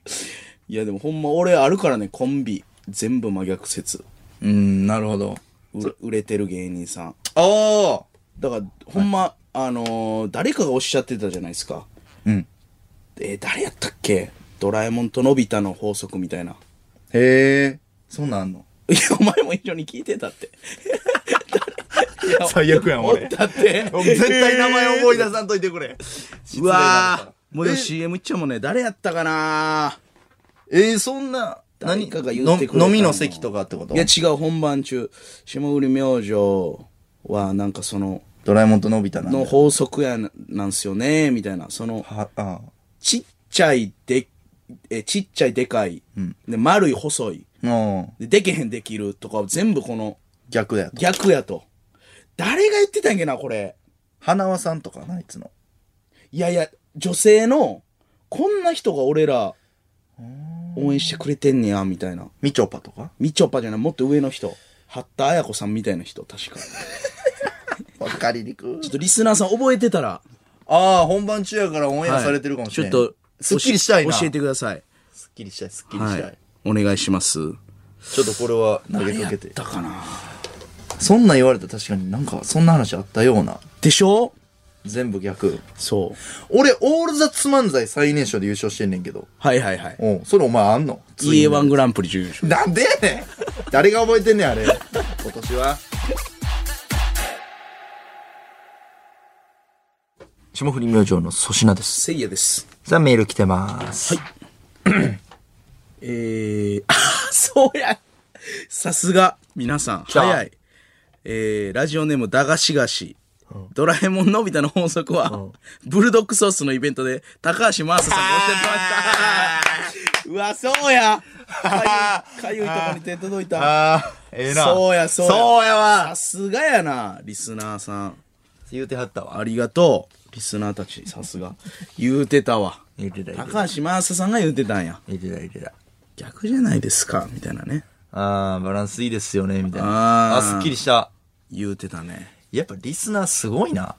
Speaker 2: いやでもほんま俺あるからねコンビ全部真逆説
Speaker 1: うん、なるほど。
Speaker 2: う売れてる芸人さん
Speaker 1: ああ
Speaker 2: だからほんま、あのー誰かがおっしゃってたじゃないですか
Speaker 1: うん。
Speaker 2: えー誰やったっけドラえもんとのび太の法則みたいな。
Speaker 1: へえ、そんなんあんの
Speaker 2: いや、お前も一緒に聞いてたって。誰いや
Speaker 1: 最悪やん俺
Speaker 2: おったって。
Speaker 1: 絶対名前 思い出さんといてくれ。
Speaker 2: うわーもうでも
Speaker 1: え
Speaker 2: CM いっちゃうもんね、誰やったかな
Speaker 1: えー、そんな、
Speaker 2: 誰かが言ってくれた
Speaker 1: の
Speaker 2: の
Speaker 1: 飲みの席とかってこと
Speaker 2: いや、違う、本番中。霜降り明星は、なんかその、
Speaker 1: ドラえもんとのび太なんだ
Speaker 2: の法則やななんすよね、みたいな。その、
Speaker 1: は、あ
Speaker 2: ちっちゃいで、え、ちっちゃいでかい、で丸い細い、
Speaker 1: あ。の
Speaker 2: ででけへんできるとかを全部この、
Speaker 1: 逆だよと。
Speaker 2: 逆やと。誰が言ってたんやっけな、これ。
Speaker 1: 花輪さんとかな、いつの。
Speaker 2: いやいや、女性の、こんな人が俺ら、応援してくれてんねや、みたいな。
Speaker 1: みちょぱとか
Speaker 2: みちょぱじゃない、もっと上の人。八田綾子さんみたいな人、確か。ち
Speaker 1: わかりにく
Speaker 2: ょっとリスナーさん覚えてたら。
Speaker 1: ああ、本番中やからオンエアされてるかもしれない。
Speaker 2: ちょっと、
Speaker 1: すっきりしたいな。
Speaker 2: 教えてください。
Speaker 1: すっきりしたい、すっきりし
Speaker 2: は
Speaker 1: たい。
Speaker 2: い。お願いしま
Speaker 1: ち
Speaker 2: す。
Speaker 1: ょっとこれは投げかけて。
Speaker 2: だかな
Speaker 1: そんなん言われたら確かになんか、そんな話あったような。
Speaker 2: でしょ
Speaker 1: 全部逆。
Speaker 2: そう。
Speaker 1: 俺、オールザッツ漫才最年少で優勝してんねんけど。
Speaker 2: はいはいはい。
Speaker 1: おうそれお前あんの
Speaker 2: EA1 グランプリ準優勝。
Speaker 1: なんでやねん誰が覚えてんねん、あれ。今年は。霜降り明星の粗品です。
Speaker 2: せいやです。
Speaker 1: さあ、メール来てます。はい。
Speaker 2: えー、あ ーそうや。さすが、皆さん、
Speaker 1: た
Speaker 2: 早い。えー、ラジオネーム、駄菓子菓子。ドラえもんのび太の法則は、ブルドッグソースのイベントで、高橋真麻さんがおっしゃってました。うわ、そうや。かゆいかゆいとこに手届いた。
Speaker 1: あー、ええな。
Speaker 2: そうやそうや
Speaker 1: そうやわ
Speaker 2: さ。すがやな、リスナーさん。
Speaker 1: 言うてはったわ。
Speaker 2: ありがとう。リスナーたち、さすが。言うてたわ。
Speaker 1: 言うてた、言うてた。
Speaker 2: 高橋真麻さんが言うてたんや。
Speaker 1: 言うてた、言うてた。
Speaker 2: 逆じゃないですか、みたいなね。
Speaker 1: あー、バランスいいですよね、みたい
Speaker 2: あ
Speaker 1: な。
Speaker 2: ー
Speaker 1: あすっきりした。
Speaker 2: 言うてたね。
Speaker 1: やっぱリスナーすごいな。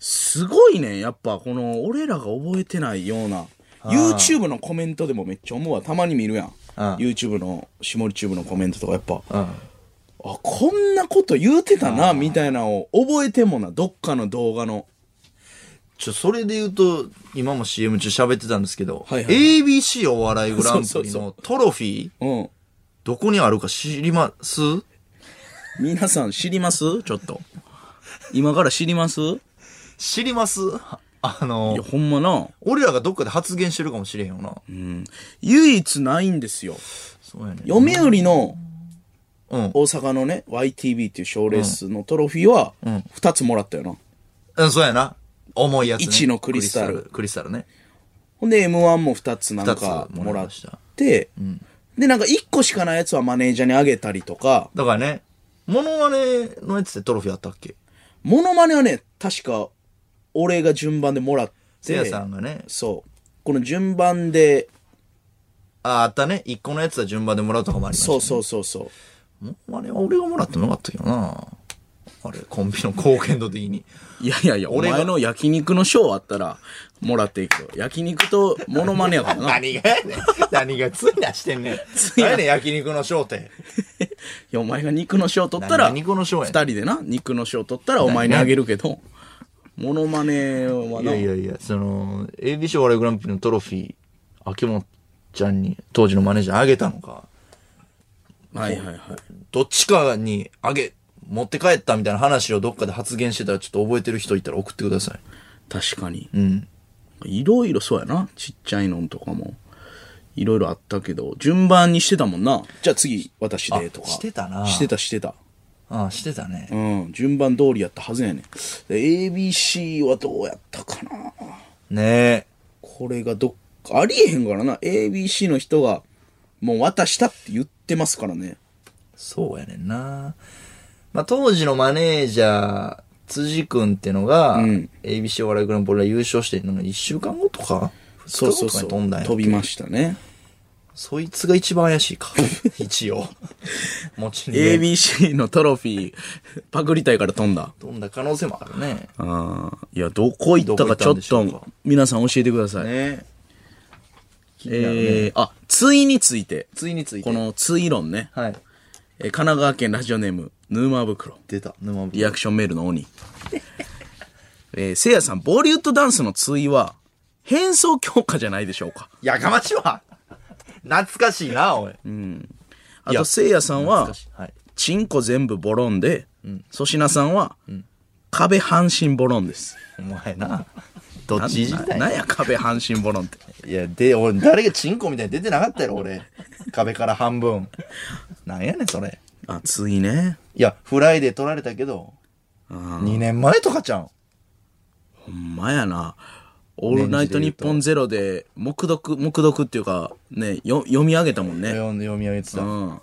Speaker 2: すごいね。やっぱ、この、俺らが覚えてないような、YouTube のコメントでもめっちゃ思うわ。たまに見るやん。
Speaker 1: ああ
Speaker 2: YouTube の、下りチューブのコメントとかやっぱ、あ、
Speaker 1: うん。
Speaker 2: こんなこと言うてたな、みたいなのを覚えてんもんな。どっかの動画の。
Speaker 1: ちょ、それで言うと、今も CM 中喋ってたんですけど、
Speaker 2: はいはい
Speaker 1: ABC お笑いグランプ
Speaker 2: そうそう
Speaker 1: リ
Speaker 2: そ
Speaker 1: のトロフィー
Speaker 2: うん。
Speaker 1: どこにあるか知ります
Speaker 2: 皆さん知りますちょっと。今から知りますい
Speaker 1: 知りますあの
Speaker 2: や、、ほんまな。
Speaker 1: 俺らがどっかで発言してるかもしれへんよな。
Speaker 2: 唯一ないんですよ。
Speaker 1: そうやね。
Speaker 2: 読売の
Speaker 1: うん。
Speaker 2: 大阪のね、YTV っていう賞レースのトロフィーは、2つもらったよな。
Speaker 1: うん、そうやな。重いやつ、ね。
Speaker 2: 一のクリスタル
Speaker 1: クリスタルね。
Speaker 2: ほんで M1 も2つなんか
Speaker 1: 二つ
Speaker 2: も
Speaker 1: もら
Speaker 2: ら
Speaker 1: い
Speaker 2: っ
Speaker 1: ました
Speaker 2: て、で、なんか1個しかないやつはマネージャーにあげたりとか、
Speaker 1: だからね、モノマネのやつでトロフィーあったっけ
Speaker 2: モノマネはね、確か、俺が順番でもらって、
Speaker 1: せいやさんがね、
Speaker 2: そう。この順番で、
Speaker 1: あ、あったね。一個のやつは順番でもらうとかもありました、
Speaker 2: そ
Speaker 1: ね。
Speaker 2: うそうそうそう。
Speaker 1: モノマネは俺がもらってもよかったけどな。あれ、コンビの貢献度的に。
Speaker 2: いやいやいや、
Speaker 1: 俺
Speaker 2: 俺
Speaker 1: が
Speaker 2: 前の焼肉の賞あったら、もらっていくよ。焼肉とモノマネやから な。い
Speaker 1: 何がやねん。何がついなしてんねん。ついやねん、焼肉の商店。
Speaker 2: や、お前が肉の賞取ったら、
Speaker 1: 何肉の賞やねん
Speaker 2: 二人でな、肉の賞取ったらお前にあげるけど、モノマネはいな、
Speaker 1: やいやいや、その、AB 賞お笑いグランプリのトロフィー、秋元ちゃんに、当時のマネージャーにあげたのか、
Speaker 2: はいはいはい。
Speaker 1: どっちかにあげ、持って帰ったみたいな話をどっかで発言してたらちょっと覚えてる人いたら送ってください。
Speaker 2: 確かに。
Speaker 1: うん。
Speaker 2: いろいろそうやな。ちっちゃいのんとかも。いろいろあったけど、順番にしてたもんな。じゃあ次、私でとか。
Speaker 1: あしてたな
Speaker 2: してたしてた。
Speaker 1: ああ、してたね。
Speaker 2: うん。順番通りやったはずやねん。で ABC はどうやったかな。
Speaker 1: ねえ。
Speaker 2: これがどっか、ありえへんからな。ABC の人が、もう渡したって言ってますからね。
Speaker 1: そうやねんな。まあ、当時のマネージャー、辻君ってのが、ABC お笑いグランプリで優勝して、なんか1週間後とか、
Speaker 2: そ
Speaker 1: 2
Speaker 2: う
Speaker 1: 日後と
Speaker 2: そう
Speaker 1: か
Speaker 2: そう。
Speaker 1: に飛んだんや
Speaker 2: 飛びましたね。
Speaker 1: そいつが一番怪しいか。一 応。持ち逃げ
Speaker 2: ABC のトロフィー、パクりたいから飛んだ。
Speaker 1: 飛んだ可能性もあるね。
Speaker 2: ああ。いや、どこ行った
Speaker 1: どこ行っ
Speaker 2: かち
Speaker 1: た
Speaker 2: ょ
Speaker 1: んで
Speaker 2: っ
Speaker 1: しょうか
Speaker 2: と、皆さん教えてください。
Speaker 1: ね
Speaker 2: えー、あ、ついについて。
Speaker 1: ついについて。
Speaker 2: こ、のつい論ね。
Speaker 1: はい。
Speaker 2: えー神奈川県ラジオネーム、沼袋。
Speaker 1: 出た。沼
Speaker 2: リアクションメールの鬼。 えー、せいやさん、ボリュッドダンスのついは、変装強化じゃないでしょうか。
Speaker 1: やかましいわ懐かしいな、おい。
Speaker 2: あ
Speaker 1: いや
Speaker 2: と、せいやさん
Speaker 1: 懐
Speaker 2: は
Speaker 1: か、しい。はい。
Speaker 2: チンコ全部ボロンで、粗品さんは、壁半身ボロンです。
Speaker 1: お前な。どっちいじったん
Speaker 2: な
Speaker 1: や
Speaker 2: んや壁半身ボロンって。
Speaker 1: いや、で、俺、誰がチンコみたいに出てなかったやろ、俺。壁から半分。なんやねん、それ。
Speaker 2: あ、ついね。
Speaker 1: いや、フライで取られたけど、2年前とかちゃうん。
Speaker 2: ほんまやな。オールナイトニッポンゼロで、目読、目読っていうか、ね、よ読み上げたもんね。
Speaker 1: 読み上げてた。
Speaker 2: うん。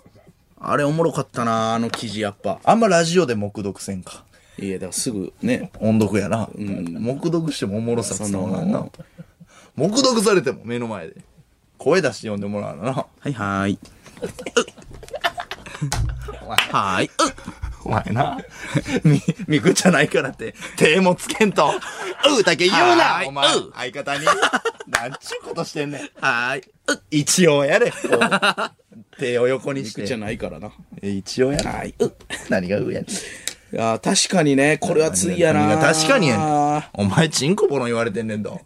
Speaker 2: あれおもろかったな、あの記事やっぱ。
Speaker 1: あんまラジオで黙読せんか。
Speaker 2: いや、だからすぐね、
Speaker 1: 音読やな。黙読してもおもろさ伝わらんな。黙読されても目の前で。声出して読んでもらうな。
Speaker 2: はい はーい。はーい。うっ
Speaker 1: お前な。 み、みくじゃないからって、手もつけんと、 うーだけ言う
Speaker 2: は
Speaker 1: な
Speaker 2: ーい
Speaker 1: お前
Speaker 2: う、
Speaker 1: 相方に。なんちゅうことしてんねん。
Speaker 2: はーい。うっ
Speaker 1: 一応やれ。こ う手を横にし
Speaker 2: じゃ
Speaker 1: て。
Speaker 2: ないからな。
Speaker 1: え一応やな。
Speaker 2: はい。うっ
Speaker 1: 何がうーやねん。
Speaker 2: いやー、確かにね、これはついやな。
Speaker 1: 何が確かにやねん
Speaker 2: あ。
Speaker 1: お前、チンコボロン言われてんねん と。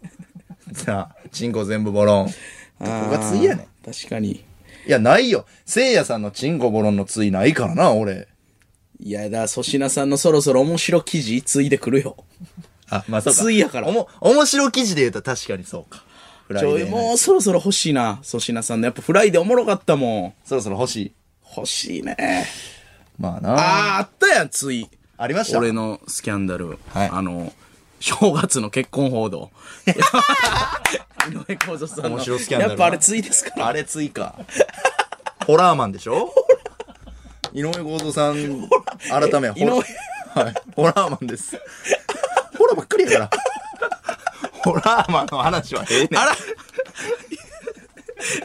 Speaker 1: さあ、チンコ全部ボロン。ここ
Speaker 2: ー
Speaker 1: がついやねん。
Speaker 2: 確かに。
Speaker 1: いや、ないよ。せいやさんのチンコボロンのついないからな、俺。
Speaker 2: いやだ、粗品さんのそろそろ面白記事ついでくるよ。
Speaker 1: あ、まあ、そうか。
Speaker 2: ついやから
Speaker 1: おも、面白記事で言うと確かにそうか。フライ
Speaker 2: ち
Speaker 1: デ
Speaker 2: ょ
Speaker 1: ー
Speaker 2: い、
Speaker 1: ね
Speaker 2: もうそろそろ欲しいな、粗品さんの。やっぱフライでおもろかったも
Speaker 1: そろそろ欲しい。
Speaker 2: ん。欲しいね。
Speaker 1: まあな。あ
Speaker 2: あー、あったやん、つい。
Speaker 1: りました。
Speaker 2: 俺のスキャンダル。
Speaker 1: はい
Speaker 2: あの、正月の結婚報道。井上公造さんの。
Speaker 1: 面白スキャンダル
Speaker 2: やっぱあれついですから。
Speaker 1: あれついか。ホラーマンでしょ 井上剛造 さん、改め、
Speaker 2: 井上
Speaker 1: ホラ はい、ホラーマンです。ホラーばっかりやから。 ホラーマンの話はええねん。
Speaker 2: あら、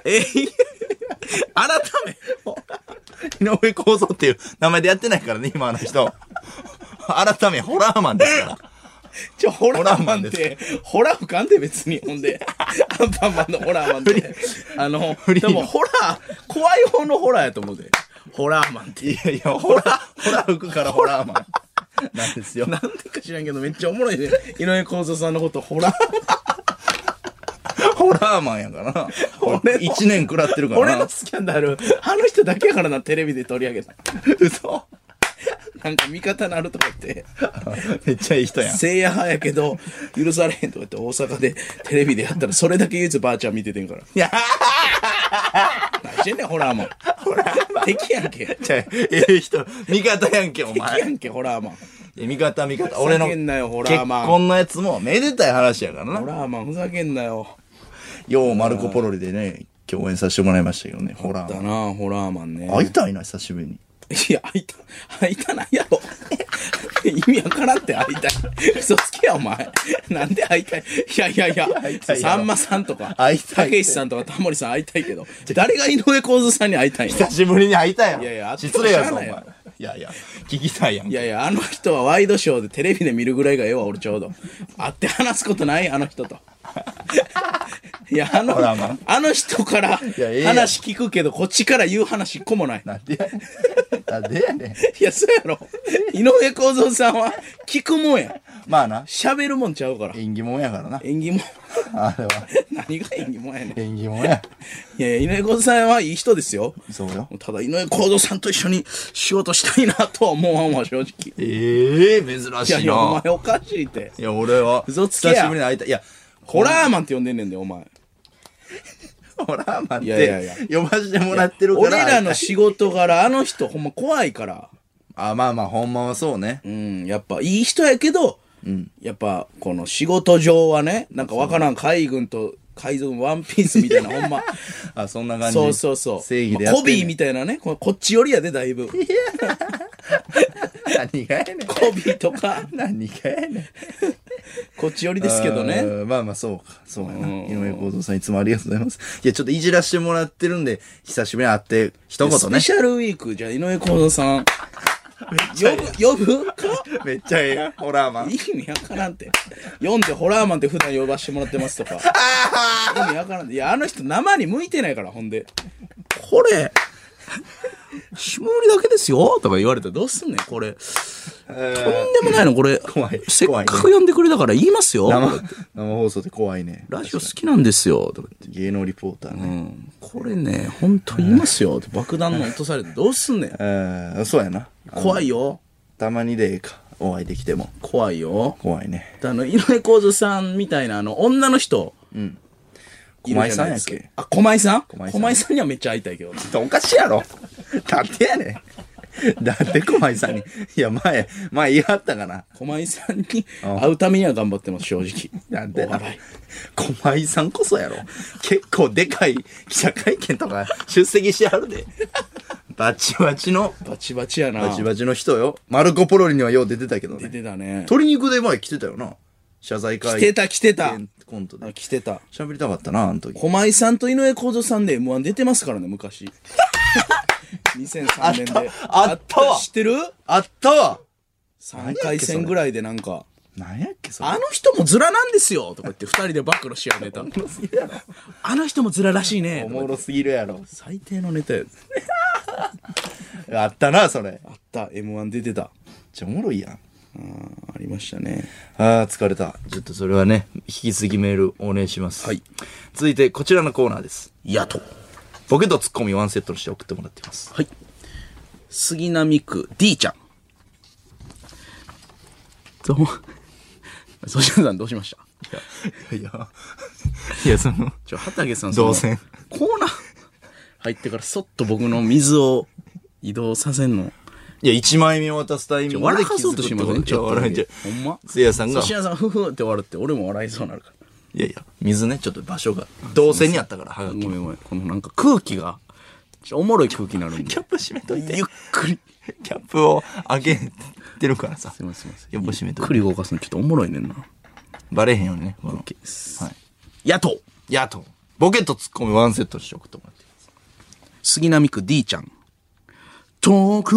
Speaker 2: えい、改め、
Speaker 1: 井上公造っていう名前でやってないからね、今あの 人。改め、ホラーマンですから。
Speaker 2: ちょ、ホラーマ
Speaker 1: ホラ
Speaker 2: ンっ
Speaker 1: ーマン
Speaker 2: て、ホラーかんで別に、ほんで、アンパンマンのホラーマンって、あの、
Speaker 1: リー
Speaker 2: でもホラー、怖い方のホラーやと思うで、ホラーマンって。
Speaker 1: いやいや、ホラー、ホラー服からホラーマン。なんですよ。
Speaker 2: なんでか知らんけど、めっちゃおもろいね。井上公造さんのこと、ホラー、
Speaker 1: ホラーマンやからな。
Speaker 2: 俺の
Speaker 1: 一年食ら ってるからな。
Speaker 2: 俺のスキャンダル、あの人だけやからな、テレビで取り上げた。
Speaker 1: 嘘。
Speaker 2: なんか味方なるとか言って。
Speaker 1: めっちゃ いい人やん。
Speaker 2: せいや派やけど、許されへんとか言って大阪でテレビでやったら、それだけ唯一ばあちゃん見ててんから。いや 何してんねん、ホラーマン。ホラーマン。敵やんけ。
Speaker 1: ちゃええ人、味方やんけ、お
Speaker 2: 敵や
Speaker 1: 前。
Speaker 2: んけ、ホラーマン。
Speaker 1: いや味方、味方。俺の
Speaker 2: ふざけんなよホラ
Speaker 1: 結
Speaker 2: ーマン
Speaker 1: 婚のやつも、めでたい話やから
Speaker 2: ホ
Speaker 1: な。
Speaker 2: ラーマン、ふざけんなよ。
Speaker 1: よう、マルコ・ポロリでね、共演させてもらいましたけどね、ホラー
Speaker 2: だ
Speaker 1: マン。
Speaker 2: なホラーマンね。
Speaker 1: 会いたいな、久しぶりに。
Speaker 2: いや、開いた、開いたないやろ。 意味わからんって、開いたい。嘘つけや、お前。なんで開いたい。いやいやいや、
Speaker 1: いたいやろ
Speaker 2: さんまさんとか、
Speaker 1: 開いたい
Speaker 2: たけしさんとか、タモリさん会いたいけど、誰が井上公造さんに会いたいんや
Speaker 1: 久しぶりに会いたいやん。
Speaker 2: いやいや
Speaker 1: 失礼やぞ、お
Speaker 2: 会
Speaker 1: 前。い
Speaker 2: っても知ら
Speaker 1: やいや、聞きたいやん。
Speaker 2: いやいや、あの人はワイドショーでテレビで見るぐらいがええわ、俺ちょうど。会って話すことない、あの人と。 いや、あの
Speaker 1: ほらま、
Speaker 2: あの人から
Speaker 1: やええやん
Speaker 2: 話聞くけど、こっちから言う話一個もない。
Speaker 1: なんでやねん。なんでやねん。
Speaker 2: いや、そうやろ。井上公造さんは 聞くもんや。
Speaker 1: まあな、
Speaker 2: 喋るもんちゃうから。
Speaker 1: 縁起物やからな。
Speaker 2: 縁起もん。
Speaker 1: あれは、
Speaker 2: 何が縁起もんやねん。
Speaker 1: 縁起物や。
Speaker 2: いやいや、井上公造さんはいい人ですよ。
Speaker 1: そうよ。
Speaker 2: ただ、井上公造さんと一緒に仕事したいなとは思わんわ、正直。
Speaker 1: ええ珍
Speaker 2: いや
Speaker 1: しい
Speaker 2: いや、お前
Speaker 1: な。
Speaker 2: おかしいって。
Speaker 1: いや、俺は、
Speaker 2: 嘘
Speaker 1: 久
Speaker 2: つ
Speaker 1: し
Speaker 2: け
Speaker 1: ぶ
Speaker 2: や
Speaker 1: りに会いたい。いや、
Speaker 2: ホラーマンって呼んでんねんで、お前。
Speaker 1: ホラーマンっ
Speaker 2: いやいやいや
Speaker 1: て呼ばしてもらってるから
Speaker 2: 俺らの仕事柄あの人ほんま怖いから
Speaker 1: あまあまあほんまはそうね
Speaker 2: うんやっぱいい人やけど、やっぱこの仕事上はねなんかわからん海軍と海軍ワンピースみた いなほんま
Speaker 1: あそんな感じ
Speaker 2: そうそうそう
Speaker 1: 正義でや
Speaker 2: まあ
Speaker 1: っ
Speaker 2: コビ
Speaker 1: て
Speaker 2: ー
Speaker 1: んね
Speaker 2: みたいなねここっち寄りやで だいぶコ
Speaker 1: 何がや ねん
Speaker 2: ビーとか
Speaker 1: 何がやねんで
Speaker 2: こっち寄りですけどね
Speaker 1: まあまあそうかそうやな井上公造さんいつもありがとうございますいやちょっといじらしてもらってるんで久しぶりに会って一言
Speaker 2: ス
Speaker 1: ね
Speaker 2: ペシャルウィークじゃあ井上公 造さん呼ぶ呼ぶか
Speaker 1: めっちゃええやんホラーマン
Speaker 2: 意味わからんて。読んでホラーマンって普段呼ばしてもらってますとか。意味わからんて。いや、あの人生に向いてないから、ほんで。これ、下売りだけですよとか言われたらどうすんねん、これ。とんでもないの、これ。
Speaker 1: 怖い
Speaker 2: せっ
Speaker 1: 怖
Speaker 2: か
Speaker 1: いね
Speaker 2: く呼んでくれたから言いますよ。
Speaker 1: 生生放送って怖いね
Speaker 2: ラジオ好きなんですよ。とか言って
Speaker 1: 芸能リポーターね
Speaker 2: うんこれね、ほんと言いますよ。って爆弾の落とされてどうすんねん。
Speaker 1: うんそうやな
Speaker 2: 怖いよ。
Speaker 1: たまにでええかお会いできても
Speaker 2: 怖いよ。
Speaker 1: 怖いね
Speaker 2: あの、井上公造さんみたいな、あの、女の人。い
Speaker 1: 狛
Speaker 2: る
Speaker 1: 江
Speaker 2: じゃ
Speaker 1: さんや
Speaker 2: ないで
Speaker 1: っ
Speaker 2: すか
Speaker 1: け
Speaker 2: あ、狛江さん
Speaker 1: 狛江
Speaker 2: 狛
Speaker 1: さん
Speaker 2: 江さんにはめっちゃ会いたいけ どな。
Speaker 1: おかしいやろ。だってやねん。だって小井さんに。いや、前、前言い張ったかな。
Speaker 2: 狛江さんに会うためには頑張ってます、正直。
Speaker 1: なんで
Speaker 2: お
Speaker 1: な
Speaker 2: 笑い。。
Speaker 1: 小井さんこそやろ。結構でかい記者会見とか出席してはるで。バチバチの、
Speaker 2: バチバチやな。
Speaker 1: バチバチの人よ。マルコ・ポロリにはよう出てたけど
Speaker 2: 出
Speaker 1: ね。
Speaker 2: てたね。
Speaker 1: 鶏肉で前来てたよな。謝罪会
Speaker 2: 来てた来てた
Speaker 1: コントで
Speaker 2: あ。来てた。
Speaker 1: 喋りたかったな、あの時。
Speaker 2: 狛江さんと井上公造さんで M1 出てますからね、 昔。2003年で。
Speaker 1: あったあったわ
Speaker 2: 知ってる
Speaker 1: あったわ
Speaker 2: ?3 回戦ぐらいでなんか、
Speaker 1: なんやっけ、それ
Speaker 2: あ。の人もズラなんですよとか言って2人で暴露し合うネ タ。
Speaker 1: おもろすぎるやろ。
Speaker 2: あの人もズラらしいね
Speaker 1: お。もろすぎるやろ。
Speaker 2: 最低のネタや。
Speaker 1: あったな、それ。
Speaker 2: あった、M1 出てた。
Speaker 1: じゃおもろいやん。
Speaker 2: ありましたね。
Speaker 1: ああ、疲れた。ちょっとそれはね、引き続きメールお願いします。
Speaker 2: はい。
Speaker 1: 続いて、こちらのコーナーです。
Speaker 2: やと。
Speaker 1: ボケとツッコミワンセットにして送ってもらってます。
Speaker 2: はい。杉並区 D ちゃん。どうも。 粗品さんどうしました
Speaker 1: いや、 いや、その、
Speaker 2: ちょ、畑さん、
Speaker 1: 動線
Speaker 2: そのコーナー入ってからそっと僕の水を移動させんの。
Speaker 1: いや、1枚目を渡すタイミング
Speaker 2: 笑かそうとしません
Speaker 1: ちょ、笑いちゃう。
Speaker 2: ほんま
Speaker 1: せいやさんが、
Speaker 2: 粗品さん、ふふって笑って、俺も笑いそうになるから。
Speaker 1: いやいや、水ね、ちょっと場所が、動線にあったから、はが
Speaker 2: ご
Speaker 1: き。
Speaker 2: めんごめん。このなんか空気が、ちょおもろい空気になるんで。
Speaker 1: ャップ閉めといて
Speaker 2: ゆっくり。
Speaker 1: キャップを開けてるからさ。
Speaker 2: すいませんすいません。
Speaker 1: やっぱ閉めと
Speaker 2: ゆっ
Speaker 1: い
Speaker 2: く
Speaker 1: て
Speaker 2: り動かすのちょっとおもろいねんな。
Speaker 1: バレへんようにね、この。
Speaker 2: OK です。
Speaker 1: はい。
Speaker 2: 野党。
Speaker 1: やと、ボケとツッコミワンセットにして送ってもらってます。
Speaker 2: 杉並区 D ちゃん。遠く、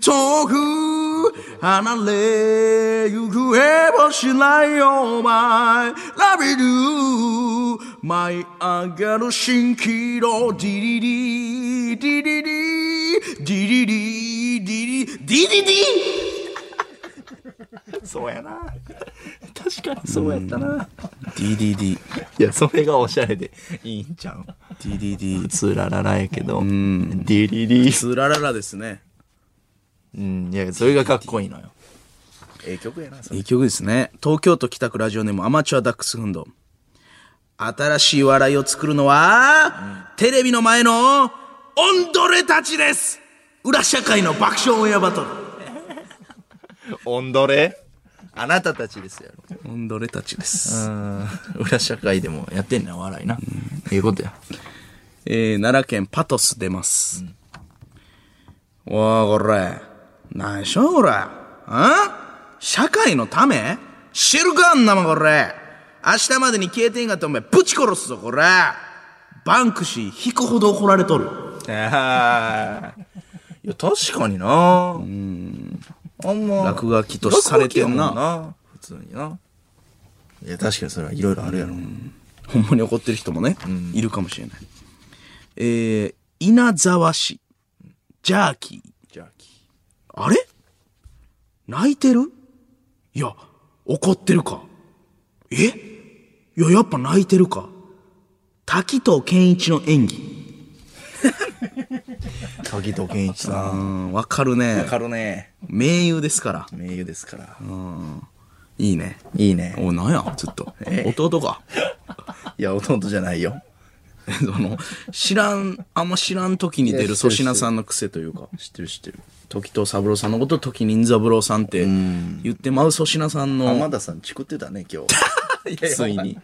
Speaker 2: 遠く、離れ、行方をしないよ、my love you, 舞い上がる蜃気楼、ディリリ、ディリリ、ディリリ、ディリ、ディリリ
Speaker 1: そうやな。 確かにそうやったな。
Speaker 2: DDD、
Speaker 1: いや、それがおしゃれでいいんちゃう
Speaker 2: DDD
Speaker 1: 普。通ラララやけど。うん。ディリリ。
Speaker 2: つらららですね。
Speaker 1: うん、いや、それがかっこいいのよ。
Speaker 2: ええ曲やな、それ。いい曲ですね。東京都北区ラジオネームアマチュアダックスフンド。新しい笑いを作るのは、テレビの前の、オンドレたちです裏社会の爆笑オンエアバトル。
Speaker 1: オンドレあなたたちですやろ。
Speaker 2: オンドレたちです。
Speaker 1: 裏社会でもやってんねん、お笑いな。ええことや。
Speaker 2: えー、奈良県パトス出ます。おー、これ。何しょ、これ。ん社会のため知るか、あんなもん、これ。明日までに消えてんがってお前、ぶち殺すぞ、これ。バンクシー引くほど怒られとる。
Speaker 1: ああ。いや、確かにな。うん。あんま。
Speaker 2: 落書きとされてんな
Speaker 1: 落書きやもんな。普通にな。いや、確かにそれはいろいろあるやろ。
Speaker 2: ほんまに怒ってる人もね、いるかもしれない。えー、稲沢市。ジャーキー。
Speaker 1: ジャーキ
Speaker 2: あれ泣いてるいや、怒ってるか。えいや、やっぱ泣いてるか。滝藤健一の演技。
Speaker 1: ー。滝藤健一さ。
Speaker 2: うんん、わかるね。
Speaker 1: るね。
Speaker 2: 名優ですから。
Speaker 1: 名誉ですから。
Speaker 2: いいね。
Speaker 1: いいね。
Speaker 2: お、なんや、ずっと。
Speaker 1: え
Speaker 2: 弟か。
Speaker 1: いや、弟じゃないよ。
Speaker 2: その、知らん、あんま知らん時に出
Speaker 1: い
Speaker 2: る
Speaker 1: や知って
Speaker 2: 粗
Speaker 1: る
Speaker 2: 品さんの癖というか。
Speaker 1: 知ってる知ってる。
Speaker 2: 時藤三郎さんのこと時任三郎さんって言ってまう粗品さんの
Speaker 1: 浜田さん、チクってたね、今日。
Speaker 2: ついに。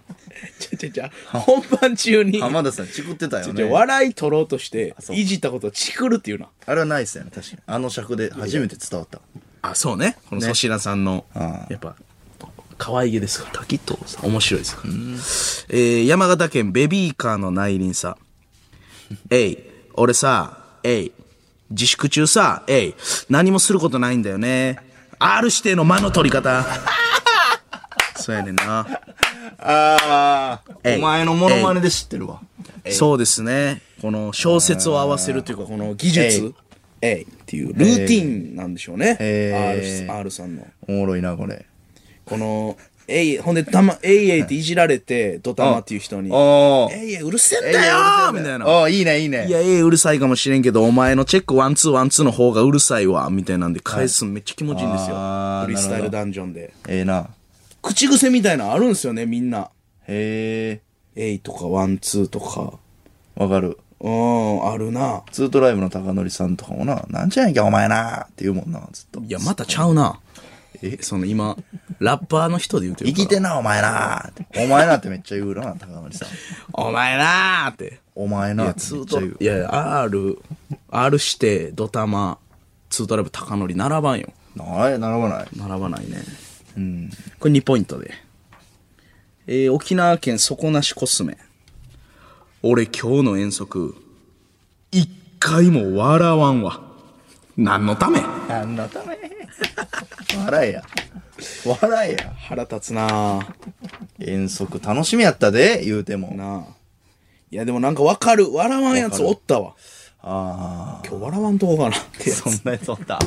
Speaker 4: ちゃちゃちゃ、本番中に、
Speaker 1: 浜田さん、チクってたよ
Speaker 4: じゃ
Speaker 1: ね。
Speaker 4: 笑い取ろうとして、
Speaker 1: う
Speaker 4: いじったことをチクるっていうな。
Speaker 1: あれはないっすよね、確かに。あの尺で初めて伝わった。
Speaker 2: あそうねこの粗品さんの、
Speaker 1: ああ
Speaker 2: やっぱ可愛げですから滝藤さん面白いですから、えー山形県ベビーカーの内輪 さえい俺さえい自粛中さえい何もすることないんだよね R 指定の間の取り 方そうやねんな
Speaker 1: ああ
Speaker 2: えい
Speaker 1: お前のモノマネで知ってるわ。
Speaker 2: そうですね。この小説を合わせるというか、この技術。えいっていうルーティンなんでしょうね。
Speaker 1: えい
Speaker 2: R, R さんの。
Speaker 1: おもろいな、これ。
Speaker 2: この、えい、ほんで、たま、えいえいっていじられて、ドタマっていう人に、
Speaker 1: お
Speaker 2: えいえい、うるせえんだ
Speaker 1: えいえいうるせえんだ
Speaker 2: よ
Speaker 1: よ
Speaker 2: ーみたいな。
Speaker 1: おーいいね、いいね。
Speaker 2: いや、ええうるさいかもしれんけど、お前のチェックワンツーワンツーの方がうるさいわ、みたいなんで返すのめっちゃ気持ちいいんですよ。
Speaker 1: あー
Speaker 2: フリースタイル
Speaker 1: な
Speaker 2: ダンジョンで。
Speaker 1: ええな。
Speaker 2: 口癖みたいなのあるんですよね、みんな。
Speaker 1: へ
Speaker 2: えいとかワンツーとか。
Speaker 1: え、わかる。
Speaker 2: うん、あるな。
Speaker 1: ツートライブの高則さんとかもな、なんちゃうんやんけ、お前なって言うもんな、ずっと。
Speaker 2: いや、またちゃうな。え、その今、ラッパーの人で言うてる
Speaker 1: 生
Speaker 2: から。
Speaker 1: きてな、お前なってお前なってめっちゃ言うな、高則さん。
Speaker 2: お前なーって。
Speaker 1: お前なって
Speaker 2: ツ
Speaker 1: め
Speaker 2: ー
Speaker 1: っち
Speaker 2: ト
Speaker 1: ゃ言う
Speaker 2: い。やいや、R、R して、ドタマ、ツートライブ、高則、並ばんよ。
Speaker 1: なれ、並ばない。
Speaker 2: 並ばないね。これ2ポイントで。えー、沖縄県底なしコスメ。俺今日の遠足、一回も笑わんわ。何のため
Speaker 1: 何のため 笑えや。笑えや。
Speaker 2: 腹立つなぁ。
Speaker 1: 遠足楽しみやったで、言うても。
Speaker 2: なあ。いや、でもなんかわかる。笑わんやつおったわ。
Speaker 1: あ
Speaker 2: 今日笑わんとこかなって
Speaker 1: あ。そんなやつおった。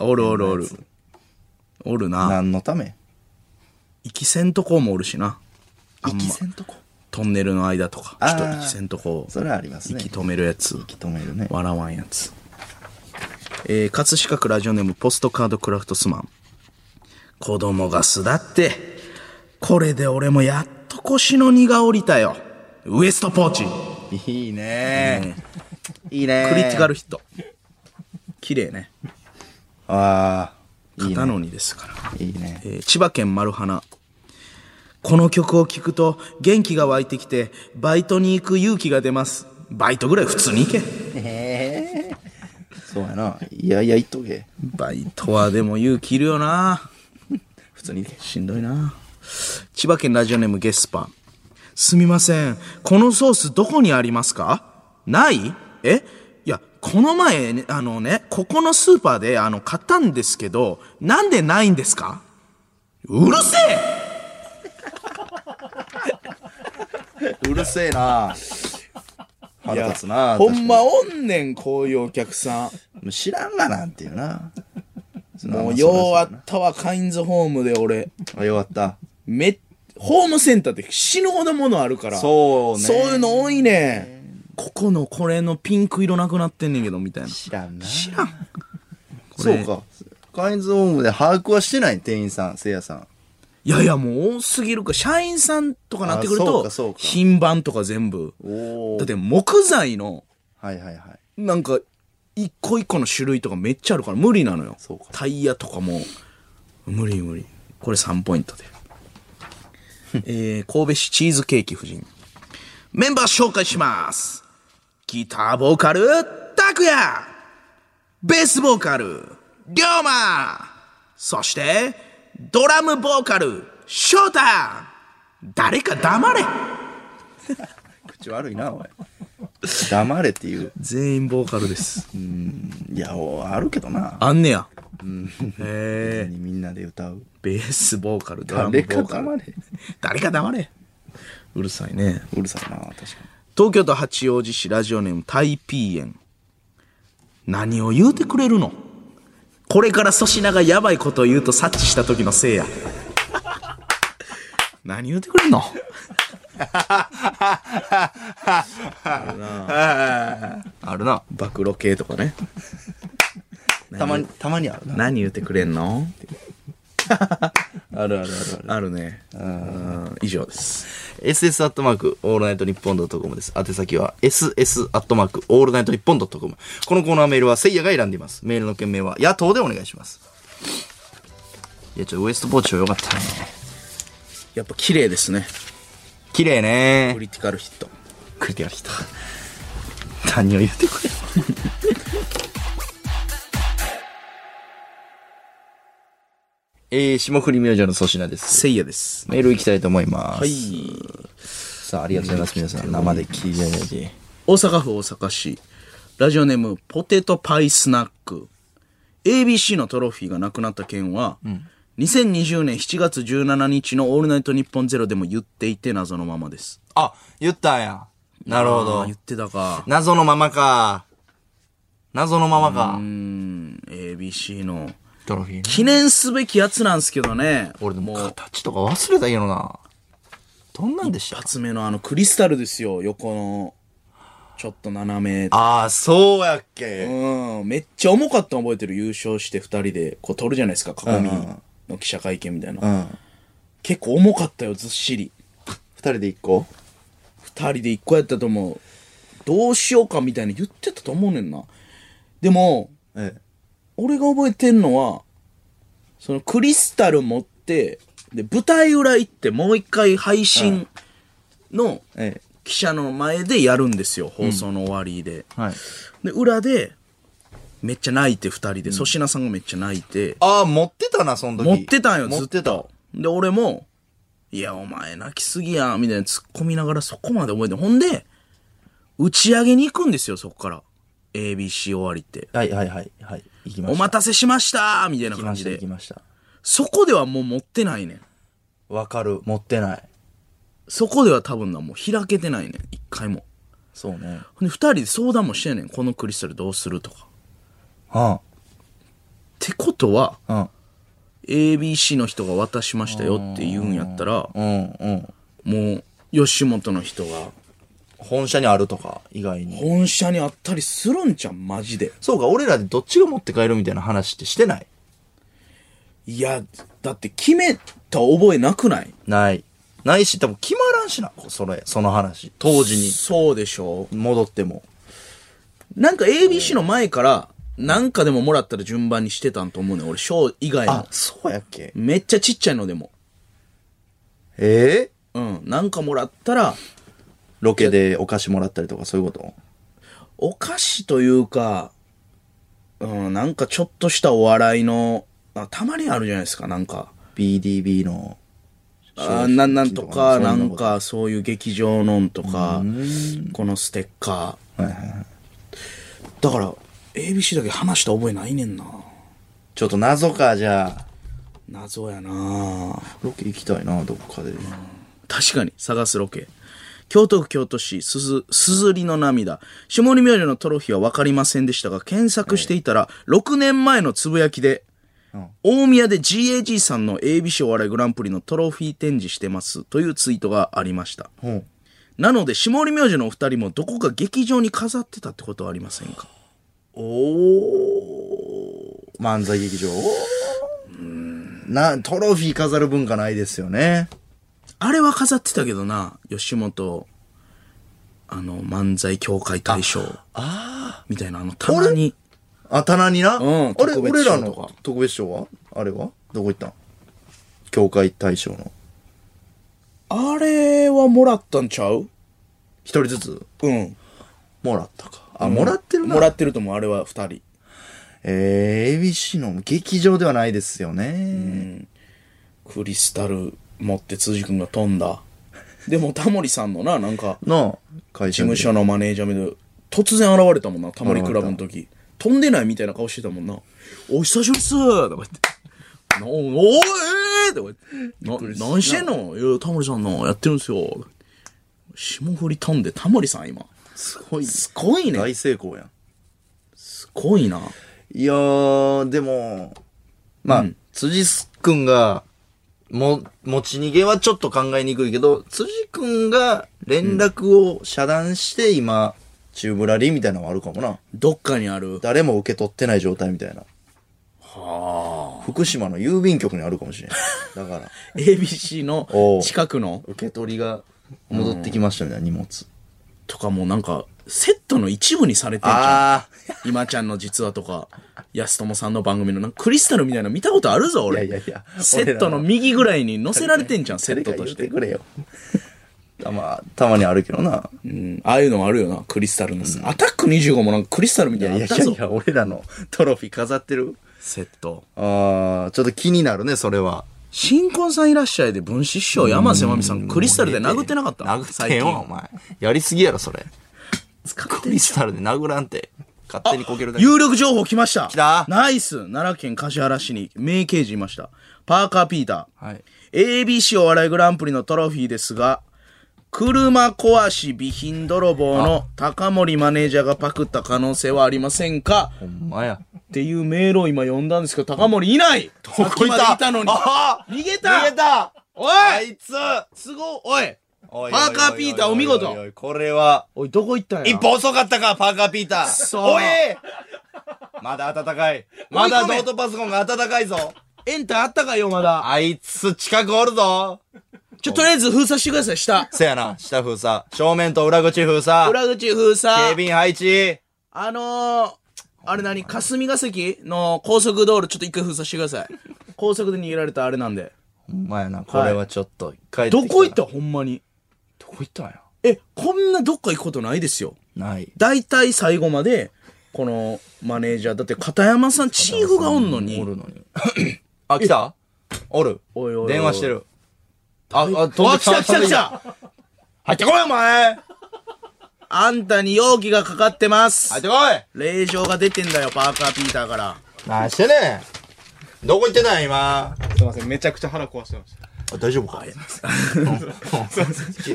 Speaker 2: おるおるおる。おるな。
Speaker 1: 何のため
Speaker 2: 行きせんとこもおるしな。あんま
Speaker 1: 息せんとこ。
Speaker 2: トンネルの間とか。
Speaker 1: あ
Speaker 2: ちょ
Speaker 1: ー
Speaker 2: っと行きせんとこ。
Speaker 1: それはありますね
Speaker 2: 息止めるやつ。
Speaker 1: 息止めるね。
Speaker 2: 笑わんやつ。えー、葛飾区ラジオネームポストカードクラフトスマン。子供が巣立って、これで俺もやっと腰の荷が下りたよ。ウエストポーチ。
Speaker 1: いいねいいね
Speaker 2: クリティカルヒット。綺麗ね。
Speaker 1: ああ。いい
Speaker 2: 片
Speaker 1: ね。
Speaker 2: のにですから。
Speaker 1: いいね。
Speaker 2: えー千葉県丸花この曲を聴くと元気が湧いてきてバイトに行く勇気が出ますバイトぐらい普通に行け
Speaker 1: そうやな。いやいや、言っとけ。
Speaker 2: バイトはでも勇気いるよな
Speaker 1: 普通に言っと
Speaker 2: しんどいな千葉県ラジオネームゲスパすみませんこのソースどこにありますかないえいやこの前ねあのねここのスーパーであの買ったんですけどなんでないんですかうるせえ
Speaker 1: け。うるせえな腹立つな
Speaker 4: ほんまおんねん、こういうお客さん。
Speaker 1: もう知らんがなっていうな。
Speaker 4: も
Speaker 1: も
Speaker 4: う、ようあったわ、カインズホームで俺。
Speaker 1: あ、よかった。
Speaker 4: めっ、ホームセンターって死ぬほどものあるから。
Speaker 1: そうね
Speaker 4: そういうの多いねん。
Speaker 2: ここのこれのピンク色なくなってんねんけどみたいな
Speaker 1: 知らんな。
Speaker 2: 知らん
Speaker 1: れ
Speaker 5: そうか。カインズホームで把握はしてない店員さん、せいやさん。
Speaker 2: いやいや、もう多すぎるか。社員さんとかなってくる
Speaker 5: あそう
Speaker 2: と
Speaker 5: かそう、か
Speaker 2: 品番とか全部。
Speaker 5: お
Speaker 2: だって木材の、
Speaker 5: はいはいはい。
Speaker 2: なんか、一個一個の種類とかめっちゃあるから無理なのよ
Speaker 5: そうか。
Speaker 2: タイヤとかも、無理無理。これ3ポイントで。 えー、神戸市チーズケーキ夫人。メンバー紹介します。ギターボーカル、タクヤベースボーカル、龍馬そして、ドラムボーカル、翔太誰か黙れ
Speaker 5: 口悪いな、おい。黙れっていう。
Speaker 2: 全員ボーカルです。
Speaker 5: いや、おあるけどな。
Speaker 2: あんねや。へー
Speaker 5: みんなで歌う。
Speaker 2: ベースボーカル、ドラムボーカル。
Speaker 5: れ。
Speaker 2: 誰か黙れ。うるさいね。
Speaker 5: うるさいな、確か
Speaker 2: 東京都八王子市ラジオネームタイピーエン。何を言うてくれるのこれから粗品がやばいことを言うと察知した時のせいや。 何言うてくれんの
Speaker 1: あるな。
Speaker 2: 暴露系とかね。
Speaker 5: に。たまに、たまにあるな。
Speaker 2: 何言うてくれんの
Speaker 5: あるあるあるある。
Speaker 2: あるね。うん以上です。
Speaker 1: ss アットマークオールナイトニッポンドットコムです。宛先は ss アットマークオールナイトニッポンドットコム。このコーナーメールはせいやが選んでいます。メールの件名は野党でお願いします。いや、ちょ、ウエストポーチはよかったね。
Speaker 2: やっぱ綺麗ですね。
Speaker 1: 綺麗ね
Speaker 2: ク。リティカルヒット。
Speaker 1: クリティアルヒット。何を言ってくれ。えー、霜降り明星の粗品です。
Speaker 2: せいやです。
Speaker 1: メール行きたいと思います。
Speaker 2: はい。
Speaker 1: さあ、ありがとうございます。皆さん、生で聞いていただいて。
Speaker 2: 大阪府大阪市ラジオネームポテトパイスナック ABC のトロフィーがなくなった件は、2020年7月17日の「オールナイトニッポンゼロでも言っていて謎のままです
Speaker 1: あ、言ったんや。なるほ
Speaker 2: あ
Speaker 1: ど
Speaker 2: 言っ。てたか
Speaker 1: 謎のままか。謎のままか。
Speaker 2: ABC の
Speaker 1: トロフィーね。
Speaker 2: 記念すべきやつなんですけどね
Speaker 1: 俺でも
Speaker 2: う
Speaker 1: 形とか忘れたけどな。どんなんでした
Speaker 2: 厚めのあのクリスタルですよ横のちょっと斜め
Speaker 1: ああ、そうやっけ。
Speaker 2: うんめっちゃ重かったの覚えてる優勝して2人でこう撮るじゃないですか鏡の記者会見みたいな、
Speaker 5: うん。
Speaker 2: 結構重かったよずっしり
Speaker 5: 二人で一個
Speaker 2: 2人で1個やったと思うどうしようかみたいな言ってたと思うねんなでも
Speaker 5: ええ。
Speaker 2: 俺が覚えてんのはそのクリスタル持ってで舞台裏行ってもう一回配信の
Speaker 5: え
Speaker 2: 記者の前でやるんですよ放送の終わりで、
Speaker 1: はい。
Speaker 2: で裏でめっちゃ泣いて2人で粗品、さんがめっちゃ泣いて
Speaker 1: ああ、持ってたな、その時。
Speaker 2: 持ってたんよずっと
Speaker 1: 持ってた。
Speaker 2: で、俺も、いや、お前泣きすぎやん、みたいな突っ込みながらそこまで覚えて。ほんで、打ち上げに行くんですよ、そこから。ABC 終わりって。
Speaker 1: はいはいはい。はい。行きました。
Speaker 2: お待たせしましたみたいな
Speaker 1: 行き
Speaker 2: 感
Speaker 1: ま
Speaker 2: じ
Speaker 1: した、行
Speaker 2: で
Speaker 1: き。ました。
Speaker 2: そこではもう持ってないねん。
Speaker 1: わかる。持ってない。
Speaker 2: そこでは多分な、もう開けてないねん。一回も。
Speaker 1: そうね。
Speaker 2: ほんで、二人で相談もしてんねん。このクリスタルどうするとか。
Speaker 1: うん。
Speaker 2: ってことは、
Speaker 1: うん。
Speaker 2: ABC の人が渡しましたよって言うんやったら、
Speaker 1: うん。うん。
Speaker 2: もう、吉本の人が、
Speaker 1: 本社にあるとか、意外に。
Speaker 2: 本社にあったりするんじゃん、マジで。
Speaker 1: そうか、俺らでどっちが持って帰るみたいな話ってしてない
Speaker 2: いや、だって決めた覚えなくない
Speaker 1: ない。ないし、多分決まらんしな、それ、その話。当時に
Speaker 2: そうでしょ
Speaker 1: 戻っても。
Speaker 2: う。なんか ABC の前から、なんかでももらったら順番にしてたんと思うねん。俺、ショー以外
Speaker 5: あ
Speaker 2: の、。
Speaker 5: そうやっけ
Speaker 2: めっちゃちっちゃいのでも。
Speaker 5: ええ
Speaker 2: うん。なんかもらったら、
Speaker 5: ロケでお菓子もらったりとかそういうこと
Speaker 2: お菓子というか、うん、なんかちょっとしたお笑いの、あたまにあるじゃないですか、なんか。
Speaker 5: ?BDB の。
Speaker 2: あななんと
Speaker 5: そ
Speaker 2: か、
Speaker 5: んな
Speaker 2: な
Speaker 5: こと
Speaker 2: んか、そういう劇場のんとか、このステッカー。だから、ABC だけ話した覚えないねんな。
Speaker 5: ちょっと謎か、じゃあ。
Speaker 2: 謎やな
Speaker 5: ロケ行きたいな、どっかで。
Speaker 2: 確かに、探すロケ。京都府京都市、すず、すずりの涙。下り明星のトロフィーは分かりませんでしたが、検索していたら、6年前のつぶやきで、大宮で GAG さんの ABC お笑いグランプリのトロフィー展示してますというツイートがありました。
Speaker 5: うん。
Speaker 2: なので、下り明星のお二人もどこか劇場に飾ってたってことはありませんか
Speaker 5: おー。
Speaker 6: 漫才劇場をなトロフィー飾る文化ないですよね
Speaker 2: あれは飾ってたけどな、吉本、あの、漫才協会大賞。みたいな、あの、棚に。
Speaker 6: あ棚にな、
Speaker 2: ん
Speaker 6: あれ
Speaker 2: 特別
Speaker 6: 俺
Speaker 2: 賞
Speaker 6: ら
Speaker 2: とか
Speaker 6: の特別賞はあれはどこ行ったん協会大賞の
Speaker 2: あれはもらったんちゃう
Speaker 6: 一人ずつ
Speaker 2: うん。
Speaker 6: もらったかあ、もらってるな
Speaker 2: もらってると思う、あれは二人。
Speaker 6: えー、ABC の劇場ではないですよね、
Speaker 2: クリスタル持って辻君が飛んだ。でも、タモリさんのな、なんか、
Speaker 6: の会
Speaker 2: 事
Speaker 6: 社
Speaker 2: 務所のマネージャーで、突然現れたもんな、タモリクラブの時。飛んでないみたいな顔してたもんな。お久しぶりっすとか言って。なおおーえーとか言って。な、何してんのいや、タモリさんのやってるんですよ。霜降り飛んで、タモリさん今。
Speaker 6: すごい
Speaker 2: すごいね。
Speaker 6: 大成功やん
Speaker 2: すごいな。
Speaker 6: いやーでもまあ、辻くんがも持ち逃げはちょっと考えにくいけど辻くんが連絡を遮断して今、チューブラリーみたいなのはあるかもな
Speaker 2: どっかにある。
Speaker 6: 誰も受け取ってない状態みたいな福島の郵便局にあるかもしれないだから
Speaker 2: ABC
Speaker 6: お
Speaker 2: の
Speaker 6: う
Speaker 2: 近くの
Speaker 6: 受け取りが戻ってきましたみたいな荷物
Speaker 2: とかもうなんか、セットの一部にされてんじゃん。
Speaker 6: ああ
Speaker 2: 今ちゃんの実話とか、安友さんの番組のなんかクリスタルみたいなの見たことあるぞ、俺。
Speaker 6: いやいやいや
Speaker 2: セットの右ぐらいに載せられてんじゃん、セットとして。
Speaker 6: てくれよたまたまにあるけど な
Speaker 2: うん、ああいうのもあるよな、クリスタルのさ、アタック25もなんかクリスタルみたいなのあったぞ。
Speaker 6: 俺らのトロフィー飾ってる
Speaker 2: セット。
Speaker 6: ああちょっと気になるねそれは
Speaker 2: 新婚さんいらっしゃいで分子師匠、山瀬まみさん、クリスタルで殴ってなかった
Speaker 1: 殴っ
Speaker 2: 最
Speaker 1: て
Speaker 2: 近
Speaker 1: よお前やりすぎやろ それ
Speaker 2: 使っ
Speaker 1: ク
Speaker 2: てん
Speaker 1: リ
Speaker 2: じ
Speaker 1: スタルで殴らんて勝手にこけるだけ
Speaker 2: 有力情報来ました。来
Speaker 1: た
Speaker 2: ナイス奈良県橿原市に名刑事いました。パーカー・ピーター。
Speaker 1: はい
Speaker 2: ABC お笑いグランプリのトロフィーですが、車壊し備品泥棒の高森マネージャーがパクった可能性はありませんか
Speaker 1: ほんまや
Speaker 2: っていうメールを今読んだんですけど、高森いないさっきまでいたのに
Speaker 1: ああ
Speaker 2: 逃げた
Speaker 1: 逃げた
Speaker 2: おい
Speaker 1: あいつ
Speaker 2: すごいお
Speaker 1: パ
Speaker 2: いパーカーピーターお見事
Speaker 1: これは
Speaker 2: おい、どこ行ったんや
Speaker 1: 一歩遅かったかパーカーピーター
Speaker 2: そ
Speaker 1: おいまだ暖かいまだノートパソコンが暖かいぞ
Speaker 2: エンターあったかいよ、まだ。
Speaker 1: あいつ近くおるぞ
Speaker 2: ちょ、とりあえず封鎖してください、下。
Speaker 1: せやな下封鎖正面と裏口封鎖
Speaker 2: 裏口封鎖。
Speaker 1: 警備員配置
Speaker 2: あのー、あれ何霞が関の高速道路ちょっと一回封鎖してください。高速で逃げられたあれなんで。
Speaker 1: ほんまやなこれはちょっと帰ってきた
Speaker 2: ど
Speaker 1: な
Speaker 2: こ行ったほんまに。
Speaker 1: どこ行ったんや
Speaker 2: え、こんなどっか行くことないですよ。
Speaker 1: ない
Speaker 2: 大体最後まで、このマネージャー、だって片山さんチーフがおんのに。
Speaker 1: おるのにあ来たおる
Speaker 2: おいおいおい
Speaker 1: 電話してるああ飛ん
Speaker 2: あ、
Speaker 1: で
Speaker 2: 来た来た来た
Speaker 1: 入ってこいお前入
Speaker 2: あんたに容疑がかかってます
Speaker 1: ってこい
Speaker 2: 令状が出てんだよ、パーカーピーターから。
Speaker 1: 何してねんどこ行ってない今
Speaker 7: すいません、めちゃくちゃ腹壊してました。
Speaker 1: あ大丈夫かうんう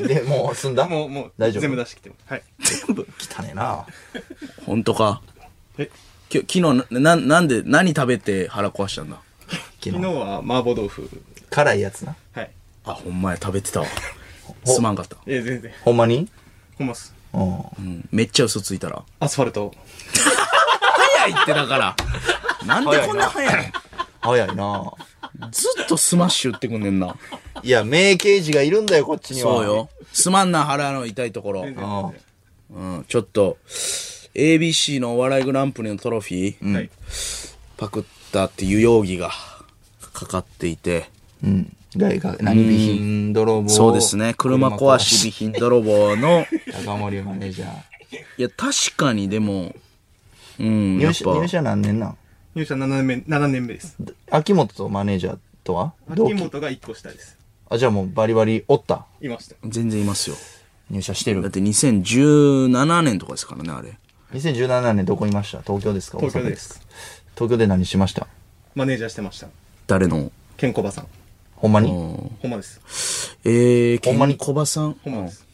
Speaker 1: ん でもう済んだ
Speaker 7: もう、もう、
Speaker 1: 大丈夫
Speaker 7: 全部出してきてます。はい。
Speaker 1: 汚ねえな
Speaker 2: ほんとか。
Speaker 7: え
Speaker 2: き昨日、な、なんで、何食べて腹壊したんだ
Speaker 1: 昨
Speaker 7: 昨
Speaker 1: 日
Speaker 7: 日は麻婆豆腐。
Speaker 1: 辛いやつな
Speaker 7: はい。
Speaker 2: あ、ほんまや、食べてたわ。すまんかった。
Speaker 7: え、全然。
Speaker 1: ほんまに
Speaker 7: ほんまっす。
Speaker 1: うん
Speaker 2: めっちゃ嘘ついたら。
Speaker 7: アスファルト。
Speaker 2: 早いってだから。なんでこんな早い
Speaker 1: 早いな
Speaker 2: ずっとスマッシュ打ってくんねんな。
Speaker 1: いや名刑事がいるんだよこっちには
Speaker 2: そうよ。すまんな、腹の痛いところ。
Speaker 7: 全然。
Speaker 1: ああ
Speaker 2: うん、ちょっと、ABC のお笑いグランプリのトロフィー、
Speaker 7: はい。
Speaker 2: パクったっていう容疑がかかっていて。
Speaker 1: うん誰が何備品泥棒
Speaker 2: そうですね。車壊し備品泥棒の、
Speaker 1: 高森マネージャー
Speaker 2: いや、確かにでも、うん、や
Speaker 1: 入
Speaker 2: っ
Speaker 1: 社
Speaker 2: ぱ、
Speaker 1: 入社何年なん
Speaker 7: 入社7年目、7年目です。
Speaker 1: 秋元とマネージャーとは同
Speaker 7: 秋
Speaker 1: 期
Speaker 7: 元が1個下です。
Speaker 1: あじゃあもうバリバリおった
Speaker 7: いました。
Speaker 2: 全然いますよ。
Speaker 1: 入社して
Speaker 2: だっ
Speaker 1: る
Speaker 2: て2017年とかですからね、あれ。
Speaker 1: 2017年どこいました東京ですか
Speaker 7: 東京
Speaker 1: 大阪
Speaker 7: です
Speaker 1: 東京で何しました
Speaker 7: マネージャーしてました。
Speaker 2: 誰の。
Speaker 7: ケンコバさん。
Speaker 1: ほんまに
Speaker 7: ほんまです。
Speaker 2: えー、
Speaker 1: ほんまに
Speaker 2: ケンコバさん。
Speaker 7: ほんまです。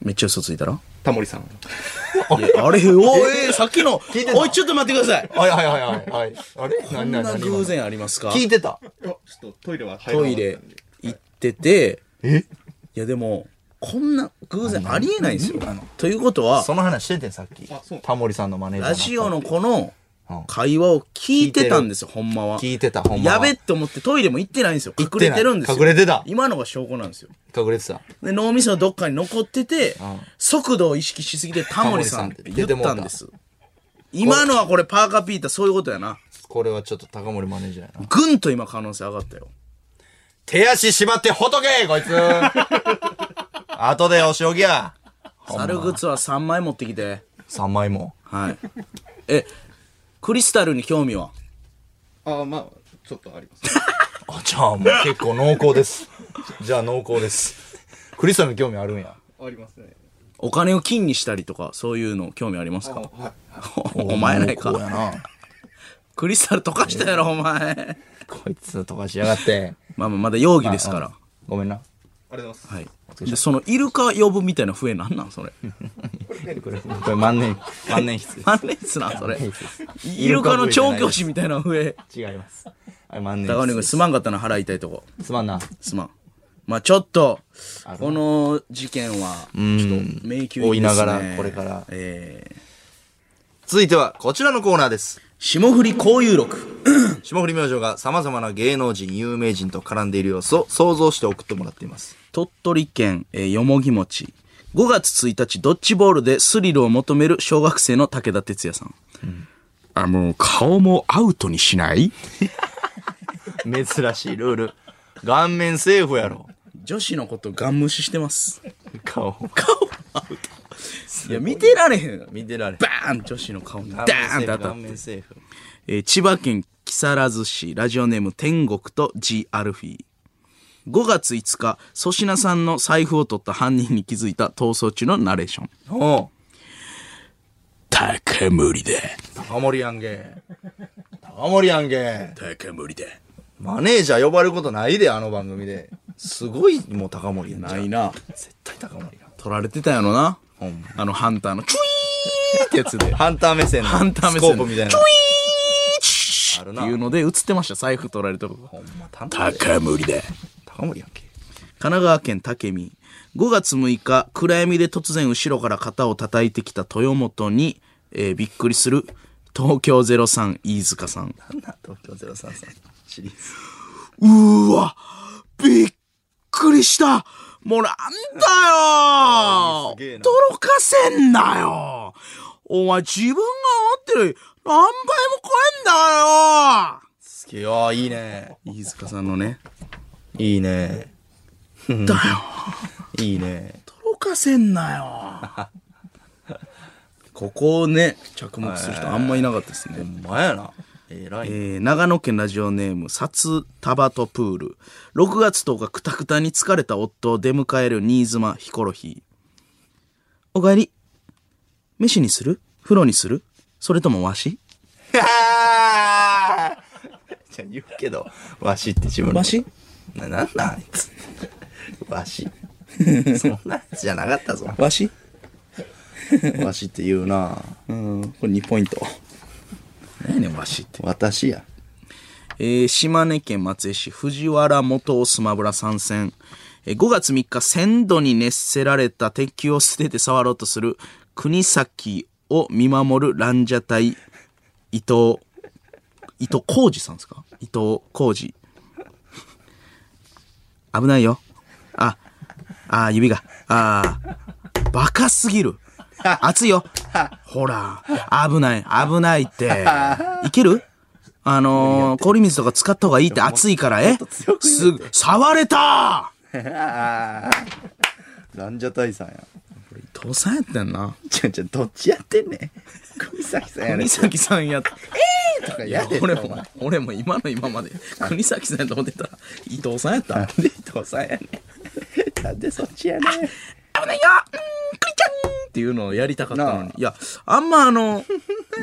Speaker 2: めっちゃ嘘ついたら
Speaker 7: タモリさん。
Speaker 2: いや あれ、おい、さっきの
Speaker 1: いて、た
Speaker 2: おい、ちょっと待ってください。
Speaker 1: はいはいはいはいはいあれ
Speaker 2: こ
Speaker 1: 何
Speaker 2: ん
Speaker 1: 何
Speaker 2: な
Speaker 1: 何
Speaker 2: 偶然ありますか
Speaker 1: 聞いてた
Speaker 7: あちょっとトイレは入ら
Speaker 2: ト
Speaker 7: な
Speaker 2: イ
Speaker 7: かっ
Speaker 2: レ
Speaker 7: たんで
Speaker 2: 行ってて、
Speaker 1: え
Speaker 2: いやでも、こんな偶然ありえないですよ。ということは、
Speaker 1: その話しててんさっき
Speaker 7: あそう
Speaker 1: タモリさんのマネージャー
Speaker 2: ラジオのこの
Speaker 1: うん
Speaker 2: 会話を聞いてたんですよ、ほんまは。
Speaker 1: 聞いてた、ほんまは。
Speaker 2: やべって思ってトイレも行ってないんですよ。隠
Speaker 1: てない
Speaker 2: れてるんですよ。
Speaker 1: 隠れてた
Speaker 2: 今のが証拠なんですよ。
Speaker 1: 隠れてた。
Speaker 2: で、脳みそのどっかに残ってて、速度を意識しすぎてタモリさんって
Speaker 1: タモリ
Speaker 2: 言
Speaker 1: さんって
Speaker 2: ったんです。今のはこれパーカーピーターそういうことやな。
Speaker 1: これはちょっと高森マネージャーやな。
Speaker 2: ぐんと今可能性上がったよ。
Speaker 1: 手足縛ってほとけこ いつ後でお仕置きや。
Speaker 2: 猿靴は3枚持ってきて。
Speaker 1: 3枚も。
Speaker 2: はい。え、クリスタルに興味は
Speaker 7: ああ、まあ、ちょっとあります。
Speaker 1: あ、じゃあもう結構濃厚です。 じゃあ濃厚です。クリスタルに興味あるんや。
Speaker 7: ありますね。
Speaker 2: お金を金にしたりとか、そういうの興味ありますか
Speaker 7: はい。
Speaker 2: お前ない
Speaker 1: 濃厚や
Speaker 2: か。
Speaker 1: な。
Speaker 2: クリスタル溶かしたやろ、お前。
Speaker 1: こいつ溶かしやがって。
Speaker 2: まあまあ、まだ容疑ですから。
Speaker 1: ごめんな。
Speaker 7: ありがとうございます。
Speaker 2: はい。で、そのイルカ呼ぶみたいな笛なんなんそれ。
Speaker 1: これ、これ万年、万年筆
Speaker 2: 何年っすな、それ。
Speaker 1: です。
Speaker 2: イルカの調教師みたいな笛。
Speaker 1: 違います。あれ万年
Speaker 2: 高
Speaker 1: 筆
Speaker 2: 野君、
Speaker 1: です。
Speaker 2: すまんかったな、腹痛いとこ。
Speaker 1: すまんな。
Speaker 2: すまん。まあちょっと、この事件は、ちょっと迷宮入りです、ね、
Speaker 1: 追いながらこれから
Speaker 2: えー、
Speaker 1: 続いてはこちらのコーナーです。
Speaker 2: 霜降り交友録。
Speaker 1: 霜降り明星が様々な芸能人、有名人と絡んでいる様子を想像して送ってもらっています。
Speaker 2: 鳥取県、えーよもぎ餅。5月1日、ドッジボールでスリルを求める小学生の武田鉄矢さん。あ、もう、顔もアウトにしない
Speaker 1: 珍しいルール。顔面セーフやろ。
Speaker 2: 女子のことガン無視してます。
Speaker 1: 顔。
Speaker 2: 顔もアウト。いや、見てられへん。
Speaker 1: 見てられん。
Speaker 2: バーン女子の顔にダーンって当た
Speaker 1: 顔
Speaker 2: って
Speaker 1: 面。セーフ。
Speaker 2: えー千葉県木更津市ラジオネーム天国と G アルフィー5月5日粗品さんの財布を取った犯人に気づいた逃走中のナレーション
Speaker 1: おう
Speaker 2: 高森だ
Speaker 1: 高森やんけ。高森やんけ。
Speaker 2: 高森だ
Speaker 1: マネージャー呼ばれることないで、あの番組で。すごい、もう高森やん。
Speaker 2: ないな
Speaker 1: 絶対高森や。
Speaker 2: 取られてたんやろな
Speaker 1: ほんま
Speaker 2: あのハンターのチュイーってやつで
Speaker 1: ハンター目線の。
Speaker 2: ハンター目線
Speaker 1: スコープみたいな。
Speaker 2: チュイ
Speaker 1: あ
Speaker 2: ー
Speaker 1: る
Speaker 2: っ
Speaker 1: な
Speaker 2: ていうので映ってました財布取られたとこ
Speaker 1: ほんま、た
Speaker 2: 高森だ
Speaker 1: 高森やんけ。
Speaker 2: 神奈川県武見5月6日暗闇で突然後ろから肩を叩いてきた豊本に、えーびっくりする東京03飯塚さん
Speaker 1: なんだ、東京03さん。シリーズ。
Speaker 2: うーわびっくりしたもうなんだよ
Speaker 1: すげえな
Speaker 2: 驚かせんなよお前自分が思ってる何倍も超えんだよ
Speaker 1: すげえ、ああ、いいね。
Speaker 2: 飯塚さんのね
Speaker 1: いいね。
Speaker 2: だよ
Speaker 1: いいね。
Speaker 2: 驚かせんなよここをね着目する人あんまいなかったですね、
Speaker 1: ほんまやな。えら い。
Speaker 2: えー長野県ラジオネーム、サツタバトプール。6月10日、くたくたに疲れた夫を出迎える新妻ヒコロヒー。おかえり。飯にする風呂にするそれともわし
Speaker 1: じゃあ言うけど、わしって自分のな、なんなんあいつ。 わ し。そんなやつじゃなかったぞ。
Speaker 2: わし
Speaker 1: わしって言うな
Speaker 2: うん、これ2ポイント。何やねん、わしって。
Speaker 1: 私や。
Speaker 2: えー島根県松江市藤原元をスマブラ参戦。えー5月3日、1000度に熱せられた鉄球を捨てて触ろうとする国崎を見守るランジャタイ、伊藤、伊藤浩二さんですか伊藤浩二。危ないよ。あ、あー指が。あーバカす ぎる。熱い よ。ほら、危ない、危ない って。いけるあのー、氷水とか使った方がいいって熱いから、えすぐ、触れた
Speaker 1: ランジャタイさんや。
Speaker 2: 伊藤さんやったんな。
Speaker 1: ちょちょ、どっちやって んねん。国崎さんやね
Speaker 2: 国
Speaker 1: ん。
Speaker 2: 崎さんやった。
Speaker 1: とか
Speaker 2: い
Speaker 1: や
Speaker 2: や
Speaker 1: で、
Speaker 2: 俺
Speaker 1: お前
Speaker 2: も、俺も今の今まで、国崎さんやと思ってたら、伊藤さんやった。
Speaker 1: なんで伊藤さんやねん。なんでそっちやねん。
Speaker 2: 危ないようんクリちゃんっていうのをやりたかったのに。いや、あんまあの、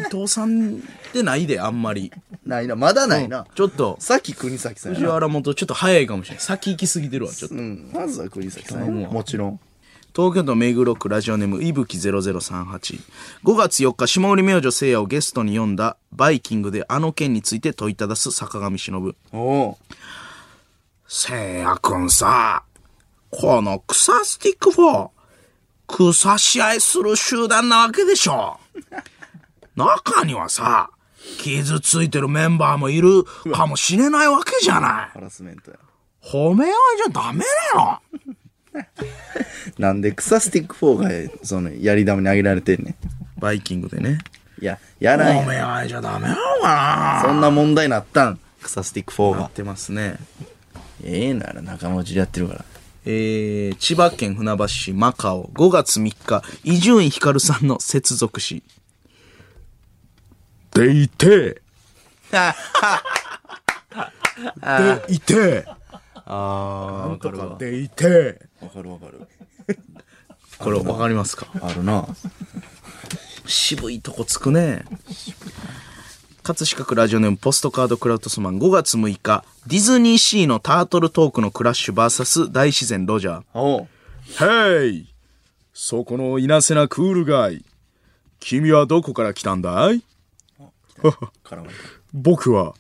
Speaker 2: 伊藤さんってないで、あんまり。
Speaker 1: ないな、まだないな。
Speaker 2: ちょっと、
Speaker 1: さっき国崎さんや
Speaker 2: 藤
Speaker 1: な。
Speaker 2: 原元ちょっと早いかもしれない。先行きすぎてるわ、ちょっと。
Speaker 1: うん、まずは国崎さんやな。もちろん。
Speaker 2: 東京都目黒区ラジオネームいぶき0038。5月4日、下降り明星聖夜をゲストに呼んだバイキングであの件について問いただす坂上忍。
Speaker 1: おお
Speaker 2: 聖夜くんさ、この草スティック4、草試合する集団なわけでしょ。中にはさ、傷ついてるメンバーもいるかもしれないわけじゃない。
Speaker 1: ハラスメントや。
Speaker 2: 褒め合いじゃダメなの。
Speaker 1: なんで草スティック4が、その、やり玉にあげられてんねん。
Speaker 2: バイキングでね。
Speaker 1: いや、やらんや
Speaker 2: 褒
Speaker 1: ん。
Speaker 2: め合いじゃダメなのか
Speaker 1: そんな問題になったん。草スティック4
Speaker 2: なや
Speaker 1: が
Speaker 2: っ。てますね。
Speaker 1: ええなら仲間内でやってるから。
Speaker 2: えー、千葉県船橋市マカオ5月3日伊集院光さんの接続詞「でい て」でいて
Speaker 8: ああ、
Speaker 2: 「でいて
Speaker 1: わかるわかる。」
Speaker 2: これわかりますか
Speaker 1: あるな。
Speaker 2: 渋いとこつくね葛飾区ラジオネームポストカードクラウトスマン5月6日ディズニーシーのタートルトークのクラッシュ VS 大自然ロジャー
Speaker 1: おう。
Speaker 2: ヘイそこのいなせなクールガイ。君はどこから来たんだい
Speaker 1: 絡まれ
Speaker 2: 僕は、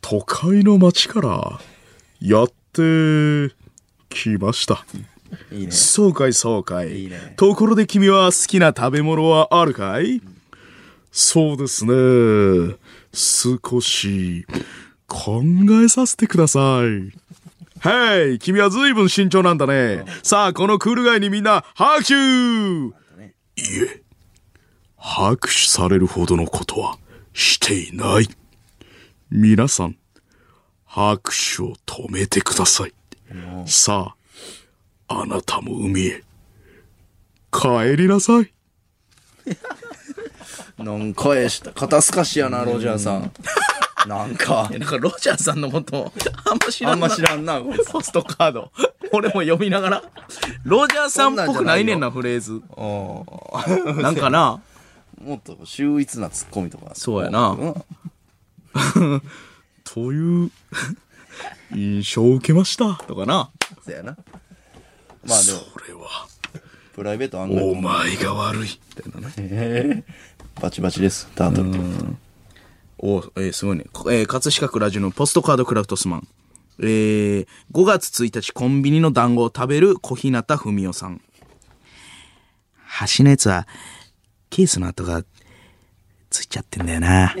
Speaker 2: 都会の町から、やって、来ました。
Speaker 1: た。いいね。
Speaker 2: そうかいそうか
Speaker 1: い
Speaker 2: い。
Speaker 1: いね
Speaker 2: ところで君は好きな食べ物はあるかい、そうですね。少し、考えさせてください。はい、君は随分慎重なんだね。さあ、このクール街にみんな、拍手いえ、拍手されるほどのことはしていない。皆さん、拍手を止めてください。さあ、あなたも海へ帰りなさい。
Speaker 1: なんかえした。肩透かしやな、ロジャーさ ん。なんか。
Speaker 2: なんかロジャーさんのこと、あんま知ら
Speaker 1: あ
Speaker 2: ん
Speaker 1: ん
Speaker 2: な
Speaker 1: ま知らんな、こいつ。
Speaker 2: ポストカード。俺も読みながら。ロジャーさんっぽくないねんな、フレーズ。なんかな、
Speaker 1: もっと秀逸なツッコミとか。
Speaker 2: そうやな。
Speaker 1: ん
Speaker 2: という、印象を受けました。とかな。
Speaker 1: そうやな。まあでも、
Speaker 2: これは、
Speaker 1: プライベート案
Speaker 2: お
Speaker 1: 外
Speaker 2: 前が悪い。みたいなね。
Speaker 1: バチバチです。タートルと。
Speaker 2: おえーすごいね。こえー葛飾区ラジオのポストカードクラフトスマン。えー、5月1日コンビニの団子を食べる小日向文世さん。端のやつは、ケースの跡が、ついちゃってんだよな。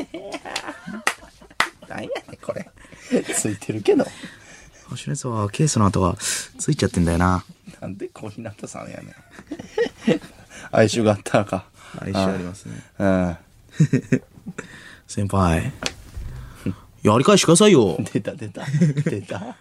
Speaker 1: 何やねんこれ。ついてるけど。
Speaker 2: 端のやつは、ケースの跡が、ついちゃってんだよな。
Speaker 1: なんで小日向さん やねん。哀愁があったのか。
Speaker 2: 哀愁ありますね。
Speaker 1: うん。
Speaker 2: 先輩。やり返してくださいよ。
Speaker 1: 出た出た。出た。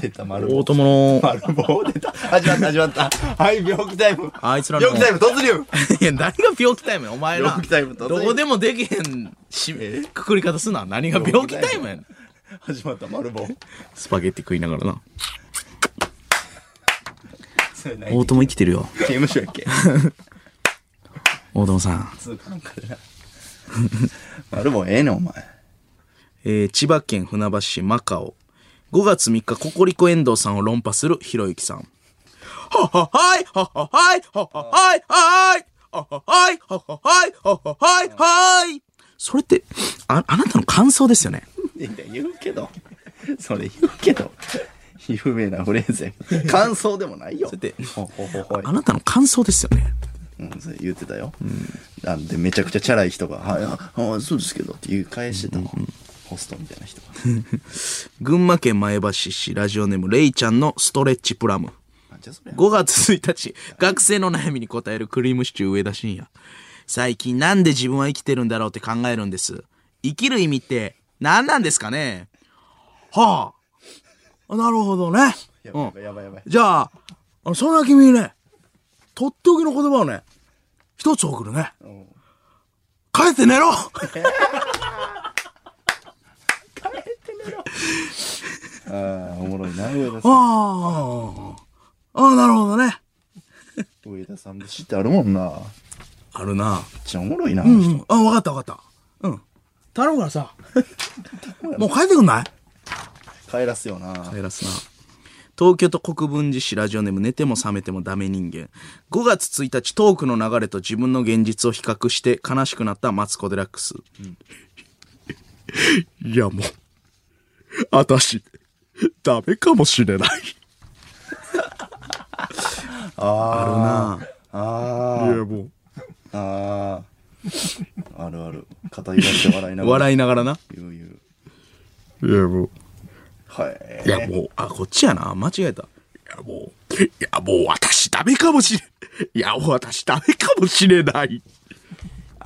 Speaker 1: 出た、丸
Speaker 2: 大
Speaker 1: 棒。
Speaker 2: 友の、
Speaker 1: 丸棒出た。始まった始まった。はい、病気タイム。
Speaker 2: あいつらの。
Speaker 1: 病気タイム突入
Speaker 2: いや、何が病気タイムやお前ら。
Speaker 1: 病気タイムと
Speaker 2: どこでもできへんし、くくり方すな。何が病気タイムやねん。
Speaker 1: 始まった丸棒。
Speaker 2: スパゲッティ食いながらな。
Speaker 1: それ何
Speaker 2: 大友生きてるよ。
Speaker 1: 刑務所やっけ
Speaker 2: 大友さん。
Speaker 1: 通過なんかでな。丸棒ええねんお前。
Speaker 2: えー、千葉県船橋市マカオ。5月3日、ココリコ遠藤さんを論破するひろゆきさん。はははいはははいはははいはいはははいはははいはははいはいそれって、あ、あなたの感想ですよね。
Speaker 1: いや言うけど。それ言うけど。有名なフレーズやけど感想でもないよ。
Speaker 2: って
Speaker 1: ほほほほい
Speaker 2: あなたの感想ですよね。
Speaker 1: うん、それ言ってたよ。なんで、めちゃくちゃチャラい人が、はい、あ、あそうですけどって言い返してたの。ホストみたいな人が。
Speaker 2: 群馬県前橋市ラジオネームレイちゃんのストレッチプラム。
Speaker 1: なんじゃそりゃ。
Speaker 2: 5月1日、学生の悩みに答えるクリームシチュー上田晋也。最近なんで自分は生きてるんだろうって考えるんです。生きる意味って何なんですかねはあ。あなるほどね。うん。
Speaker 1: やばいやばい。
Speaker 2: じゃあ、あの、そんな君にね、とっておきの言葉をね、一つ送るね。帰って寝ろ帰って寝ろ
Speaker 1: ああ、おもろいな、上田さん。
Speaker 2: ああ、ああ、なるほどね。
Speaker 1: 上田さん節ってあるもんな。めっ
Speaker 2: あるな。
Speaker 1: ちゃおもろいな、あの
Speaker 2: う
Speaker 1: 人。
Speaker 2: ん。あ、わかったわかった。うん。頼むからさ。 もう帰ってくんない
Speaker 1: 帰らすよな。
Speaker 2: 帰らすな。東京都国分寺市ラジオネーム寝ても覚めてもダメ人間。5月1日トークの流れと自分の現実を比較して悲しくなったマツコデラックス。いやもう、私、ダメかもしれない。ああるな
Speaker 1: あ
Speaker 2: いやもう、
Speaker 1: あ、ああ。あるある。語
Speaker 4: 肩揺らして笑いながら。
Speaker 2: 笑いながらな。
Speaker 4: ゆうゆう
Speaker 2: いや、もう。
Speaker 4: はい。
Speaker 2: いや、もう、あ、こっちやな。間違えた。いや、もう、いや、もう私ダメかもしれん。いや、もう私ダメかもしれない。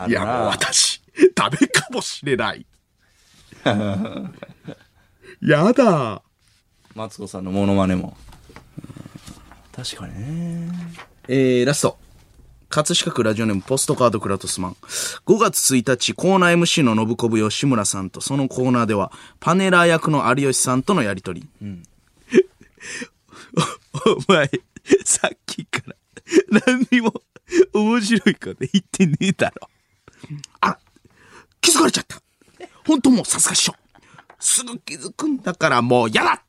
Speaker 2: いや、もう私ダメかもしれない。やだ。
Speaker 4: マツコさんのモノマネも。うん確かにね。
Speaker 2: えー、ラスト。葛飾区ラジオネームポストカードクラトスマン。5月1日、コーナー MC の信子部吉村さんとそのコーナーでは、パネラー役の有吉さんとのやりとり。おお前、さっきから、何にも面白いこと言ってねえだろ。あら、気づかれちゃった。本当もうさすがっしょ。すぐ気づくんだからもうやだ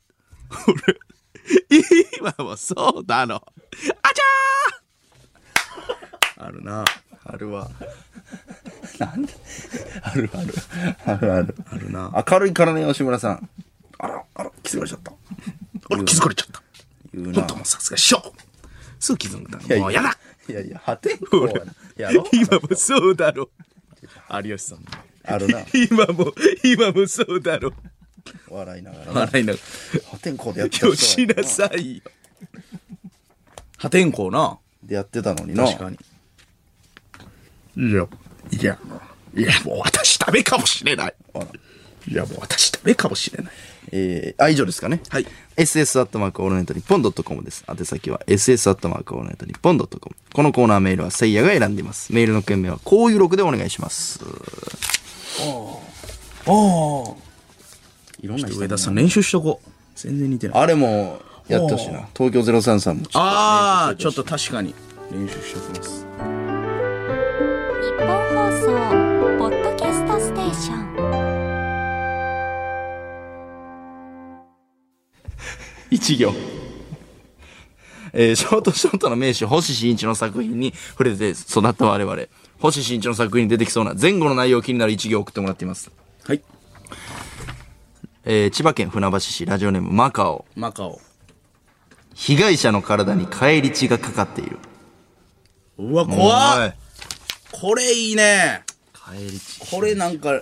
Speaker 2: 俺、今もそうだろ。あちゃー
Speaker 4: あるな。あるわ。なんであるある。あるある。あるな。明るいからね、吉村さん。あら、あら、気づかれちゃった。
Speaker 2: 俺気づかれちゃった。
Speaker 4: 言う
Speaker 2: 本
Speaker 4: な
Speaker 2: 当。もうさすがっしょ。すぐ気づいた
Speaker 4: やいや
Speaker 2: もうやだ。
Speaker 4: いやいや、破天荒やなやろ
Speaker 2: 今もそうだろ。有吉さん。
Speaker 4: あるな。
Speaker 2: 今も、今もそうだろ。
Speaker 4: 笑いながらな。
Speaker 2: 笑いなが
Speaker 4: 破天荒でやって
Speaker 2: ら。
Speaker 4: た
Speaker 2: よしなさいよ。破天荒な。
Speaker 4: でやってたのにな。
Speaker 2: 確かに。いや、いや、いや、もう私ダメかもしれない。いや、もう私ダメかもしれない。
Speaker 4: えー、あ、以上ですかね。
Speaker 2: はい。
Speaker 4: ss アットマークオールナイトニッポンドットコムです。宛先は ss アットマークオールナイトニッポンドットコム。このコーナーメールはせいやが選んでいます。メールの件名はこういう録でお願いします。いろんな人
Speaker 2: 上田さん練習しとこう。全然似てない。
Speaker 4: あれもやってほしいな。東京033も。
Speaker 2: ああ、ちょっと確かに。練習しときます。
Speaker 3: 日本放送ポッドキャストステーション
Speaker 4: 一行。
Speaker 1: えーショートショートの名手、星新一の作品に触れて育った我々。星新一の作品に出てきそうな前後の内容気になる一行を送ってもらっています。
Speaker 2: はい。
Speaker 1: えー千葉県船橋市ラジオネームマカオ。
Speaker 2: マカオ。
Speaker 1: 被害者の体に返り血がかかっている。
Speaker 2: うわ、怖っ
Speaker 1: い。
Speaker 2: これいいね。
Speaker 1: 返り血。
Speaker 2: これなんか、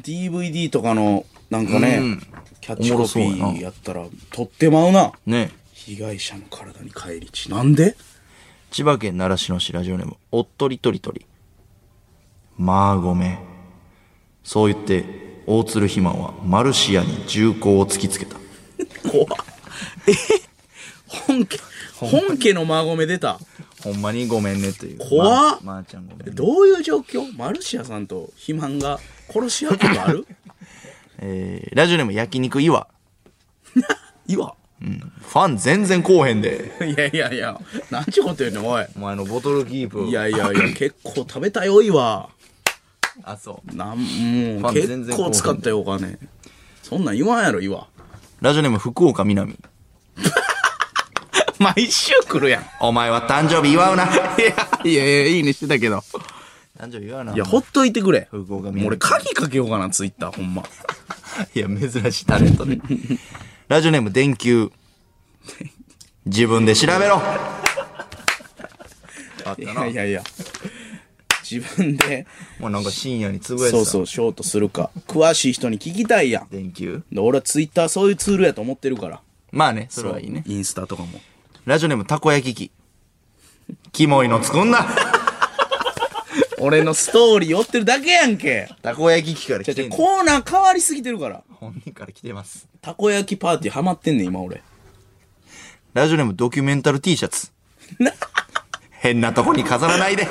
Speaker 2: DVD とかの、なんかね、キャッチコピ
Speaker 1: おもろそうや
Speaker 2: ー
Speaker 1: な
Speaker 2: やったら、取ってまうな。
Speaker 1: ね
Speaker 2: 被害者の体に返り血。なんで
Speaker 1: 千葉県習志野市ラジオネーム、おっとりとりとり。まあごめん。そう言って、大鶴ひまはマルシアに銃口を突きつけた。
Speaker 2: 怖っえ本家、本家の孫目出た。
Speaker 1: ほんまにごめんねという。
Speaker 2: 怖っ
Speaker 1: まあ、まーちゃんごめんね。
Speaker 2: どういう状況マルシアさんと肥満が殺し合うことある
Speaker 1: えーラジオネーム焼肉岩。
Speaker 2: いわ。
Speaker 1: ファン全然こうへんで。
Speaker 2: いやいやいや、なんちゅうこと言うねん、おい。
Speaker 1: お前のボトルキープ。
Speaker 2: いやい やいや、結構食べたよ、いわ。
Speaker 1: あ、そう。
Speaker 2: なん、もう、
Speaker 1: ァン全
Speaker 2: 結
Speaker 1: 然興
Speaker 2: 構
Speaker 1: 奮
Speaker 2: 使ったよ、お金。そんなん言わんやろ、いわ。
Speaker 1: ラジオネーム福岡みなみ。
Speaker 2: 毎週来るやん。
Speaker 1: お前は誕生日祝うな。 いや
Speaker 2: いやいや、いいねしてたけど。
Speaker 1: 誕生日祝うな。
Speaker 2: いや、ほっといてくれ。
Speaker 1: 福岡み
Speaker 2: もう
Speaker 1: な
Speaker 2: 俺、
Speaker 1: み。
Speaker 2: 鍵かけようかな、ツイッター、ほんま。
Speaker 1: いや、珍しいタレントで。 ラジオネーム電球。自分で調べろ。
Speaker 2: いやいやいや。自分で、
Speaker 1: もうなんか深夜につぶやいて
Speaker 2: そう
Speaker 1: た。
Speaker 2: そう、ショートするか。詳しい人に聞きたいやん。
Speaker 1: 電球。
Speaker 2: で俺はツイッターそういうツールやと思ってるから。
Speaker 1: まあね、それはいいね。
Speaker 2: インスタとかも。
Speaker 1: ラジオネームたこ焼き器。キモいの作んな。
Speaker 2: 俺のストーリー追ってるだけやんけ。
Speaker 1: たこ焼き器から
Speaker 2: じゃ
Speaker 1: 来て
Speaker 2: じゃ
Speaker 1: んねん
Speaker 2: コーナー変わりすぎてるから。
Speaker 1: 本人から来てます。
Speaker 2: たこ焼きパーティーハマってんねん、今俺。
Speaker 1: ラジオネームドキュメンタル T シャ ツ。変なとこに飾らないで。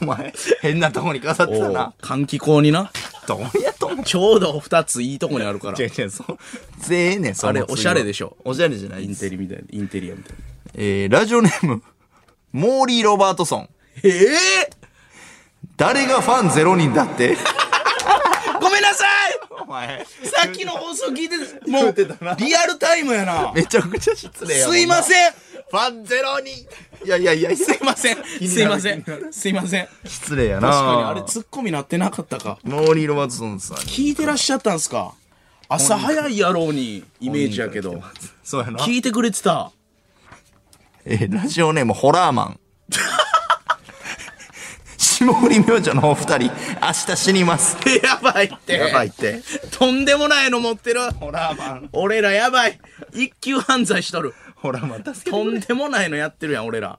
Speaker 1: お前、変なとこに飾ってたな。
Speaker 2: 換気口にな。
Speaker 1: どうやと思う
Speaker 2: ちょうど二ついいとこにある から。
Speaker 1: 違う違う、そう。全員ねん、その
Speaker 2: あれ
Speaker 1: 次は
Speaker 2: おしゃれでしょ
Speaker 1: おしゃれじゃない
Speaker 2: イ
Speaker 1: で
Speaker 2: ン
Speaker 1: す
Speaker 2: テ。リみたいな、インテリアみたいな。
Speaker 1: えー、ラジオネーム、モーリー・ロバートソン。
Speaker 2: ええ
Speaker 1: 誰がファンゼロ人だって。
Speaker 2: ごめんなさい
Speaker 1: お前、
Speaker 2: さっきの放送聞いて、もう、リアルタイムやな。
Speaker 1: めちゃくちゃ失礼やもんな
Speaker 2: すいません
Speaker 1: ファンゼロ人いやいやいや、すい
Speaker 2: すいませんすいませんすいません
Speaker 1: 失礼やな。
Speaker 2: 確かにあれツッコミなってなかったか。
Speaker 1: モーリー・ロバートソンさんに。
Speaker 2: 聞いてらっしゃったんすか朝早いやろうにイメージやけど。
Speaker 1: そうやな。
Speaker 2: 聞いてくれてた。
Speaker 1: えーラジオネームホラーマン。 霜降り明星のお二人、明日死にます。
Speaker 2: やばいって。
Speaker 9: やばいって。
Speaker 2: とんでもないの持ってる。俺らやばい。一級犯罪しとる。
Speaker 1: ほら、またす
Speaker 2: とんでもないのやってるやん、俺ら。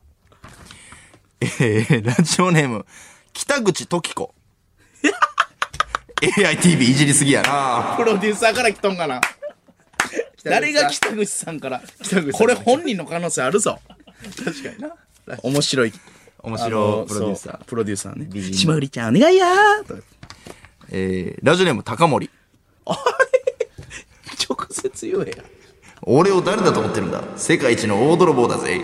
Speaker 1: えー、ラジオネーム、北口時 子。AITV いじりすぎやな。
Speaker 2: プロデューサーから来とんかな。 誰が北口さんから。これ本人の可能性あるぞ。確かにな。面白い。
Speaker 1: 面
Speaker 2: あ
Speaker 1: 白
Speaker 2: の
Speaker 1: いプロデューサー
Speaker 2: そう。プロデューサーね。島売りちゃんお願いやーとか
Speaker 1: えー、ラジオネーム、高森。
Speaker 2: 直接言えや。
Speaker 1: 俺を誰だと思ってるんだ世界一の大泥棒だぜ。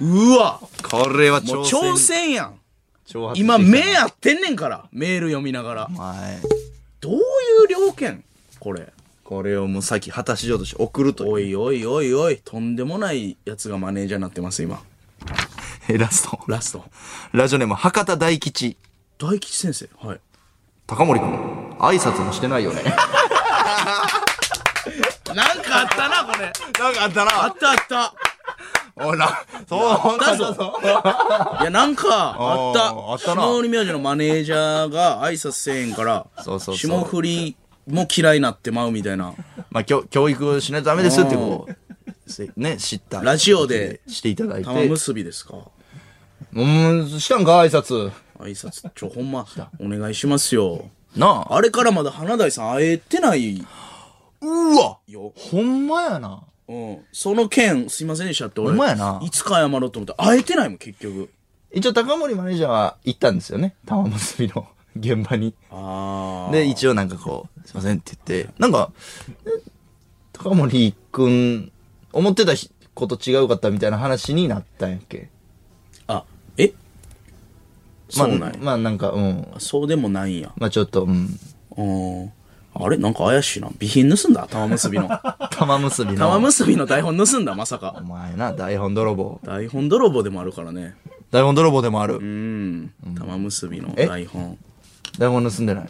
Speaker 2: うわ
Speaker 1: これは
Speaker 2: もう
Speaker 1: 挑戦。
Speaker 2: 挑戦やん。
Speaker 1: 挑発してきた
Speaker 2: 今、目合ってんねんから。メール読みながら。
Speaker 1: はい。
Speaker 2: どういう了見これ。
Speaker 9: これをもうさっき果たしようとして送るという。
Speaker 2: おいおいおいおい、とんでもないやつがマネージャーになってます、今。
Speaker 1: えーラスト。
Speaker 2: ラスト。
Speaker 1: ラジオネーム、博多大吉。
Speaker 2: 大吉先生。はい。
Speaker 1: 高森君、挨拶もしてないよね。
Speaker 2: なんかあったな、これ。
Speaker 1: なんかあったな。
Speaker 2: あったあった。
Speaker 1: おいら、そう、ほん
Speaker 2: だぞ。いや、なんか、あった。
Speaker 1: あーあったな
Speaker 2: 霜降り明星のマネージャーが挨拶せえへんから、
Speaker 1: そうそうそう
Speaker 2: 霜降りも嫌いなってまうみたいな。
Speaker 1: まあ、教教育しないとダメですよってこう、せね、知った。
Speaker 2: ラジオで
Speaker 1: していただいて。
Speaker 2: 玉結びですか。
Speaker 1: うん、したんか挨拶。
Speaker 2: 挨拶、ちょ、ほんま、お願いしますよ。
Speaker 1: なあ。
Speaker 2: あれからまだ花大さん会えてない。
Speaker 1: うわ
Speaker 2: よ
Speaker 1: ほんまやな。
Speaker 2: うん。その件、すいませんでしたって俺、
Speaker 1: ほんまやない
Speaker 2: つか謝ろうと思って、会えてないもん、結局。
Speaker 1: 一応高森マネージャーは行ったんですよね。玉結びの現場に。
Speaker 2: ああ。
Speaker 1: で、一応なんかこう、すいませんって言って、なんか、え高森くん、思ってたひこと違うかったみたいな話になったんやっけ。
Speaker 2: あ、え
Speaker 1: ま
Speaker 2: そ
Speaker 1: あ、
Speaker 2: うなんや。
Speaker 1: まあなんか、うん。
Speaker 2: そうでもないんや。
Speaker 1: まあちょっと、うん。
Speaker 2: うん。あれなんか怪しいな。備品盗んだ玉結び の。
Speaker 1: 玉結びの。
Speaker 2: 玉結びの台本盗んだ、まさか
Speaker 1: お。前な、台本泥棒。
Speaker 2: 台本泥棒でもあるからね。
Speaker 1: 台本泥棒でもある。
Speaker 2: うん。玉結びの台本。
Speaker 1: 台本盗んでない。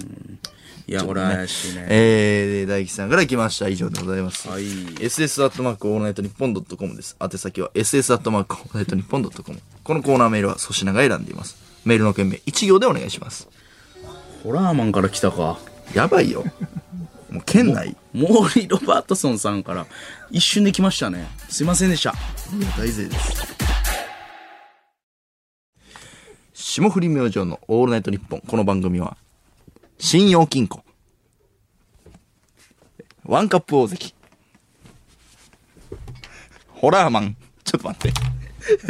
Speaker 2: いや、これ怪しいね。
Speaker 1: えー、大吉さんから来ました。以上でございます。
Speaker 2: はい
Speaker 1: SS アットマークオールナイトニッポンドットコムです。宛先は SS アットマークオールナイトニッポンドットコム。このコーナーメールは粗品が選んでいます。メールの件名、一行でお願いします。
Speaker 2: ホラーマンから来たか。
Speaker 1: やばいよ。もう県内。
Speaker 2: モーリー・ロバートソンさんから一瞬で来ましたね。すいませんでした。
Speaker 1: 大勢です。霜降り明星のオールナイトニッポン。この番組は、信用金庫。ワンカップ大関。ホラーマン。ちょっと待って。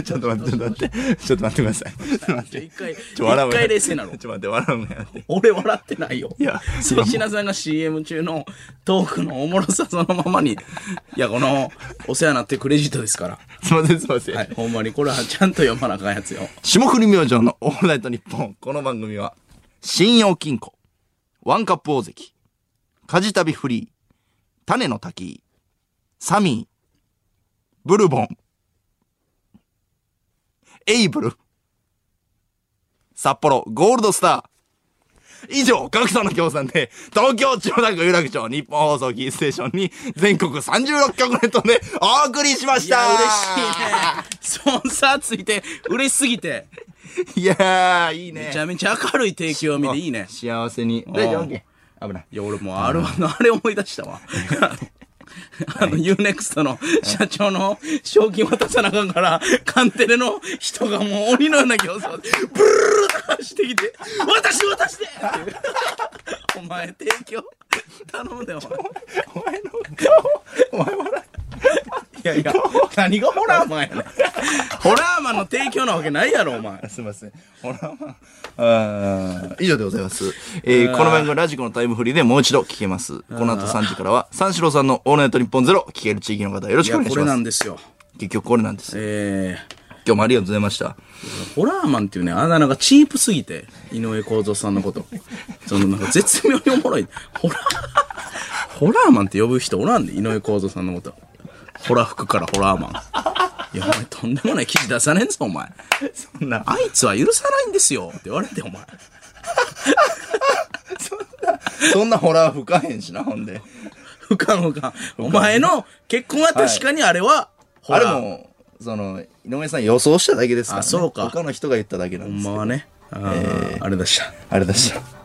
Speaker 1: ちょっと待って、ちょっと待って。ちょっと待ってください。ちょっと待って。
Speaker 2: 一回、
Speaker 1: ちょ笑う
Speaker 2: 一回冷静なの
Speaker 1: ちょっ。と待って、笑うのやめて。
Speaker 2: 俺笑ってないよ。
Speaker 1: いや
Speaker 2: 粗品さんが CM 中のトークのおもろさそのままに、いや、この、お世話になってクレジットですから。
Speaker 1: すいません、すいません。
Speaker 2: はい、ほんまにこれはちゃんと読まなあかんやつよ。
Speaker 1: 霜降り明星のオールナイトニッポン。この番組は、信用金庫、ワンカップ大関、カジタビフリー、種の滝、サミー、ブルボン、エイブル、札幌ゴールドスター。以上、各社の協賛で、東京、千代田区、有楽町、日本放送キーステーションに、全国36局ネットでお送りしまし
Speaker 2: いや
Speaker 1: た、
Speaker 2: 嬉しいね。スポンサーついて、嬉しすぎて、
Speaker 1: しいね。いやー、いいね。
Speaker 2: めちゃめちゃ明るい提供見でいいね。
Speaker 1: 幸せに。
Speaker 2: ん
Speaker 1: 大丈夫 OK 危ない。
Speaker 2: いや、俺もう R1 のあれ思い 出したわ。あの、UNEXT の社長の賞金渡さなあかんから、カンテレの人がもう鬼のような形相で、ブルルルルル走ってきて、私渡してっていうお前、提供、頼むで、お前。お前の、お前笑い。いやいや、何がホラーマンやねん。ホラーマンの提供なわけないやろ、お前。
Speaker 1: すいません。ほら、まあー、以上でございます。えーこの番組はラジコのタイムフリーでもう一度聞けます。この後3時からは、三四郎さんのオールナイト日本ゼロ、聞ける地域の方よろ
Speaker 2: い
Speaker 1: しくお
Speaker 2: や、
Speaker 1: 願い
Speaker 2: こ
Speaker 1: し
Speaker 2: れ
Speaker 1: ま
Speaker 2: な
Speaker 1: す
Speaker 2: ん。ですよ。
Speaker 1: 結局これなんです。
Speaker 2: えー。
Speaker 1: 今日もありがとうございました。
Speaker 2: ホラーマンっていうね、あだ名がチープすぎて、井上公造さんのこと。そのなんか絶妙におもろい。ホラー、ホラーマンって呼ぶ人おらんで、井上公造さんのこと。ホラ服からホラーマン。いや、お前とんでもない記事出されんぞ、お前。そんな。あいつは許さないんですよって言われて、お前。
Speaker 1: そんなホラー吹かへんしな、ほんで。
Speaker 2: ふかんふかん。お前の結婚は確かにあれは、ホ
Speaker 1: あ
Speaker 2: ラ
Speaker 1: れ
Speaker 2: ー。
Speaker 1: も、その、井上さん予想しただけですから、ね。
Speaker 2: あそうか
Speaker 1: 他の人が言っただけな
Speaker 2: ほ
Speaker 1: んで
Speaker 2: ん
Speaker 1: すけ
Speaker 2: ま
Speaker 1: ど。
Speaker 2: はね。
Speaker 10: あーあれでした。
Speaker 2: あれでした。